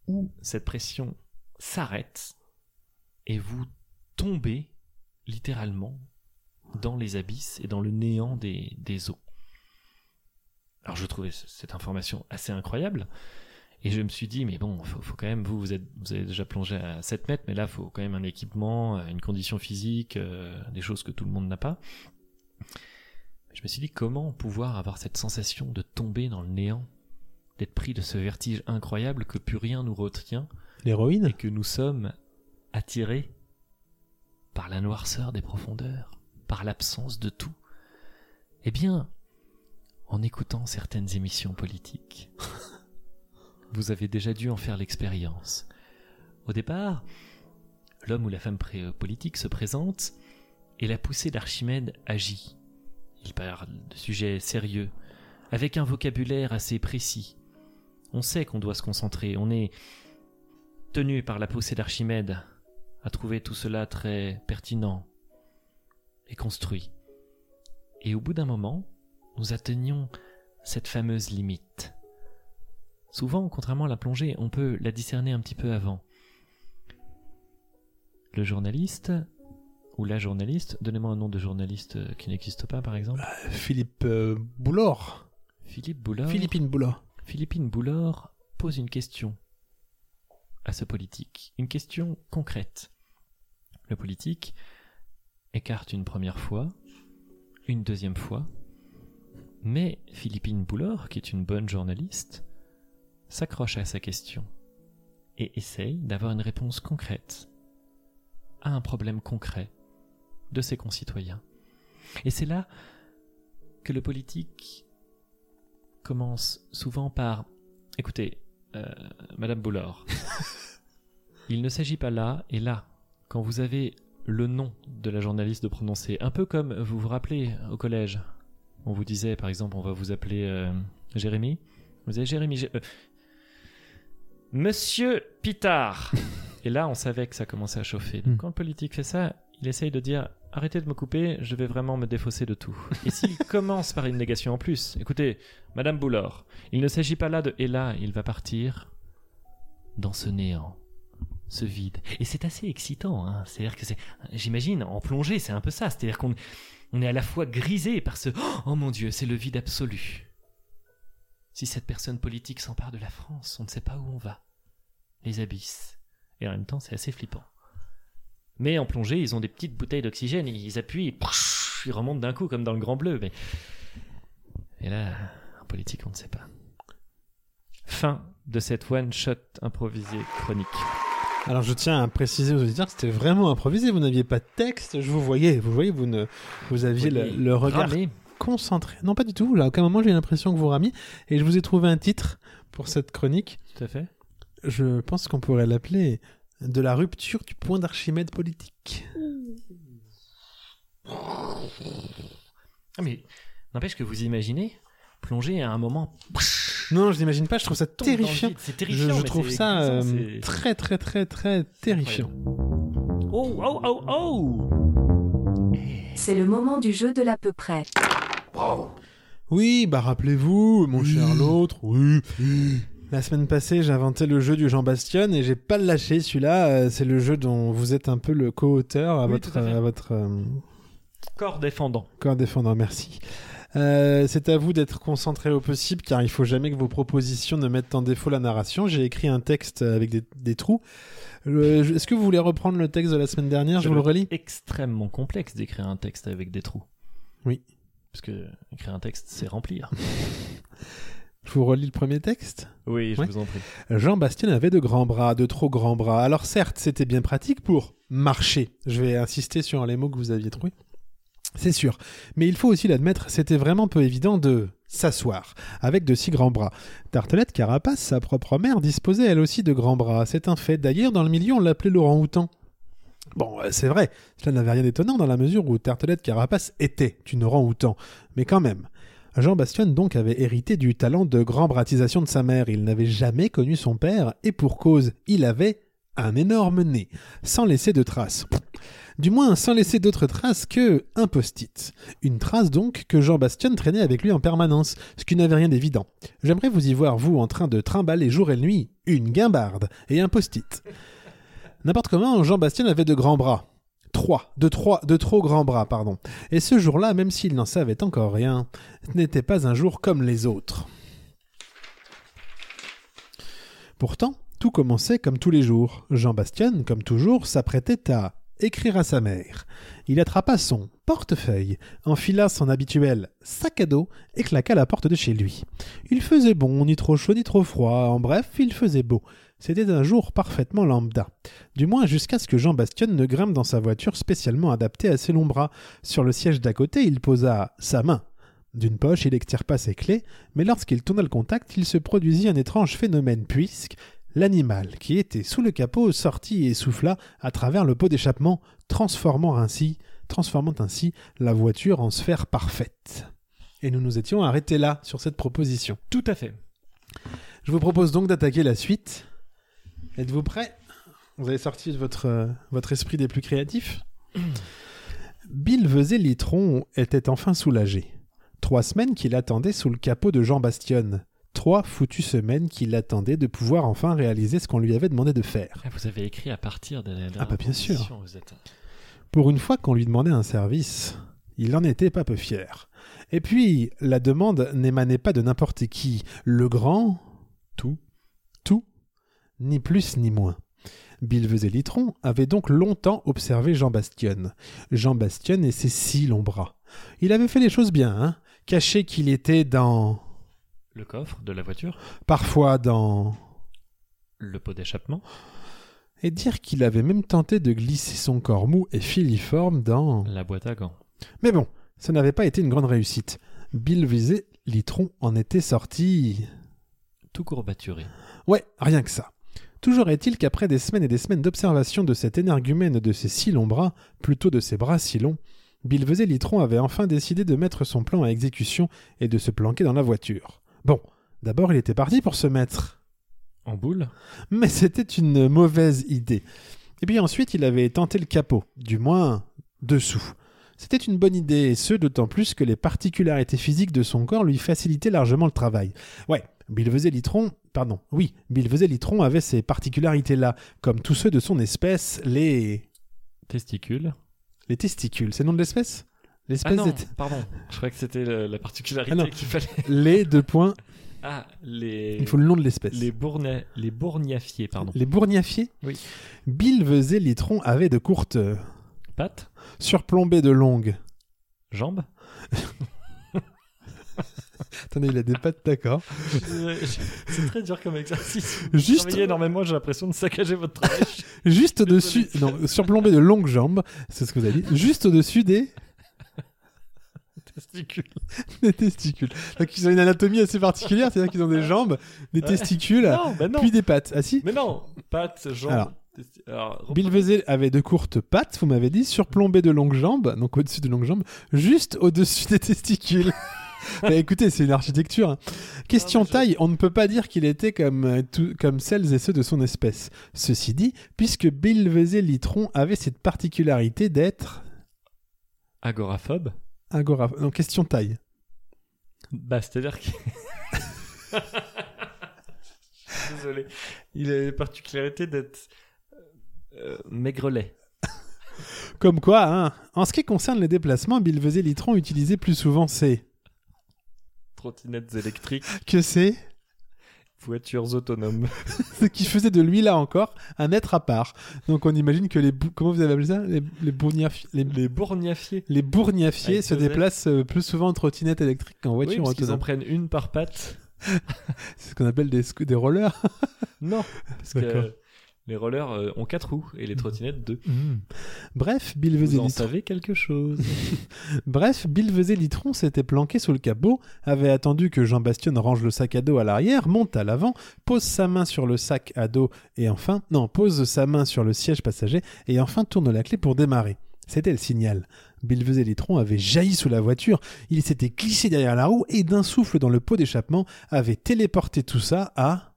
Speaker 1: où cette pression s'arrête et vous tombez littéralement dans les abysses et dans le néant des, des eaux. Alors je trouvais ce- cette information assez incroyable et je me suis dit mais bon faut, faut quand même vous vous êtes vous avez déjà plongé à 7 mètres mais là faut quand même un équipement, euh, une condition physique, euh, des choses que tout le monde n'a pas. Je me suis dit comment pouvoir avoir cette sensation de tomber dans le néant, d'être pris de ce vertige incroyable que plus rien nous retient
Speaker 2: L'héroïne
Speaker 1: et que nous sommes attirés par la noirceur des profondeurs, par l'absence de tout. Eh bien, en écoutant certaines émissions politiques, vous avez déjà dû en faire l'expérience. Au départ, l'homme ou la femme pré- politique se présente et la poussée d'Archimède agit. Il parle de sujets sérieux, avec un vocabulaire assez précis. On sait qu'on doit se concentrer, on est tenu par la poussée d'Archimède, a trouvé tout cela très pertinent et construit. Et au bout d'un moment, nous atteignons cette fameuse limite. Souvent, contrairement à la plongée, on peut la discerner un petit peu avant. Le journaliste, ou la journaliste, donnez-moi un nom de journaliste euh, qui n'existe pas par exemple.
Speaker 2: Philippe euh, Boulor.
Speaker 1: Philippe Boulard.
Speaker 2: Philippine Boulor.
Speaker 1: Philippine Boulard pose une question à ce politique, une question concrète. Le politique écarte une première fois, une deuxième fois, mais Philippine Boulard, qui est une bonne journaliste, s'accroche à sa question et essaye d'avoir une réponse concrète à un problème concret de ses concitoyens. Et c'est là que le politique commence souvent par Écoutez, euh, Madame Boulard, il ne s'agit pas là et là. Quand vous avez le nom de la journaliste de prononcer, un peu comme vous vous rappelez au collège, on vous disait par exemple, on va vous appeler euh, Jérémy. Vous avez Jérémy. Jé- euh, Monsieur Pitard Et là, on savait que ça commençait à chauffer. Donc,
Speaker 2: Mm.
Speaker 1: quand le politique fait ça, il essaye de dire Arrêtez de me couper, je vais vraiment me défausser de tout. Et s'il commence par une négation en plus, écoutez, Madame Boulard, il ne s'agit pas là de et là, il va partir dans ce néant, ce vide. Et c'est assez excitant, hein. c'est-à-dire que c'est, j'imagine, en plongée, c'est un peu ça, c'est-à-dire qu'on on est à la fois grisé par ce oh mon Dieu, c'est le vide absolu. Si cette personne politique s'empare de la France, on ne sait pas où on va, les abysses. Et en même temps, c'est assez flippant. Mais en plongée, ils ont des petites bouteilles d'oxygène, ils appuient, et prrrch, ils remontent d'un coup comme dans le Grand Bleu. Mais et là, en politique, on ne sait pas. Fin de cette one-shot improvisée chronique.
Speaker 2: Alors je tiens à préciser aux auditeurs que c'était vraiment improvisé, vous n'aviez pas de texte, je vous voyais, vous voyez, vous ne vous aviez le, le regard
Speaker 1: Ramé,
Speaker 2: concentré. Non pas du tout, là à aucun moment j'ai eu l'impression que vous ramiez et je vous ai trouvé un titre pour cette chronique.
Speaker 1: tout à fait.
Speaker 2: Je pense qu'on pourrait l'appeler de la rupture du point d'Archimède politique.
Speaker 1: Ah, mais n'empêche que vous imaginez plonger à un moment.
Speaker 2: Non, je n'imagine pas, je trouve ça
Speaker 1: tombe dans le
Speaker 2: terrifiant.
Speaker 1: vide. C'est
Speaker 2: Je,
Speaker 1: terrifiant.
Speaker 2: je
Speaker 1: mais
Speaker 2: trouve
Speaker 1: c'est
Speaker 2: ça
Speaker 1: puissant,
Speaker 2: euh,
Speaker 1: c'est-
Speaker 2: très très très très terrifiant.
Speaker 1: Oh, oh, oh, oh
Speaker 7: C'est le moment du jeu de l'à peu près.
Speaker 2: Oui, bah rappelez-vous, mon cher l'autre, oui. La semaine passée, j'inventais le jeu du Jean Bastionne et j'ai pas le lâché celui-là. euh, C'est le jeu dont vous êtes un peu le co-auteur à
Speaker 1: Oui,
Speaker 2: votre,
Speaker 1: tout à fait.
Speaker 2: à votre euh,
Speaker 1: Corps défendant.
Speaker 2: corps défendant. Merci. Euh, c'est à vous d'être concentré au possible car il faut jamais que vos propositions ne mettent en défaut la narration. J'ai écrit un texte avec des, des trous. Le- je- Est-ce que vous voulez reprendre le texte de la semaine dernière Je vous le relis.
Speaker 1: extrêmement complexe d'écrire un texte avec des trous.
Speaker 2: Oui.
Speaker 1: Parce que écrire un texte, c'est remplir.
Speaker 2: Je vous relis le premier texte.
Speaker 1: Oui, je
Speaker 2: Ouais.
Speaker 1: vous en prie.
Speaker 2: Jean-Bastien avait de grands bras, de trop grands bras. Alors certes, c'était bien pratique pour marcher. Je vais insister sur les mots que vous aviez trouvés. C'est sûr. Mais il faut aussi l'admettre, c'était vraiment peu évident de s'asseoir avec de si grands bras. Tartelette Carapace, sa propre mère, disposait elle aussi de grands bras. C'est un fait. D'ailleurs, dans le milieu, on l'appelait Laurent Houtan. Bon, euh, c'est vrai, cela n'avait rien d'étonnant dans la mesure où Tartelette Carapace était une orang-outan. Mais quand même. Jean Bastien donc avait hérité du talent de grand bratisation de sa mère. Il n'avait jamais connu son père, et pour cause, il avait un énorme nez, sans laisser de traces. Du moins, sans laisser d'autres traces que un post-it. Une trace donc que Jean Bastien traînait avec lui en permanence, ce qui n'avait rien d'évident. J'aimerais vous y voir, vous, en train de trimballer jour et nuit une guimbarde et un post-it. N'importe comment, Jean Bastien avait de grands bras. Trois, de trois, de trop grands bras, pardon. Et ce jour-là, même s'il n'en savait encore rien, ce n'était pas un jour comme les autres. Pourtant, tout commençait comme tous les jours. Jean Bastien, comme toujours, s'apprêtait à écrire à sa mère. Il attrapa son portefeuille, enfila son habituel sac à dos et claqua la porte de chez lui. Il faisait bon, ni trop chaud ni trop froid, en bref, il faisait beau. C'était un jour parfaitement lambda. Du moins jusqu'à ce que Jean Bastien ne grimpe dans sa voiture spécialement adaptée à ses longs bras. Sur le siège d'à côté, il posa sa main. D'une poche, il extirpa ses clés, mais lorsqu'il tourna le contact, il se produisit un étrange phénomène, puisque l'animal qui était sous le capot sortit et souffla à travers le pot d'échappement, transformant ainsi, transformant ainsi la voiture en sphère parfaite. Et nous nous étions arrêtés là, sur cette proposition.
Speaker 1: Tout à fait.
Speaker 2: Je vous propose donc d'attaquer la suite. Êtes-vous prêts Vous avez sorti de votre, euh, votre esprit des plus créatifs Bill Vesey-Litron était enfin soulagé. Trois semaines qu'il attendait sous le capot de Jean Bastionne. Trois foutues semaines qu'il attendait de pouvoir enfin réaliser ce qu'on lui avait demandé de faire.
Speaker 1: Ah, vous avez écrit à partir de la dernière
Speaker 2: Ah, bah, bien sûr.
Speaker 1: proposition, Vous êtes...
Speaker 2: Pour une fois qu'on lui demandait un service, il n'en était pas peu fier. Et puis, la demande n'émanait pas de n'importe qui. Le grand, tout, tout, ni plus ni moins. Bill Vesey-Litron avait donc longtemps observé Jean Bastien. Jean Bastien et ses si longs bras. Il avait fait les choses bien, hein caché qu'il était dans...
Speaker 1: Le coffre de la voiture,
Speaker 2: parfois dans...
Speaker 1: le pot d'échappement,
Speaker 2: Et dire qu'il avait même tenté de glisser son corps mou et filiforme dans...
Speaker 1: la boîte à gants.
Speaker 2: Mais bon, ça n'avait pas été une grande réussite. Bill Visé, Litron en était sorti.
Speaker 1: Tout courbaturé.
Speaker 2: Ouais, rien que ça. Toujours est-il qu'après des semaines et des semaines d'observation de cet énergumène de ses si longs bras, plutôt de ses bras si longs, Bill Vesey Litron avait enfin décidé de mettre son plan à exécution et de se planquer dans la voiture. Bon, d'abord il était parti pour se mettre.
Speaker 1: En boule
Speaker 2: Mais c'était une mauvaise idée. Et puis ensuite, il avait tenté le capot, du moins dessous. C'était une bonne idée, et ce d'autant plus que les particularités physiques de son corps lui facilitaient largement le travail. Ouais, Bill Vesey-Litron, pardon, oui, Bill Vesey-Litron avait ces particularités-là, comme tous ceux de son espèce, les...
Speaker 1: Testicule.
Speaker 2: les testicules. C'est le nom de l'espèce
Speaker 1: Ah
Speaker 2: L'espèce
Speaker 1: non,
Speaker 2: des-
Speaker 1: pardon. Je croyais que c'était le- la particularité
Speaker 2: Ah non.
Speaker 1: qu'il fallait.
Speaker 2: Les deux points,
Speaker 1: Ah, les.
Speaker 2: il faut le nom de l'espèce.
Speaker 1: Les, bourna... les bourgnafiers, pardon.
Speaker 2: Les bourgnafiers
Speaker 1: Oui.
Speaker 2: Bill Vesey-Litron avait de courtes, euh,
Speaker 1: Pattes,
Speaker 2: surplombées de longues.
Speaker 1: jambes.
Speaker 2: Attendez, il a des pattes, d'accord.
Speaker 1: C'est très dur comme exercice.
Speaker 2: Juste-
Speaker 1: Juste. énormément, j'ai l'impression de saccager votre travail.
Speaker 2: Juste au-dessus, non, surplombé de longues jambes, c'est ce que vous avez dit, juste au-dessus des,
Speaker 1: Testicule.
Speaker 2: des testicules. Donc ils ont une anatomie assez particulière, c'est-à-dire qu'ils ont des jambes, des
Speaker 1: Ouais.
Speaker 2: testicules,
Speaker 1: Non, bah non.
Speaker 2: puis des pattes. Ah si
Speaker 1: Mais non, pattes, jambes.
Speaker 2: Alors.
Speaker 1: testi- Alors,
Speaker 2: Bill Vesey avait de courtes pattes, vous m'avez dit, surplombé de longues jambes, donc au-dessus de longues jambes, juste au-dessus des testicules. Bah, écoutez, c'est une architecture. hein. Question
Speaker 1: mais je-
Speaker 2: taille, on ne peut pas dire qu'il était comme, euh, tout- comme celles et ceux de son espèce. Ceci dit, puisque Bill Vesey-Litron avait cette particularité d'être
Speaker 1: Agoraphobe.
Speaker 2: agora... Non, question taille.
Speaker 1: Bah, c'est-à-dire que. Désolé. Il a la particularité d'être euh, maigrelet.
Speaker 2: Comme quoi, hein, en ce qui concerne les déplacements, Bill Vesey-Litron utilisait plus souvent ses
Speaker 1: Trottinettes électriques,
Speaker 2: que c'est
Speaker 1: voitures autonomes.
Speaker 2: ce qui faisait de lui, là encore, un être à part. Donc on imagine que les... bou- Comment vous avez appelé ça les, les bourgnafi- Les...
Speaker 1: Les bourgnafiers.
Speaker 2: les bourgnafiers
Speaker 1: Avec
Speaker 2: se
Speaker 1: deux Z.
Speaker 2: déplacent euh, plus souvent en trottinette électrique qu'en
Speaker 1: Oui,
Speaker 2: voiture
Speaker 1: parce qu'ils en
Speaker 2: autonome.
Speaker 1: prennent une par patte.
Speaker 2: C'est ce qu'on appelle des, sco- des rollers.
Speaker 1: Non, parce
Speaker 2: D'accord.
Speaker 1: que les rollers euh, ont quatre roues et les trottinettes deux.
Speaker 2: Mm. Bref, Bill
Speaker 1: Vous en
Speaker 2: Vezelitron.
Speaker 1: savez quelque chose.
Speaker 2: Bref, Bill Vezelitron s'était planqué sous le capot, avait attendu que Jean Bastien range le sac à dos à l'arrière, monte à l'avant, pose sa main sur le sac à dos et enfin, non, pose sa main sur le siège passager et enfin tourne la clé pour démarrer. C'était le signal. Bill Vezelitron avait jailli sous la voiture, il s'était glissé derrière la roue et d'un souffle dans le pot d'échappement avait téléporté tout ça à...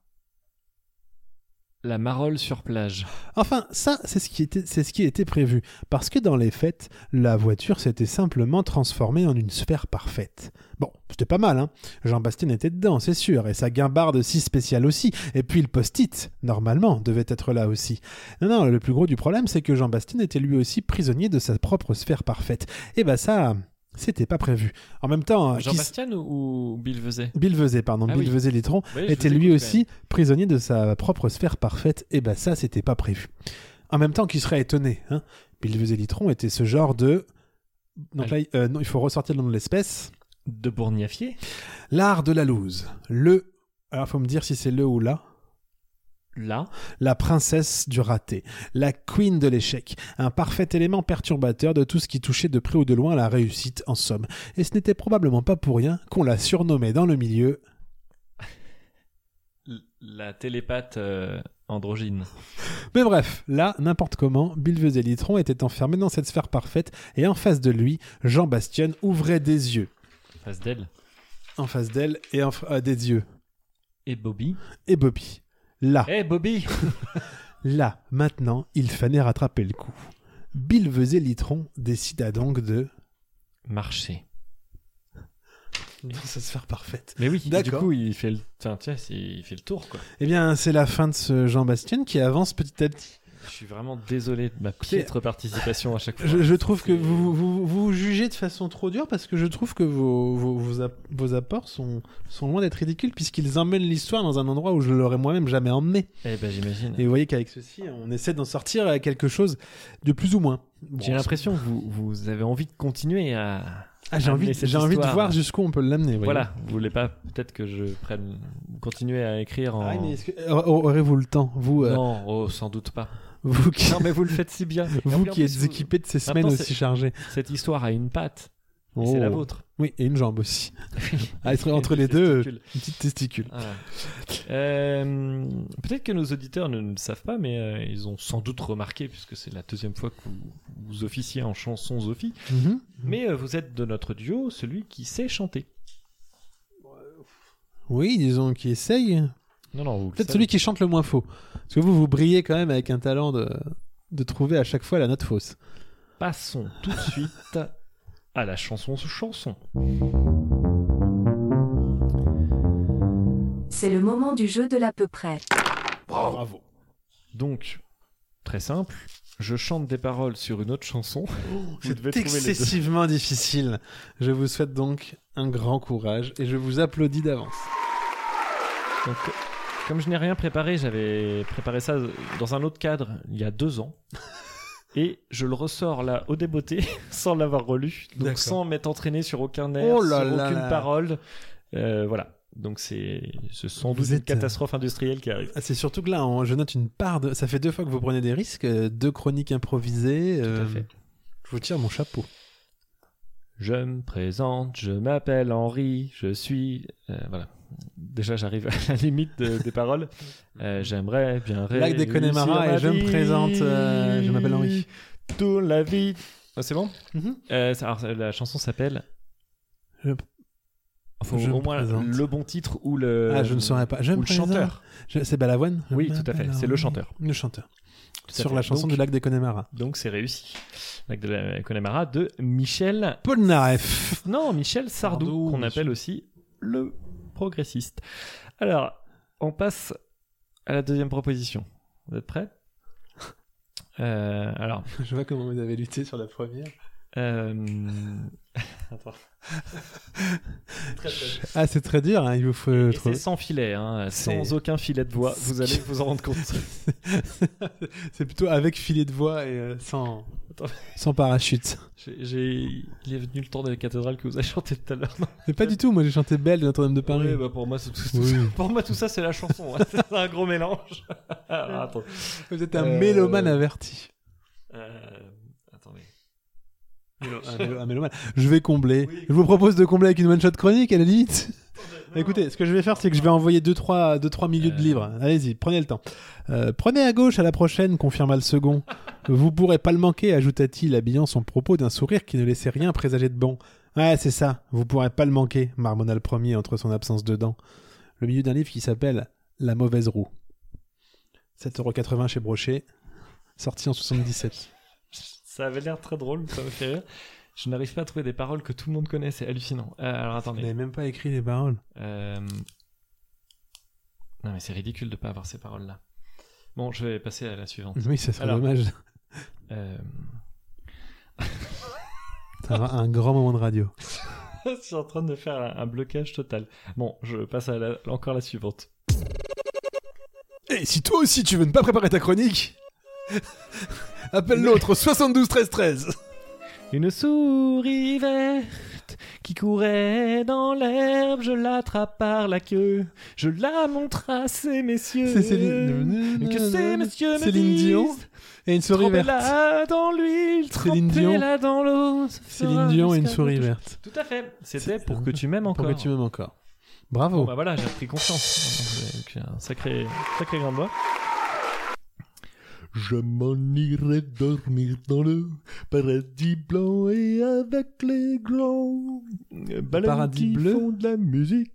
Speaker 1: La Marolle sur plage.
Speaker 2: Enfin, ça, c'est ce qui était, c'est ce qui était prévu, parce que dans les fêtes, la voiture s'était simplement transformée en une sphère parfaite. Bon, c'était pas mal, hein. Jean-Bastien était dedans, c'est sûr, et sa guimbarde si spéciale aussi, et puis le post-it, normalement, devait être là aussi. Non, non, le plus gros du problème, c'est que Jean-Bastien était lui aussi prisonnier de sa propre sphère parfaite. Et bah ça, c'était pas prévu. En même temps, Ah, qui s-
Speaker 1: Jean-Bastien ou ou Bill Vezet
Speaker 2: Bill Vezet, pardon,
Speaker 1: Ah
Speaker 2: Bill
Speaker 1: oui.
Speaker 2: Vezet Litron,
Speaker 1: Oui, je
Speaker 2: était
Speaker 1: vous
Speaker 2: lui
Speaker 1: écoute
Speaker 2: aussi prisonnier de sa propre sphère parfaite, et bah ça, c'était pas prévu. En même temps, qui serait étonné, hein Bill Vezelitron était ce genre de. Donc là, euh, non, il faut ressortir le nom de l'espèce.
Speaker 1: quand même. De bourgnafier
Speaker 2: L'art de la loose. Le. Alors, faut me dire si c'est le ou la.
Speaker 1: Là.
Speaker 2: La princesse du raté. La queen de l'échec. Un parfait élément perturbateur de tout ce qui touchait de près ou de loin à la réussite, en somme. Et ce n'était probablement pas pour rien qu'on la surnommait dans le milieu
Speaker 1: l- La télépathe euh, androgyne.
Speaker 2: Mais bref, là, n'importe comment, Bill Vezelitron était enfermé dans cette sphère parfaite et en face de lui, Jean Bastien ouvrait des yeux.
Speaker 1: Face d'elle.
Speaker 2: En face d'elle et en f- euh, des yeux.
Speaker 1: Et Bobby.
Speaker 2: Et Bobby. Là,
Speaker 1: Eh Bobby
Speaker 2: là, maintenant, il fallait rattraper le coup. Bill Vezelitron décida donc de...
Speaker 1: Marcher.
Speaker 2: Dans sa sphère parfaite.
Speaker 1: Mais oui, et du
Speaker 2: D'accord.
Speaker 1: coup, il fait le, enfin, tiens, c'est- il fait le tour, quoi.
Speaker 2: Eh bien, c'est la fin de ce Jean Bastien qui avance petit à petit.
Speaker 1: Je suis vraiment désolé de ma piètre participation à chaque fois.
Speaker 2: Je, je trouve que vous, vous, vous vous jugez de façon trop dure parce que je trouve que vos, vos, vos, ap- vos apports sont, sont loin d'être ridicules puisqu'ils emmènent l'histoire dans un endroit où je l'aurais moi-même jamais emmené.
Speaker 1: Eh ben, j'imagine.
Speaker 2: Et vous voyez qu'avec ceci, on essaie d'en sortir à quelque chose de plus ou moins. Bon,
Speaker 1: J'ai l'impression que vous, vous avez envie de continuer à.
Speaker 2: Ah, j'ai envie,
Speaker 1: Amener cette
Speaker 2: j'ai envie de
Speaker 1: histoire.
Speaker 2: voir jusqu'où on peut l'amener. vous voyez.
Speaker 1: Voilà, vous voulez pas peut-être que je prenne. Continuer à écrire en.
Speaker 2: Ah oui, mais est-ce que- a- a- aurez-vous le temps, vous, euh,
Speaker 1: Non, oh, sans doute pas.
Speaker 2: vous qui,
Speaker 1: Non, mais vous le faites si bien. Et en
Speaker 2: vous
Speaker 1: plus,
Speaker 2: qui
Speaker 1: en
Speaker 2: êtes
Speaker 1: plus, vous-
Speaker 2: équipé de ces semaines
Speaker 1: Maintenant, c'est-
Speaker 2: aussi chargées
Speaker 1: Cette histoire a une patte, et
Speaker 2: Oh.
Speaker 1: c'est la vôtre.
Speaker 2: Oui, et une jambe aussi. Ah, entre,
Speaker 1: Et
Speaker 2: entre
Speaker 1: des
Speaker 2: les deux, euh,
Speaker 1: testicules.
Speaker 2: une petite testicule.
Speaker 1: Ah. Euh, Peut-être que nos auditeurs ne ne le savent pas, mais euh, ils ont sans doute remarqué, puisque c'est la deuxième fois que vous, vous officiez en chanson Zophie,
Speaker 2: Mhm.
Speaker 1: mais euh, vous êtes de notre duo celui qui sait chanter.
Speaker 2: Oui, disons qui essaye.
Speaker 1: Non, non, vous le
Speaker 2: Peut-être
Speaker 1: savez.
Speaker 2: celui qui chante le moins faux. Parce que vous, vous brillez quand même avec un talent de, de trouver à chaque fois la note fausse.
Speaker 1: Passons tout de suite à la chanson sous chanson.
Speaker 7: C'est le moment du jeu de l'à peu près.
Speaker 1: Donc, très simple, je chante des paroles sur une autre chanson. Vous devez trouver
Speaker 2: Oh, C'est
Speaker 1: les deux.
Speaker 2: excessivement difficile. Je vous souhaite donc un grand courage et je vous applaudis d'avance.
Speaker 1: Donc, comme je n'ai rien préparé, j'avais préparé ça dans un autre cadre il y a deux ans. Et je le ressors là au débeauté sans l'avoir relu, donc
Speaker 2: D'accord.
Speaker 1: sans m'être entraîné sur aucun air,
Speaker 2: Oh là
Speaker 1: sur
Speaker 2: là
Speaker 1: aucune
Speaker 2: là.
Speaker 1: parole. Euh, voilà. Donc c'est ce sans
Speaker 2: Vous
Speaker 1: doute une
Speaker 2: êtes, euh,
Speaker 1: catastrophe industrielle qui arrive.
Speaker 2: Ah, C'est surtout que là, on- je note une part de. Ça fait deux fois que vous prenez des risques, euh, deux chroniques improvisées.
Speaker 1: Tout à
Speaker 2: euh,
Speaker 1: fait.
Speaker 2: Je vous tire mon chapeau.
Speaker 1: Je me présente, je m'appelle Henri, je suis. euh, voilà. Déjà, j'arrive à la limite de- des paroles. Euh, J'aimerais bien
Speaker 2: Lac des
Speaker 1: réussir
Speaker 2: Connemara
Speaker 1: ma
Speaker 2: et je me
Speaker 1: vie.
Speaker 2: présente, euh, je m'appelle Henri.
Speaker 1: Tout la vie. Ah, C'est bon
Speaker 2: Mhm.
Speaker 1: Euh, ça- alors, La chanson s'appelle.
Speaker 2: Je-
Speaker 1: Faut
Speaker 2: je
Speaker 1: au
Speaker 2: me
Speaker 1: moins
Speaker 2: présente.
Speaker 1: le bon titre ou le.
Speaker 2: ah, je ne saurais pas. Je
Speaker 1: ou
Speaker 2: me
Speaker 1: le
Speaker 2: présente.
Speaker 1: chanteur.
Speaker 2: Je- C'est Balavoine Je
Speaker 1: Oui, tout à fait.
Speaker 2: m'appelle
Speaker 1: C'est le
Speaker 2: Henri.
Speaker 1: chanteur.
Speaker 2: Le chanteur.
Speaker 1: Tout à
Speaker 2: Sur
Speaker 1: fait.
Speaker 2: la chanson
Speaker 1: Donc-
Speaker 2: du lac des Connemara.
Speaker 1: Donc, c'est réussi. Lac de la Connemara de Michel
Speaker 2: Paul Naref.
Speaker 1: Non, Michel Sardou,
Speaker 2: Sardou,
Speaker 1: qu'on
Speaker 2: bien
Speaker 1: appelle aussi le progressiste. Alors, on passe à la deuxième proposition. Vous êtes prêts Euh, Alors,
Speaker 2: Je vois comment vous avez lutté sur la première.
Speaker 1: euh, Attends. Très, très-
Speaker 2: Ah, c'est très dur, hein, il vous faut le
Speaker 1: Et c'est
Speaker 2: trouver.
Speaker 1: sans filet, hein, sans
Speaker 2: C'est-
Speaker 1: aucun filet de voix. Vous allez vous en rendre compte.
Speaker 2: C'est plutôt avec filet de voix et euh, sans...
Speaker 1: Attends.
Speaker 2: sans parachute.
Speaker 1: J'ai- j'ai- Il est venu le temps de la cathédrale que vous avez chanté tout à l'heure. non
Speaker 2: Mais pas du tout, moi j'ai chanté Belle de Notre-Dame de Paris.
Speaker 1: Ouais, bah pour moi, c'est tout, tout
Speaker 2: Oui.
Speaker 1: ça- pour moi, tout ça, c'est la chanson. hein. c'est un gros mélange. Alors, Ah, attends.
Speaker 2: Vous êtes un
Speaker 1: Euh,
Speaker 2: mélomane averti.
Speaker 1: Euh, attendez.
Speaker 2: un, mélo- un mélomane. Je vais combler.
Speaker 1: Oui.
Speaker 2: Je vous propose de combler avec une one-shot chronique, à la limite. Écoutez, ce que je vais faire, c'est que je vais envoyer 2-3 deux, trois, deux, trois milieux de
Speaker 1: Euh.
Speaker 2: livres. Allez-y, prenez le temps. Euh, prenez à gauche, à la prochaine, confirma le second. Vous pourrez pas le manquer, ajouta-t-il, habillant son propos d'un sourire qui ne laissait rien présager de bon. Ouais, c'est ça, vous pourrez pas le manquer, marmonna le premier entre son absence de dents. Le milieu d'un livre qui s'appelle La mauvaise roue. 7,80€ chez Brochet, sorti en 77.
Speaker 1: Ça avait l'air très drôle, ça me fait rire. Je n'arrive pas à trouver des paroles que tout le monde connaît, c'est hallucinant. Euh, alors
Speaker 2: Vous
Speaker 1: attendez.
Speaker 2: n'avez même pas écrit les paroles.
Speaker 1: Euh, Non mais c'est ridicule de pas avoir ces paroles-là. Bon, je vais passer à la suivante.
Speaker 2: Oui, ça serait
Speaker 1: Alors.
Speaker 2: dommage.
Speaker 1: Euh,
Speaker 2: Ça aura un grand moment de radio.
Speaker 1: je suis en train de faire un, un blocage total. Bon, je passe à la- encore la suivante.
Speaker 2: Et Eh, si toi aussi tu veux ne pas préparer ta chronique, appelle l'autre 72 13 13.
Speaker 1: Une souris verte qui courait dans l'herbe, je l'attrape par la queue, je la montre à ces messieurs.
Speaker 2: C'est Céline.
Speaker 1: Que ces messieurs me
Speaker 2: Céline Dion
Speaker 1: disent.
Speaker 2: et une souris verte.
Speaker 1: Trempez-la dans l'huile,
Speaker 2: Céline Dion.
Speaker 1: trempez-la dans l'eau. ça
Speaker 2: Céline
Speaker 1: fera
Speaker 2: Dion et une
Speaker 1: jusqu'à-
Speaker 2: souris verte.
Speaker 1: Tout à fait. C'était
Speaker 2: C'est-
Speaker 1: pour que tu m'aimes encore.
Speaker 2: Pour que tu m'aimes encore.
Speaker 1: Bon,
Speaker 2: Bravo.
Speaker 1: bah voilà, j'ai repris conscience. Donc, j'ai Un sacré, sacré grain de voix.
Speaker 2: Je m'en irai dormir dans le paradis blanc et avec les grands. baleines Paradis qui bleu. font
Speaker 1: de la musique.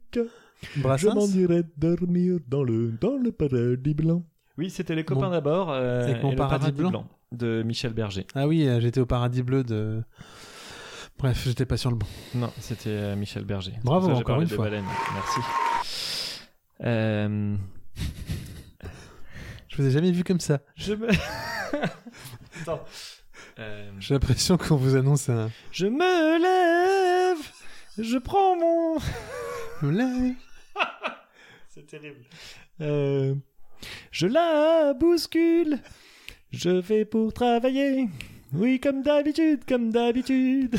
Speaker 1: bah,
Speaker 2: Brassens.
Speaker 1: irai dormir dans le, dans le paradis blanc. Oui, c'était les copains
Speaker 2: Mon-
Speaker 1: d'abord. euh,
Speaker 2: Avec
Speaker 1: et
Speaker 2: mon
Speaker 1: le
Speaker 2: paradis
Speaker 1: paradis
Speaker 2: blanc.
Speaker 1: de Michel Berger.
Speaker 2: Ah oui, euh, j'étais au paradis bleu de. Bref, j'étais pas sur le bon.
Speaker 1: Non, c'était euh, Michel Berger. C'est pour
Speaker 2: Bravo,
Speaker 1: ça que j'ai
Speaker 2: encore
Speaker 1: parlé
Speaker 2: une
Speaker 1: de
Speaker 2: fois.
Speaker 1: baleine. Merci. Euh,
Speaker 2: Je vous ai jamais vu comme ça.
Speaker 1: je me. Attends. Euh,
Speaker 2: J'ai l'impression qu'on vous annonce un.
Speaker 1: Je me lève, je prends mon. C'est terrible. Euh, je la bouscule, je vais pour travailler. Oui, comme d'habitude, comme d'habitude.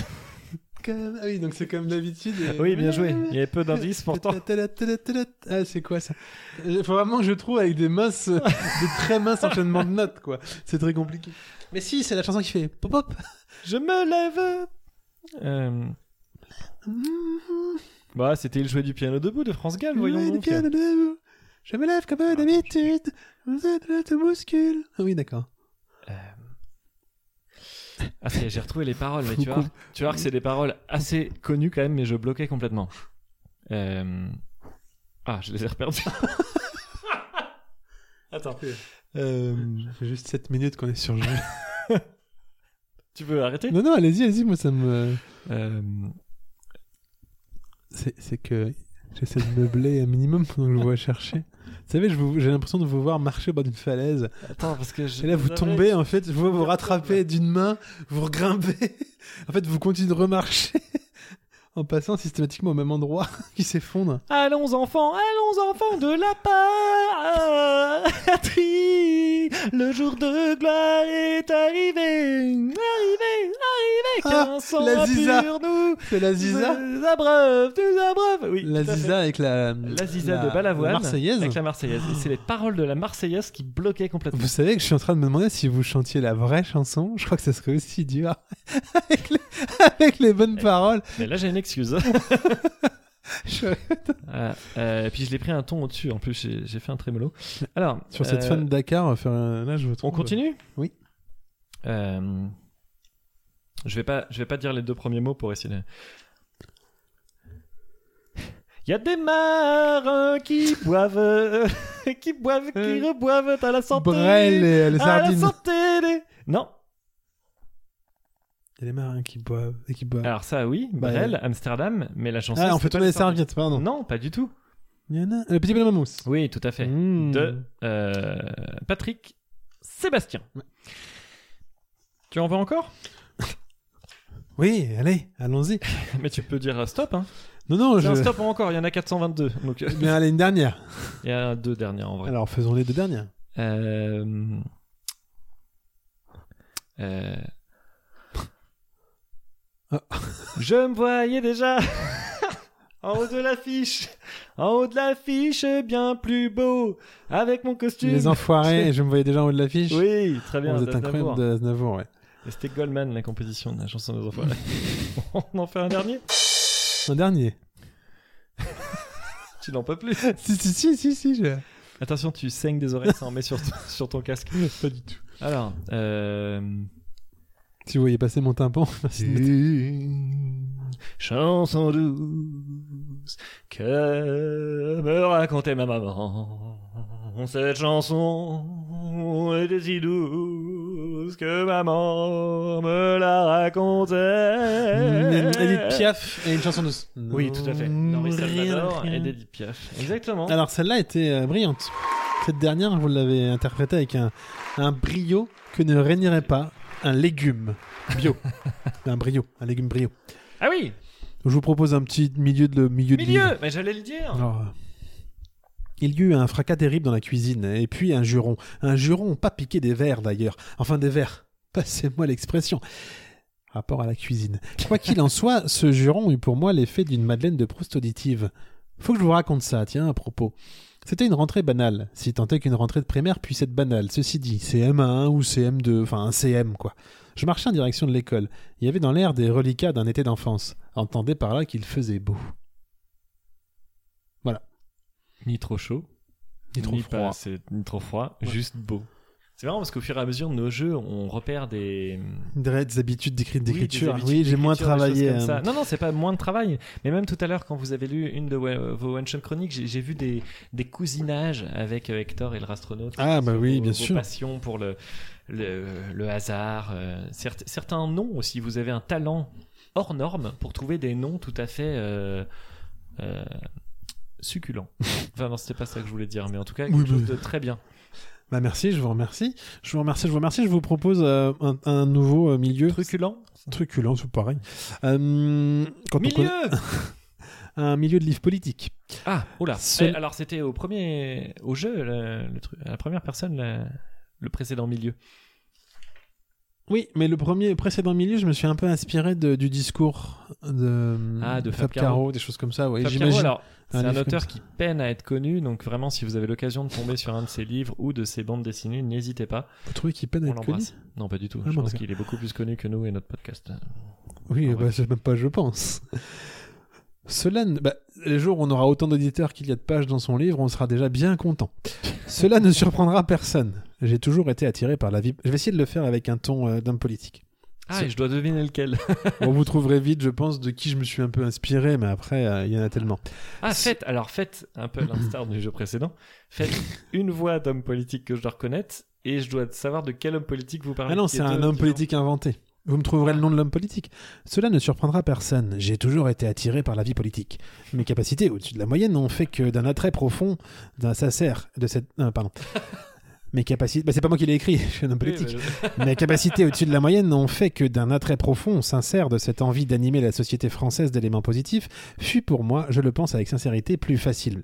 Speaker 2: Comme- Ah oui, donc c'est comme d'habitude. et-
Speaker 1: Oui, bien joué. euh, Il y avait peu d'indices pourtant.
Speaker 2: Ah, c'est quoi ça Il Euh, faut vraiment que je trouve avec des minces, euh, des très minces enchaînements de notes, quoi. C'est très compliqué. Mais si, c'est la chanson qui fait pop pop.
Speaker 1: Je me lève. Euh,
Speaker 2: Ah,
Speaker 1: Bah, c'était il jouait du piano debout de France Gall,
Speaker 2: Mmh,
Speaker 1: voyons donc.
Speaker 2: Je me lève comme d'habitude. Vous êtes là, tout muscule. Ah oui, d'accord.
Speaker 1: Ah, ça y est, j'ai retrouvé les paroles, mais tu vois, tu vois que c'est des paroles assez connues quand même, mais je bloquais complètement. Euh, Ah, je les ai reperdues. Attends.
Speaker 2: Euh, ça fait juste 7 minutes qu'on est sur le jeu.
Speaker 1: Tu peux arrêter
Speaker 2: non, non, allez-y, allez-y, moi ça me.
Speaker 1: Euh,
Speaker 2: C'est c'est que j'essaie de meubler un minimum pendant que je vous vois chercher. Vous savez, je vous- j'ai l'impression de vous voir marcher au bord d'une falaise.
Speaker 1: Attends, parce que je.
Speaker 2: Et là, vous tombez, hein. en fait, je vois vous rattraper d'une main, vous regrimpez. En fait, vous continuez de remarcher en passant systématiquement au même endroit qui s'effondre.
Speaker 1: Allons, enfants, allons, enfants de la patrie Le jour de gloire est arrivé Arrivé, arrivé
Speaker 2: Ah,
Speaker 1: Qu'un sang
Speaker 2: la ziza.
Speaker 1: pur nous
Speaker 2: C'est la Ziza.
Speaker 1: nous abreuve, nous abreuve Oui,
Speaker 2: La
Speaker 1: tout à fait.
Speaker 2: Ziza avec la.
Speaker 1: La Ziza
Speaker 2: la-
Speaker 1: de Balavoine.
Speaker 2: la Marseillaise.
Speaker 1: Avec la Marseillaise. Et c'est les paroles de la Marseillaise qui bloquaient complètement.
Speaker 2: Vous savez que je suis en train de me demander si vous chantiez la vraie chanson. Je crois que ça serait aussi dur avec, les... avec les bonnes
Speaker 1: Eh.
Speaker 2: paroles.
Speaker 1: Mais là, j'ai une excuse.
Speaker 2: Je-
Speaker 1: Ah, euh, et puis, je l'ai pris un ton au-dessus. En plus, j'ai j'ai fait un trémolo. Alors.
Speaker 2: Sur cette
Speaker 1: euh,
Speaker 2: fin de Dakar, on va faire un- là, je vous
Speaker 1: On
Speaker 2: trouve.
Speaker 1: continue
Speaker 2: Oui.
Speaker 1: Euh, je vais pas, je vais pas dire les deux premiers mots pour essayer de. Il y a des marins qui boivent, qui boivent, qui
Speaker 2: Euh,
Speaker 1: reboivent à la santé.
Speaker 2: Brel et les
Speaker 1: à la
Speaker 2: sardines.
Speaker 1: santé des- Non.
Speaker 2: Il y a les marins qui boivent et qui boivent.
Speaker 1: Alors ça, oui,
Speaker 2: Bah,
Speaker 1: Brel, Amsterdam, mais la chanson.
Speaker 2: Ah, on
Speaker 1: c'est
Speaker 2: fait
Speaker 1: pas
Speaker 2: tourner les
Speaker 1: les sardines.
Speaker 2: serviettes, pardon.
Speaker 1: Non, pas du tout.
Speaker 2: Il y en a. Le petit bonhomme à mousse.
Speaker 1: Oui, tout à fait.
Speaker 2: Mmh.
Speaker 1: De euh, Patrick Sébastien. Tu en veux encore
Speaker 2: Oui, allez, allons-y.
Speaker 1: Mais tu peux dire euh, stop. Hein.
Speaker 2: Non, non,
Speaker 1: C'est un
Speaker 2: je.
Speaker 1: stop encore, il y en a 422. Donc, euh,
Speaker 2: Bien, allez, une dernière.
Speaker 1: il y a deux dernières en vrai.
Speaker 2: Alors, faisons les deux dernières.
Speaker 1: Euh... euh,
Speaker 2: Ah.
Speaker 1: Je me voyais déjà en haut de l'affiche, en haut de l'affiche, bien plus beau, avec mon costume.
Speaker 2: Les enfoirés, et je me voyais déjà en haut de l'affiche.
Speaker 1: Oui, très bien.
Speaker 2: Vous êtes
Speaker 1: d'Aznavour.
Speaker 2: incroyable de Aznavour, ouais.
Speaker 1: Et C'était Goldman, la composition de la chanson des enfants. On en fait un dernier
Speaker 2: Un dernier.
Speaker 1: Tu n'en peux plus.
Speaker 2: si, si, si, si, si. je-
Speaker 1: Attention, tu saignes des oreilles, ça en met sur ton, sur ton casque. Pas du tout. Alors, euh...
Speaker 2: Si vous voyez passer mon tympan. merci de me-
Speaker 1: chanson douce que me racontait ma maman. Cette chanson était si douce que maman me la racontait.
Speaker 2: Edith Piaf et une chanson douce.
Speaker 1: Eh, Oui, tout à fait.
Speaker 2: Non,
Speaker 1: Henri
Speaker 2: rien,
Speaker 1: Salvador
Speaker 2: rien.
Speaker 1: et Edith Piaf. Exactement.
Speaker 2: Alors celle-là était euh, brillante. Cette dernière, vous l'avez interprétée avec un, un brio que ne régnerait pas un légume bio. un brio, un légume brio.
Speaker 1: Ah oui,
Speaker 2: Je vous propose un petit milieu de le milieu. de
Speaker 1: milieu, mais j'allais le dire.
Speaker 2: Alors, euh, il y eut un fracas terrible dans la cuisine, et puis un juron. Un juron, pas piqué des verres d'ailleurs. Enfin, des verres. Passez-moi l'expression. Rapport à la cuisine. Quoi qu'il en soit, ce juron eut pour moi l'effet d'une madeleine de Proust auditive. Faut que je vous raconte ça, tiens, à propos. C'était une rentrée banale, si tant est qu'une rentrée de primaire puisse être banale. Ceci dit, CM1 ou CM2, enfin un CM quoi. Je marchais en direction de l'école. Il y avait dans l'air des reliquats d'un été d'enfance. Entendez par là qu'il faisait beau.
Speaker 1: Ni trop chaud,
Speaker 2: Il est trop
Speaker 1: ni pas
Speaker 2: froid.
Speaker 1: assez- ni trop froid,
Speaker 2: Ouais.
Speaker 1: juste beau. C'est marrant parce qu'au fur et à mesure de nos jeux, on repère des,
Speaker 2: Des, des habitudes d'écri-
Speaker 1: Oui, des
Speaker 2: d'écriture.
Speaker 1: habitudes
Speaker 2: Oui, j'ai moins
Speaker 1: d'écriture, des
Speaker 2: travaillé.
Speaker 1: choses comme ça.
Speaker 2: hein.
Speaker 1: Non, non, c'est pas moins de travail. Mais même tout à l'heure, quand vous avez lu une de wa- vos One Shot Chroniques, j'ai j'ai vu des, des cousinages avec euh, Hector et le rastronaute.
Speaker 2: Ah, bah
Speaker 1: Sur
Speaker 2: oui,
Speaker 1: vos-
Speaker 2: bien
Speaker 1: vos
Speaker 2: sûr.
Speaker 1: passions pour le, le, le hasard. euh, certes- certains noms aussi. Vous avez un talent hors norme pour trouver des noms tout à fait. euh, euh, succulents. Enfin non, c'était pas ça que je voulais dire, mais en tout cas quelque
Speaker 2: Oui,
Speaker 1: chose
Speaker 2: mais-
Speaker 1: de très bien.
Speaker 2: Bah, merci, je vous remercie. Je vous remercie, je vous remercie. Je vous propose euh, un, un nouveau euh, milieu.
Speaker 1: Truculent.
Speaker 2: Truculent, c'est pareil. Euh, quand on
Speaker 1: Milieu.
Speaker 2: connaît- un milieu de livre politique.
Speaker 1: Ah, oula.
Speaker 2: Ce-
Speaker 1: Eh, alors c'était au premier, au jeu, le, le truc- à la première personne, le, le précédent milieu.
Speaker 2: Oui, mais le premier précédent milieu, je me suis un peu inspiré de- du discours de,
Speaker 1: Ah, de Fab
Speaker 2: Caro,
Speaker 1: Caro,
Speaker 2: des choses comme ça. Ouais,
Speaker 1: Fab Caro,
Speaker 2: j'imagine.
Speaker 1: alors, c'est un
Speaker 2: livre
Speaker 1: auteur
Speaker 2: comme
Speaker 1: qui peine à être connu, donc vraiment, si vous avez l'occasion de tomber sur un de ses livres ou de ses bandes dessinées, n'hésitez pas.
Speaker 2: Vous trouvez qu'il peine à
Speaker 1: On
Speaker 2: être connu
Speaker 1: l'embrasse. Non, pas du tout.
Speaker 2: Ah,
Speaker 1: je
Speaker 2: bon,
Speaker 1: pense
Speaker 2: d'accord.
Speaker 1: qu'il est beaucoup plus connu que nous et notre podcast. euh,
Speaker 2: Oui,
Speaker 1: Ah
Speaker 2: bah,
Speaker 1: ouais.
Speaker 2: c'est même pas je pense. Cela, ne- bah, les jours où on aura autant d'auditeurs qu'il y a de pages dans son livre, on sera déjà bien content. Cela ne surprendra personne. J'ai toujours été attiré par la vie. Je vais essayer de le faire avec un ton euh, d'homme politique.
Speaker 1: Ah,
Speaker 2: C'est-
Speaker 1: et je dois deviner lequel.
Speaker 2: Bon, vous trouverez vite, je pense, de qui je me suis un peu inspiré, mais après, euh, il y en a tellement.
Speaker 1: Ah, faites, alors faites, un peu à l'instar du jeu précédent, faites une voix d'homme politique que je dois reconnaître et je dois savoir de quel homme politique vous parlez.
Speaker 2: Ah non,
Speaker 1: qui est
Speaker 2: c'est un
Speaker 1: deux
Speaker 2: homme
Speaker 1: différents.
Speaker 2: politique inventé. Vous me trouverez le nom de l'homme politique. Cela ne surprendra personne. J'ai toujours été attiré par la vie politique. Mes capacités au-dessus de la moyenne n'ont fait que d'un attrait profond, d'un sincère, de cette. euh, pardon. Mes capacités. Bah, c'est pas moi qui l'ai écrit, je suis un homme
Speaker 1: Oui,
Speaker 2: politique.
Speaker 1: bah,
Speaker 2: Mes capacités au-dessus de la moyenne n'ont fait que d'un attrait profond, sincère, de cette envie d'animer la société française d'éléments positifs, fut pour moi, je le pense avec sincérité, plus facile.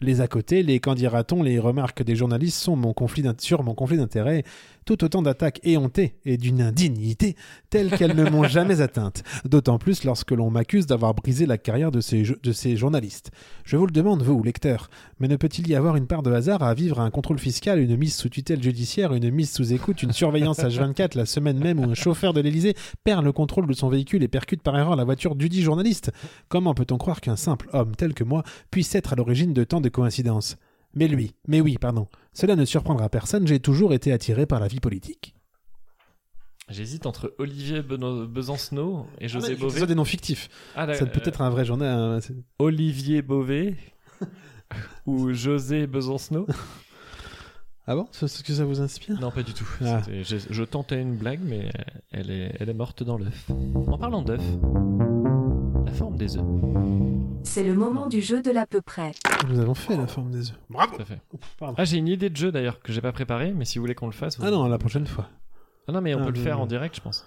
Speaker 2: Les à côté, les candidatons, les remarques des journalistes sont mon conflit d'int- sur mon conflit d'intérêt, tout autant d'attaques éhontées et d'une indignité telles qu'elles ne m'ont jamais atteinte, d'autant plus lorsque l'on m'accuse d'avoir brisé la carrière de ces, jo- de ces journalistes. Je vous le demande, vous, lecteurs, mais ne peut-il y avoir une part de hasard à vivre un contrôle fiscal, une mise sous tutelle judiciaire, une mise sous écoute, une surveillance H24 la semaine même où un chauffeur de l'Elysée perd le contrôle de son véhicule et percute par erreur la voiture du dit journaliste Comment peut-on croire qu'un simple homme tel que moi puisse être à l'origine de tant de coïncidences Mais lui, mais oui, pardon. Cela ne surprendra personne, j'ai toujours été attiré par la vie politique.
Speaker 1: J'hésite entre Olivier Beno- Besancenot et José
Speaker 2: Ah, mais que ce
Speaker 1: Bové.
Speaker 2: soit des noms fictifs.
Speaker 1: Ah, là,
Speaker 2: Ça peut
Speaker 1: euh,
Speaker 2: être un vrai journal. un- c'est-
Speaker 1: Olivier Beauvais ou José Besancenot
Speaker 2: Ah bon C'est ce que ça vous inspire
Speaker 1: Non, pas du tout.
Speaker 2: Ah.
Speaker 1: C'était- Je, je tentais une blague, mais euh, elle est, elle est morte dans l'œuf. En parlant d'œuf, la forme des œufs,
Speaker 7: C'est le moment du jeu de l'à peu près.
Speaker 2: Nous avons fait la forme des œufs.
Speaker 1: tout à fait.
Speaker 2: Pardon.
Speaker 1: Ah, j'ai une idée de jeu d'ailleurs que j'ai pas préparée, mais si vous voulez qu'on le fasse. vous-
Speaker 2: Ah non, la prochaine fois.
Speaker 1: Ah non, mais on
Speaker 2: Ah,
Speaker 1: peut le
Speaker 2: non,
Speaker 1: faire
Speaker 2: non.
Speaker 1: en direct, je pense.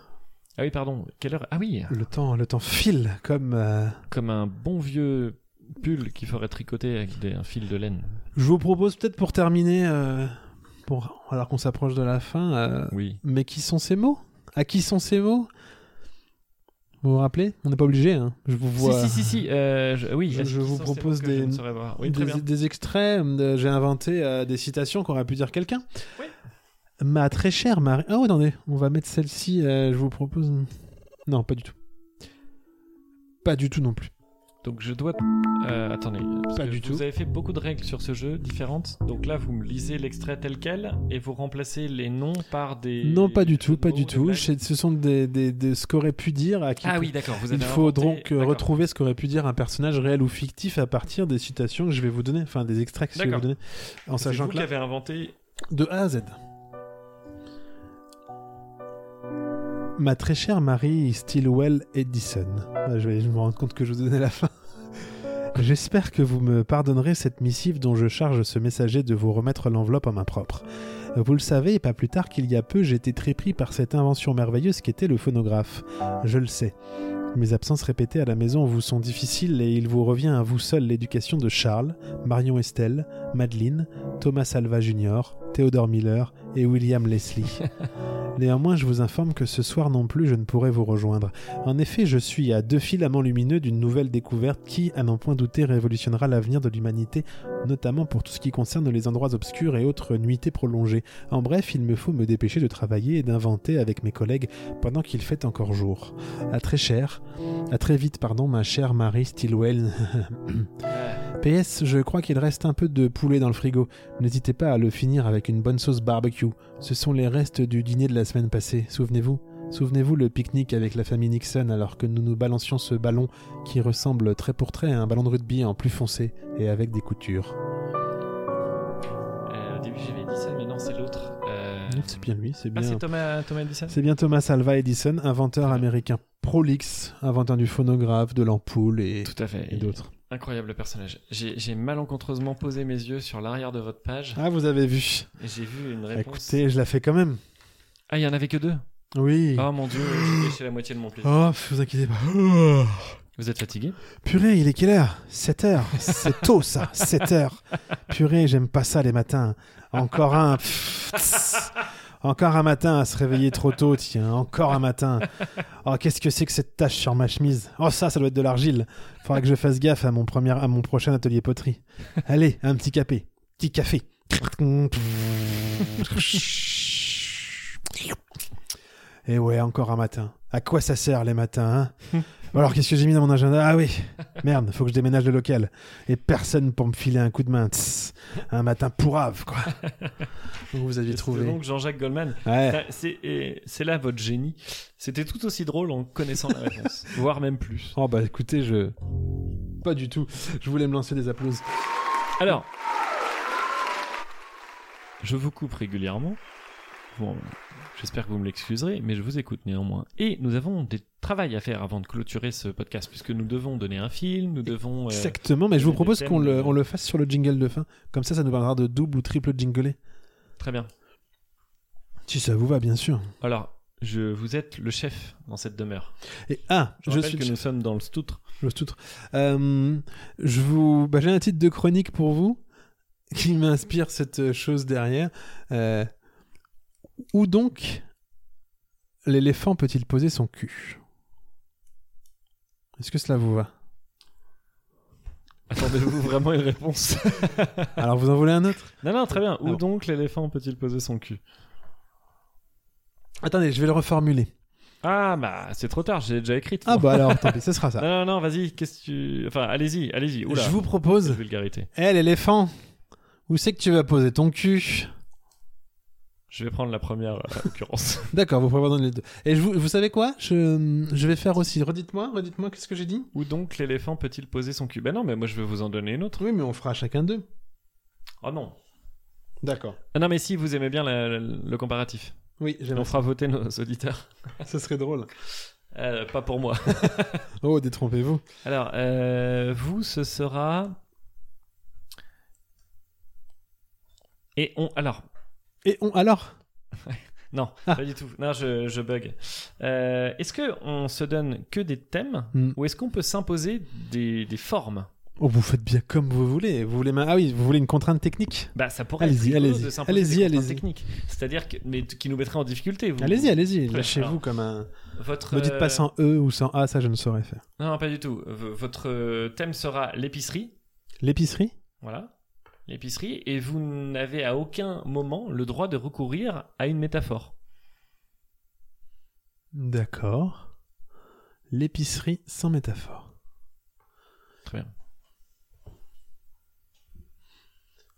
Speaker 1: Ah oui, pardon. Quelle heure Ah oui,
Speaker 2: Le temps, le temps file comme. euh,
Speaker 1: comme un bon vieux pull qu'il faudrait tricoter avec des- un fil de laine.
Speaker 2: Je vous propose peut-être pour terminer, euh, bon, alors qu'on s'approche de la fin, euh,
Speaker 1: Oui.
Speaker 2: mais qui sont ces mots À qui sont ces mots Vous vous rappelez On n'est pas obligé, hein. Je vous vois.
Speaker 1: Si, si, si, si. euh, je, oui,
Speaker 2: Je-
Speaker 1: est-ce
Speaker 2: je
Speaker 1: qu'ils
Speaker 2: vous
Speaker 1: sont
Speaker 2: propose
Speaker 1: ces mots que je
Speaker 2: des-
Speaker 1: ne saurais voir Oui, très
Speaker 2: des,
Speaker 1: bien.
Speaker 2: des extraits, euh, j'ai inventé euh, des citations qu'aurait pu dire quelqu'un. Ma très chère Marie. Ah, ouais, attendez, on va mettre celle-ci, euh, je vous propose. Non, pas du tout. Pas du tout non plus.
Speaker 1: Donc je dois. euh, attendez. parce
Speaker 2: Pas
Speaker 1: que
Speaker 2: du
Speaker 1: vous
Speaker 2: tout.
Speaker 1: avez fait beaucoup de règles sur ce jeu différentes. Donc là, vous me lisez l'extrait tel quel et vous remplacez les noms par des.
Speaker 2: non, pas du tout, pas
Speaker 1: mots,
Speaker 2: du
Speaker 1: des
Speaker 2: tout.
Speaker 1: blagues.
Speaker 2: C'est- Ce sont des, des- des- ce qu'aurait pu dire à qui
Speaker 1: Ah oui, d'accord. Vous avez
Speaker 2: Il faut
Speaker 1: inventé-
Speaker 2: donc euh,
Speaker 1: d'accord.
Speaker 2: retrouver ce qu'aurait pu dire un personnage réel ou fictif à partir des citations que je vais vous donner, enfin des extraits que je vais vous
Speaker 1: D'accord.
Speaker 2: donner, en
Speaker 1: C'est
Speaker 2: sachant
Speaker 1: vous
Speaker 2: que
Speaker 1: qui
Speaker 2: là,
Speaker 1: avez inventé.
Speaker 2: de A à Z. Ma très chère Marie Stilwell Edison. Ouais, Je vais je me rendre compte que je vous donnais la fin. J'espère que vous me pardonnerez cette missive dont je charge ce messager de vous remettre l'enveloppe en main propre. Vous le savez, pas plus tard qu'il y a peu, j'ai été très pris par cette invention merveilleuse qu'était le phonographe. Je le sais. Mes absences répétées à la maison vous sont difficiles et il vous revient à vous seul l'éducation de Charles, Marion Estelle, Madeleine, Thomas Salva Jr., Theodore Miller et William Leslie. Néanmoins, je vous informe que ce soir non plus je ne pourrai vous rejoindre. En effet, je suis à deux filaments lumineux d'une nouvelle découverte qui, à n'en point douter, révolutionnera l'avenir de l'humanité, notamment pour tout ce qui concerne les endroits obscurs et autres nuitées prolongées. En bref, il me faut me dépêcher de travailler et d'inventer avec mes collègues pendant qu'il fait encore jour. À très cher, à très vite, pardon, ma chère Marie Stilwell. PS, je crois qu'il reste un peu de poulet dans le frigo. N'hésitez pas à le finir avec une bonne sauce barbecue. Ce sont les restes du dîner de la semaine passée, souvenez-vous. Souvenez-vous le pique-nique avec la famille Nixon alors que nous nous balancions ce ballon qui ressemble très pour trait à un ballon de rugby en plus foncé et avec des coutures.
Speaker 1: Euh, au début, j'avais dit ça, mais non, c'est l'autre. Euh,
Speaker 2: C'est bien lui, c'est
Speaker 1: Ah,
Speaker 2: bien.
Speaker 1: c'est Thomas, Thomas Edison.
Speaker 2: C'est bien Thomas Alva Edison, inventeur américain prolixe, inventeur du phonographe, de l'ampoule et,
Speaker 1: Tout à fait.
Speaker 2: et d'autres.
Speaker 1: Incroyable personnage. J'ai j'ai malencontreusement posé mes yeux sur l'arrière de votre page
Speaker 2: Ah, vous avez vu.
Speaker 1: et j'ai vu une réponse.
Speaker 2: Écoutez, je la fais quand même.
Speaker 1: Ah, il y en avait que deux.
Speaker 2: Oui.
Speaker 1: Oh mon dieu, j'ai gâché la moitié de mon plaisir.
Speaker 2: Oh, vous inquiétez pas. Oh.
Speaker 1: Vous êtes fatigué
Speaker 2: Purée, il est quelle heure 7 heures. C'est tôt ça, 7 heures. Purée, j'aime pas ça les matins. Encore un. Pff, tss. Encore un matin à se réveiller trop tôt, tiens. Encore un matin. Oh, qu'est-ce que c'est que cette tache sur ma chemise Oh, ça, ça doit être de l'argile. Faudra que je fasse gaffe à mon, premier, à mon prochain atelier poterie. Allez, un petit café. Petit café. Et ouais, encore un matin. À quoi ça sert les matins, hein Bon, Alors, qu'est-ce que j'ai mis dans mon agenda Ah oui, merde, faut que je déménage le local. Et personne pour me filer un coup de main. Tss. un matin pourrave, quoi. Donc, vous aviez
Speaker 1: C'est
Speaker 2: trouvé.
Speaker 1: donc Jean-Jacques Goldman.
Speaker 2: Ouais.
Speaker 1: Ça, C'est et c'est là votre génie. C'était tout aussi drôle en connaissant la réponse, voire même plus.
Speaker 2: Oh bah écoutez, je. Pas du tout. Je voulais me lancer des applaudissements.
Speaker 1: Alors, je vous coupe régulièrement. Bon, j'espère que vous me l'excuserez, mais je vous écoute néanmoins. Et nous avons des travail à faire avant de clôturer ce podcast, puisque nous devons donner un film, nous devons. euh,
Speaker 2: Exactement, mais je vous
Speaker 1: des
Speaker 2: propose
Speaker 1: thèmes,
Speaker 2: qu'on le,
Speaker 1: euh,
Speaker 2: on le fasse sur le jingle de fin. Comme ça, ça nous permettra de double ou triple jingler.
Speaker 1: Très bien.
Speaker 2: Si ça vous va, bien sûr.
Speaker 1: Alors, je vous êtes le chef dans cette demeure.
Speaker 2: Et ah,
Speaker 1: Je,
Speaker 2: je,
Speaker 1: rappelle
Speaker 2: suis.
Speaker 1: que nous sommes dans le Stoutre.
Speaker 2: Je toutre. Euh, je vous, bah, j'ai un titre de chronique pour vous qui m'inspire cette chose derrière. Euh, où donc l'éléphant peut-il poser son cul Est-ce que cela vous va
Speaker 1: Attendez-vous vraiment une réponse
Speaker 2: Alors vous en voulez un autre
Speaker 1: Non, non, très bien. Où
Speaker 2: Alors.
Speaker 1: donc l'éléphant peut-il poser son cul
Speaker 2: Attendez, je vais le reformuler.
Speaker 1: Ah, bah, c'est trop tard, j'ai déjà écrit.
Speaker 2: Ah bah alors, tant pis, ce sera ça.
Speaker 1: Non, non, non, vas-y, qu'est-ce que tu. Enfin, allez-y, allez-y. Oula,
Speaker 2: Je vous
Speaker 1: quelle
Speaker 2: propose.
Speaker 1: vulgarité.
Speaker 2: Hé l'éléphant, où c'est que tu vas poser ton cul
Speaker 1: Je vais prendre la première euh, occurrence.
Speaker 2: D'accord, vous pouvez prendre les deux. Et je vous, vous savez quoi je, je vais faire aussi. Redites-moi, redites-moi, qu'est-ce que j'ai dit
Speaker 1: Où donc l'éléphant peut-il poser son cul Bah non, mais moi je vais vous en donner une autre.
Speaker 2: Oui, mais on fera chacun deux.
Speaker 1: Oh non.
Speaker 2: D'accord.
Speaker 1: Ah non, mais si, vous aimez bien la- la- le comparatif.
Speaker 2: Oui, j'aime
Speaker 1: On fera voter nos auditeurs.
Speaker 2: Ce serait drôle.
Speaker 1: Euh, pas pour moi.
Speaker 2: Oh, détrompez-vous.
Speaker 1: Alors, euh, vous, ce sera. Et on. Alors.
Speaker 2: Et on alors
Speaker 1: Non, pas du tout. Non, je, je bug. Euh, est-ce que on se donne que des thèmes
Speaker 2: Hmm.
Speaker 1: ou est-ce qu'on peut s'imposer des, des formes
Speaker 2: Oh, vous faites bien comme vous voulez. Vous voulez ma- Ah oui, vous voulez une contrainte technique
Speaker 1: Bah, ça pourrait
Speaker 2: Allez-y,
Speaker 1: être rigolo
Speaker 2: allez-y.
Speaker 1: de s'imposer
Speaker 2: Allez-y,
Speaker 1: des contraintes
Speaker 2: allez-y.
Speaker 1: techniques. C'est-à-dire que, mais t- qui nous mettrait en difficulté. Vous,
Speaker 2: Allez-y, allez-y,
Speaker 1: Très
Speaker 2: lâchez-vous
Speaker 1: bien.
Speaker 2: comme un.
Speaker 1: Votre,
Speaker 2: Ne dites
Speaker 1: euh,
Speaker 2: pas sans E ou sans A, ça je ne saurais faire.
Speaker 1: Non, non, pas du tout. V- votre euh, thème sera l'épicerie.
Speaker 2: L'épicerie
Speaker 1: Voilà. L'épicerie. Et vous n'avez à aucun moment le droit de recourir à une métaphore.
Speaker 2: D'accord. L'épicerie sans métaphore.
Speaker 1: Très bien.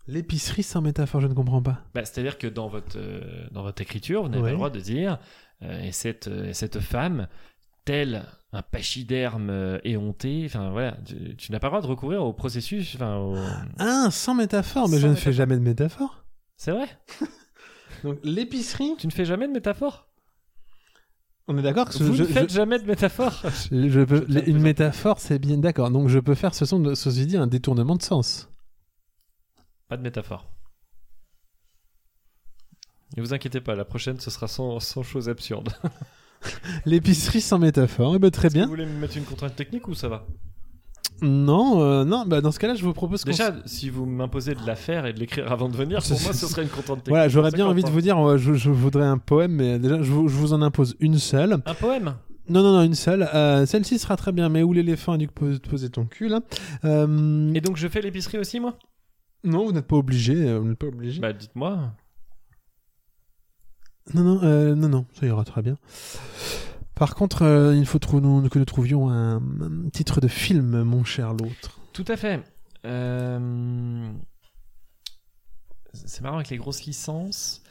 Speaker 2: L'épicerie sans métaphore, je ne comprends pas.
Speaker 1: Bah, C'est-à-dire que dans votre, euh, dans votre écriture, vous n'avez
Speaker 2: Ouais.
Speaker 1: pas le droit de dire euh, et, cette, euh, et cette femme, tel un pachyderme euh, éhonté, enfin voilà, tu, tu n'as pas le droit de recourir au processus, enfin au-
Speaker 2: Ah, sans métaphore, mais
Speaker 1: Sans
Speaker 2: je ne
Speaker 1: métaphore.
Speaker 2: fais jamais de métaphore.
Speaker 1: C'est vrai
Speaker 2: Donc l'épicerie,
Speaker 1: Tu ne fais jamais de métaphore
Speaker 2: on est d'accord que ce-
Speaker 1: Vous
Speaker 2: je,
Speaker 1: ne faites
Speaker 2: je-
Speaker 1: jamais de métaphore
Speaker 2: je peux-
Speaker 1: je tiens à
Speaker 2: une
Speaker 1: présenter.
Speaker 2: métaphore, c'est bien d'accord. Donc je peux faire ce son, ceci dit, un détournement de sens.
Speaker 1: Pas de métaphore. Ne vous inquiétez pas, la prochaine ce sera sans, sans choses absurdes.
Speaker 2: L'épicerie sans métaphore, eh ben, très
Speaker 1: Vous
Speaker 2: bien.
Speaker 1: voulez me mettre une contrainte technique ou ça va
Speaker 2: Non, euh, non, bah, dans ce cas-là, je vous propose qu'on
Speaker 1: Déjà, si vous m'imposez de la faire et de l'écrire avant de venir, pour moi ce serait une contrainte technique.
Speaker 2: Voilà, j'aurais
Speaker 1: Ça
Speaker 2: bien envie de
Speaker 1: compte
Speaker 2: vous dire, euh, je, je voudrais un poème, mais déjà, je vous, je vous en impose une seule.
Speaker 1: pas. Un poème
Speaker 2: Non, non, non, une seule. Euh, Celle-ci sera très bien, mais où l'éléphant a dû poser, poser ton cul, là. Euh,
Speaker 1: Et donc je fais l'épicerie aussi moi
Speaker 2: Non, vous n'êtes pas obligé. euh, Vous n'êtes pas obligé.
Speaker 1: Bah dites-moi.
Speaker 2: Non, non, euh, non, non, ça ira très bien. Par contre, euh, il faut trou- nous- que nous trouvions un, un titre de film, mon cher l'autre.
Speaker 1: Tout à fait. Euh, C'est marrant avec les grosses licences.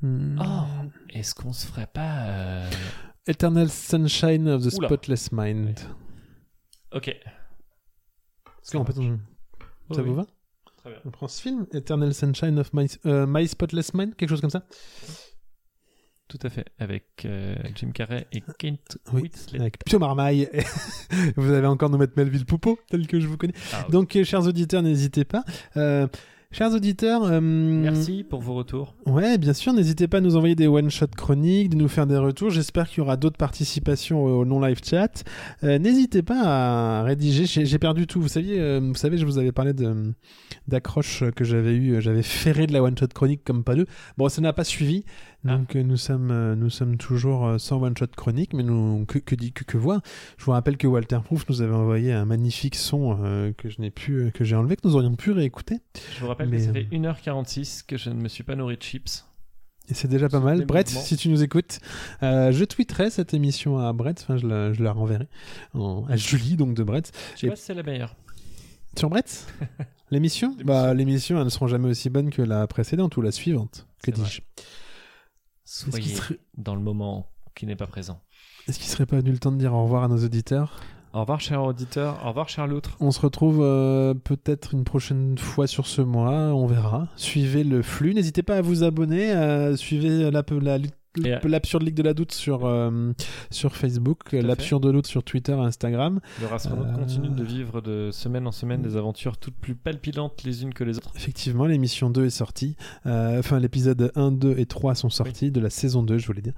Speaker 2: Hmm.
Speaker 1: Oh, est-ce qu'on se ferait pas... euh,
Speaker 2: Eternal Sunshine of the
Speaker 1: Oula.
Speaker 2: Spotless Mind.
Speaker 1: Ok.
Speaker 2: Parce qu'en fait, on-
Speaker 1: Oui,
Speaker 2: ça
Speaker 1: Oh, oui.
Speaker 2: vous va
Speaker 1: Très bien.
Speaker 2: On prend ce film, Eternal Sunshine of My, euh, My Spotless Mind, quelque chose comme ça
Speaker 1: Tout à fait, avec euh, Jim Carrey et Kate
Speaker 2: Oui,
Speaker 1: Winslet.
Speaker 2: avec Pio Marmaille. vous allez encore nous mettre Melville Poupeau, tel que je vous connais.
Speaker 1: Ah, oui.
Speaker 2: Donc, euh, chers auditeurs, n'hésitez pas. Euh, chers auditeurs, euh,
Speaker 1: Merci pour vos retours.
Speaker 2: Ouais, bien sûr, n'hésitez pas à nous envoyer des one-shot chroniques, de nous faire des retours. J'espère qu'il y aura d'autres participations euh, au non-live chat. Euh, n'hésitez pas à rédiger. J'ai j'ai perdu tout. Vous saviez, euh, vous savez, je vous avais parlé de d'accroche que j'avais eu. euh, J'avais ferré de la one-shot chronique comme pas deux. Bon, ça n'a pas suivi. Donc euh, nous sommes euh, nous sommes toujours euh, sans one-shot chronique, mais nous que que dit que, que voir. Je vous rappelle que Walter Proof nous avait envoyé un magnifique son euh, que je n'ai pu que j'ai enlevé que nous aurions pu réécouter.
Speaker 1: Je vous rappelle
Speaker 2: Mais,
Speaker 1: que ça
Speaker 2: euh,
Speaker 1: fait 1h46 que je ne me suis pas nourri de chips.
Speaker 2: Et c'est déjà pas
Speaker 1: C'est
Speaker 2: mal.
Speaker 1: des
Speaker 2: Brett,
Speaker 1: mouvements.
Speaker 2: si tu nous écoutes, euh, je tweeterai cette émission à Brett. Enfin, je la, je la renverrai en- à Julie, donc de Brett.
Speaker 1: Je sais
Speaker 2: Et-
Speaker 1: pas si c'est la meilleure.
Speaker 2: Sur Brett L'émission Bah, l'émission, elles ne seront jamais aussi bonnes que la précédente ou la suivante. Que
Speaker 1: C'est
Speaker 2: dis-je Est-ce qu'il
Speaker 1: Soyez
Speaker 2: serait...
Speaker 1: dans le moment qui n'est pas présent.
Speaker 2: est-ce qu'il serait pas venu le temps de dire au revoir à nos auditeurs
Speaker 1: Au revoir, cher auditeur. Au revoir, cher loutre.
Speaker 2: On se retrouve euh, peut-être une prochaine fois sur ce mois, on verra. Suivez le flux, n'hésitez pas à vous abonner, euh, suivez la, la,
Speaker 1: Et
Speaker 2: la-
Speaker 1: à-
Speaker 2: l'absurde ligue de la doute sur, euh, sur Facebook,
Speaker 1: à fait.
Speaker 2: l'absurde doute sur Twitter, Instagram.
Speaker 1: Le Rastronaute
Speaker 2: Euh,
Speaker 1: continue de vivre de semaine en semaine des aventures toutes plus palpitantes les unes que les autres.
Speaker 2: Effectivement, l'émission 2 est sortie, Euh, enfin l'épisode 1, 2 et 3 sont sortis de la saison 2, je voulais dire.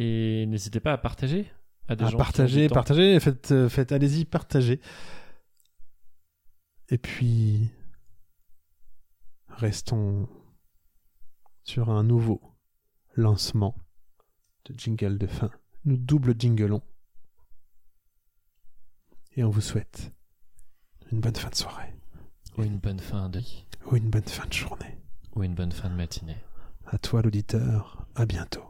Speaker 1: Et n'hésitez pas à partager à des
Speaker 2: à
Speaker 1: gens. qui ont du
Speaker 2: partager,
Speaker 1: temps.
Speaker 2: partager, faites, euh, faites allez-y, partagez. Et puis, restons sur un nouveau lancement de jingle de fin. Nous double jinglons. Et on vous souhaite une bonne fin de soirée
Speaker 1: Ou une bonne fin de
Speaker 2: ou une bonne fin de journée.
Speaker 1: ou une bonne fin de matinée.
Speaker 2: À toi l'auditeur, à bientôt.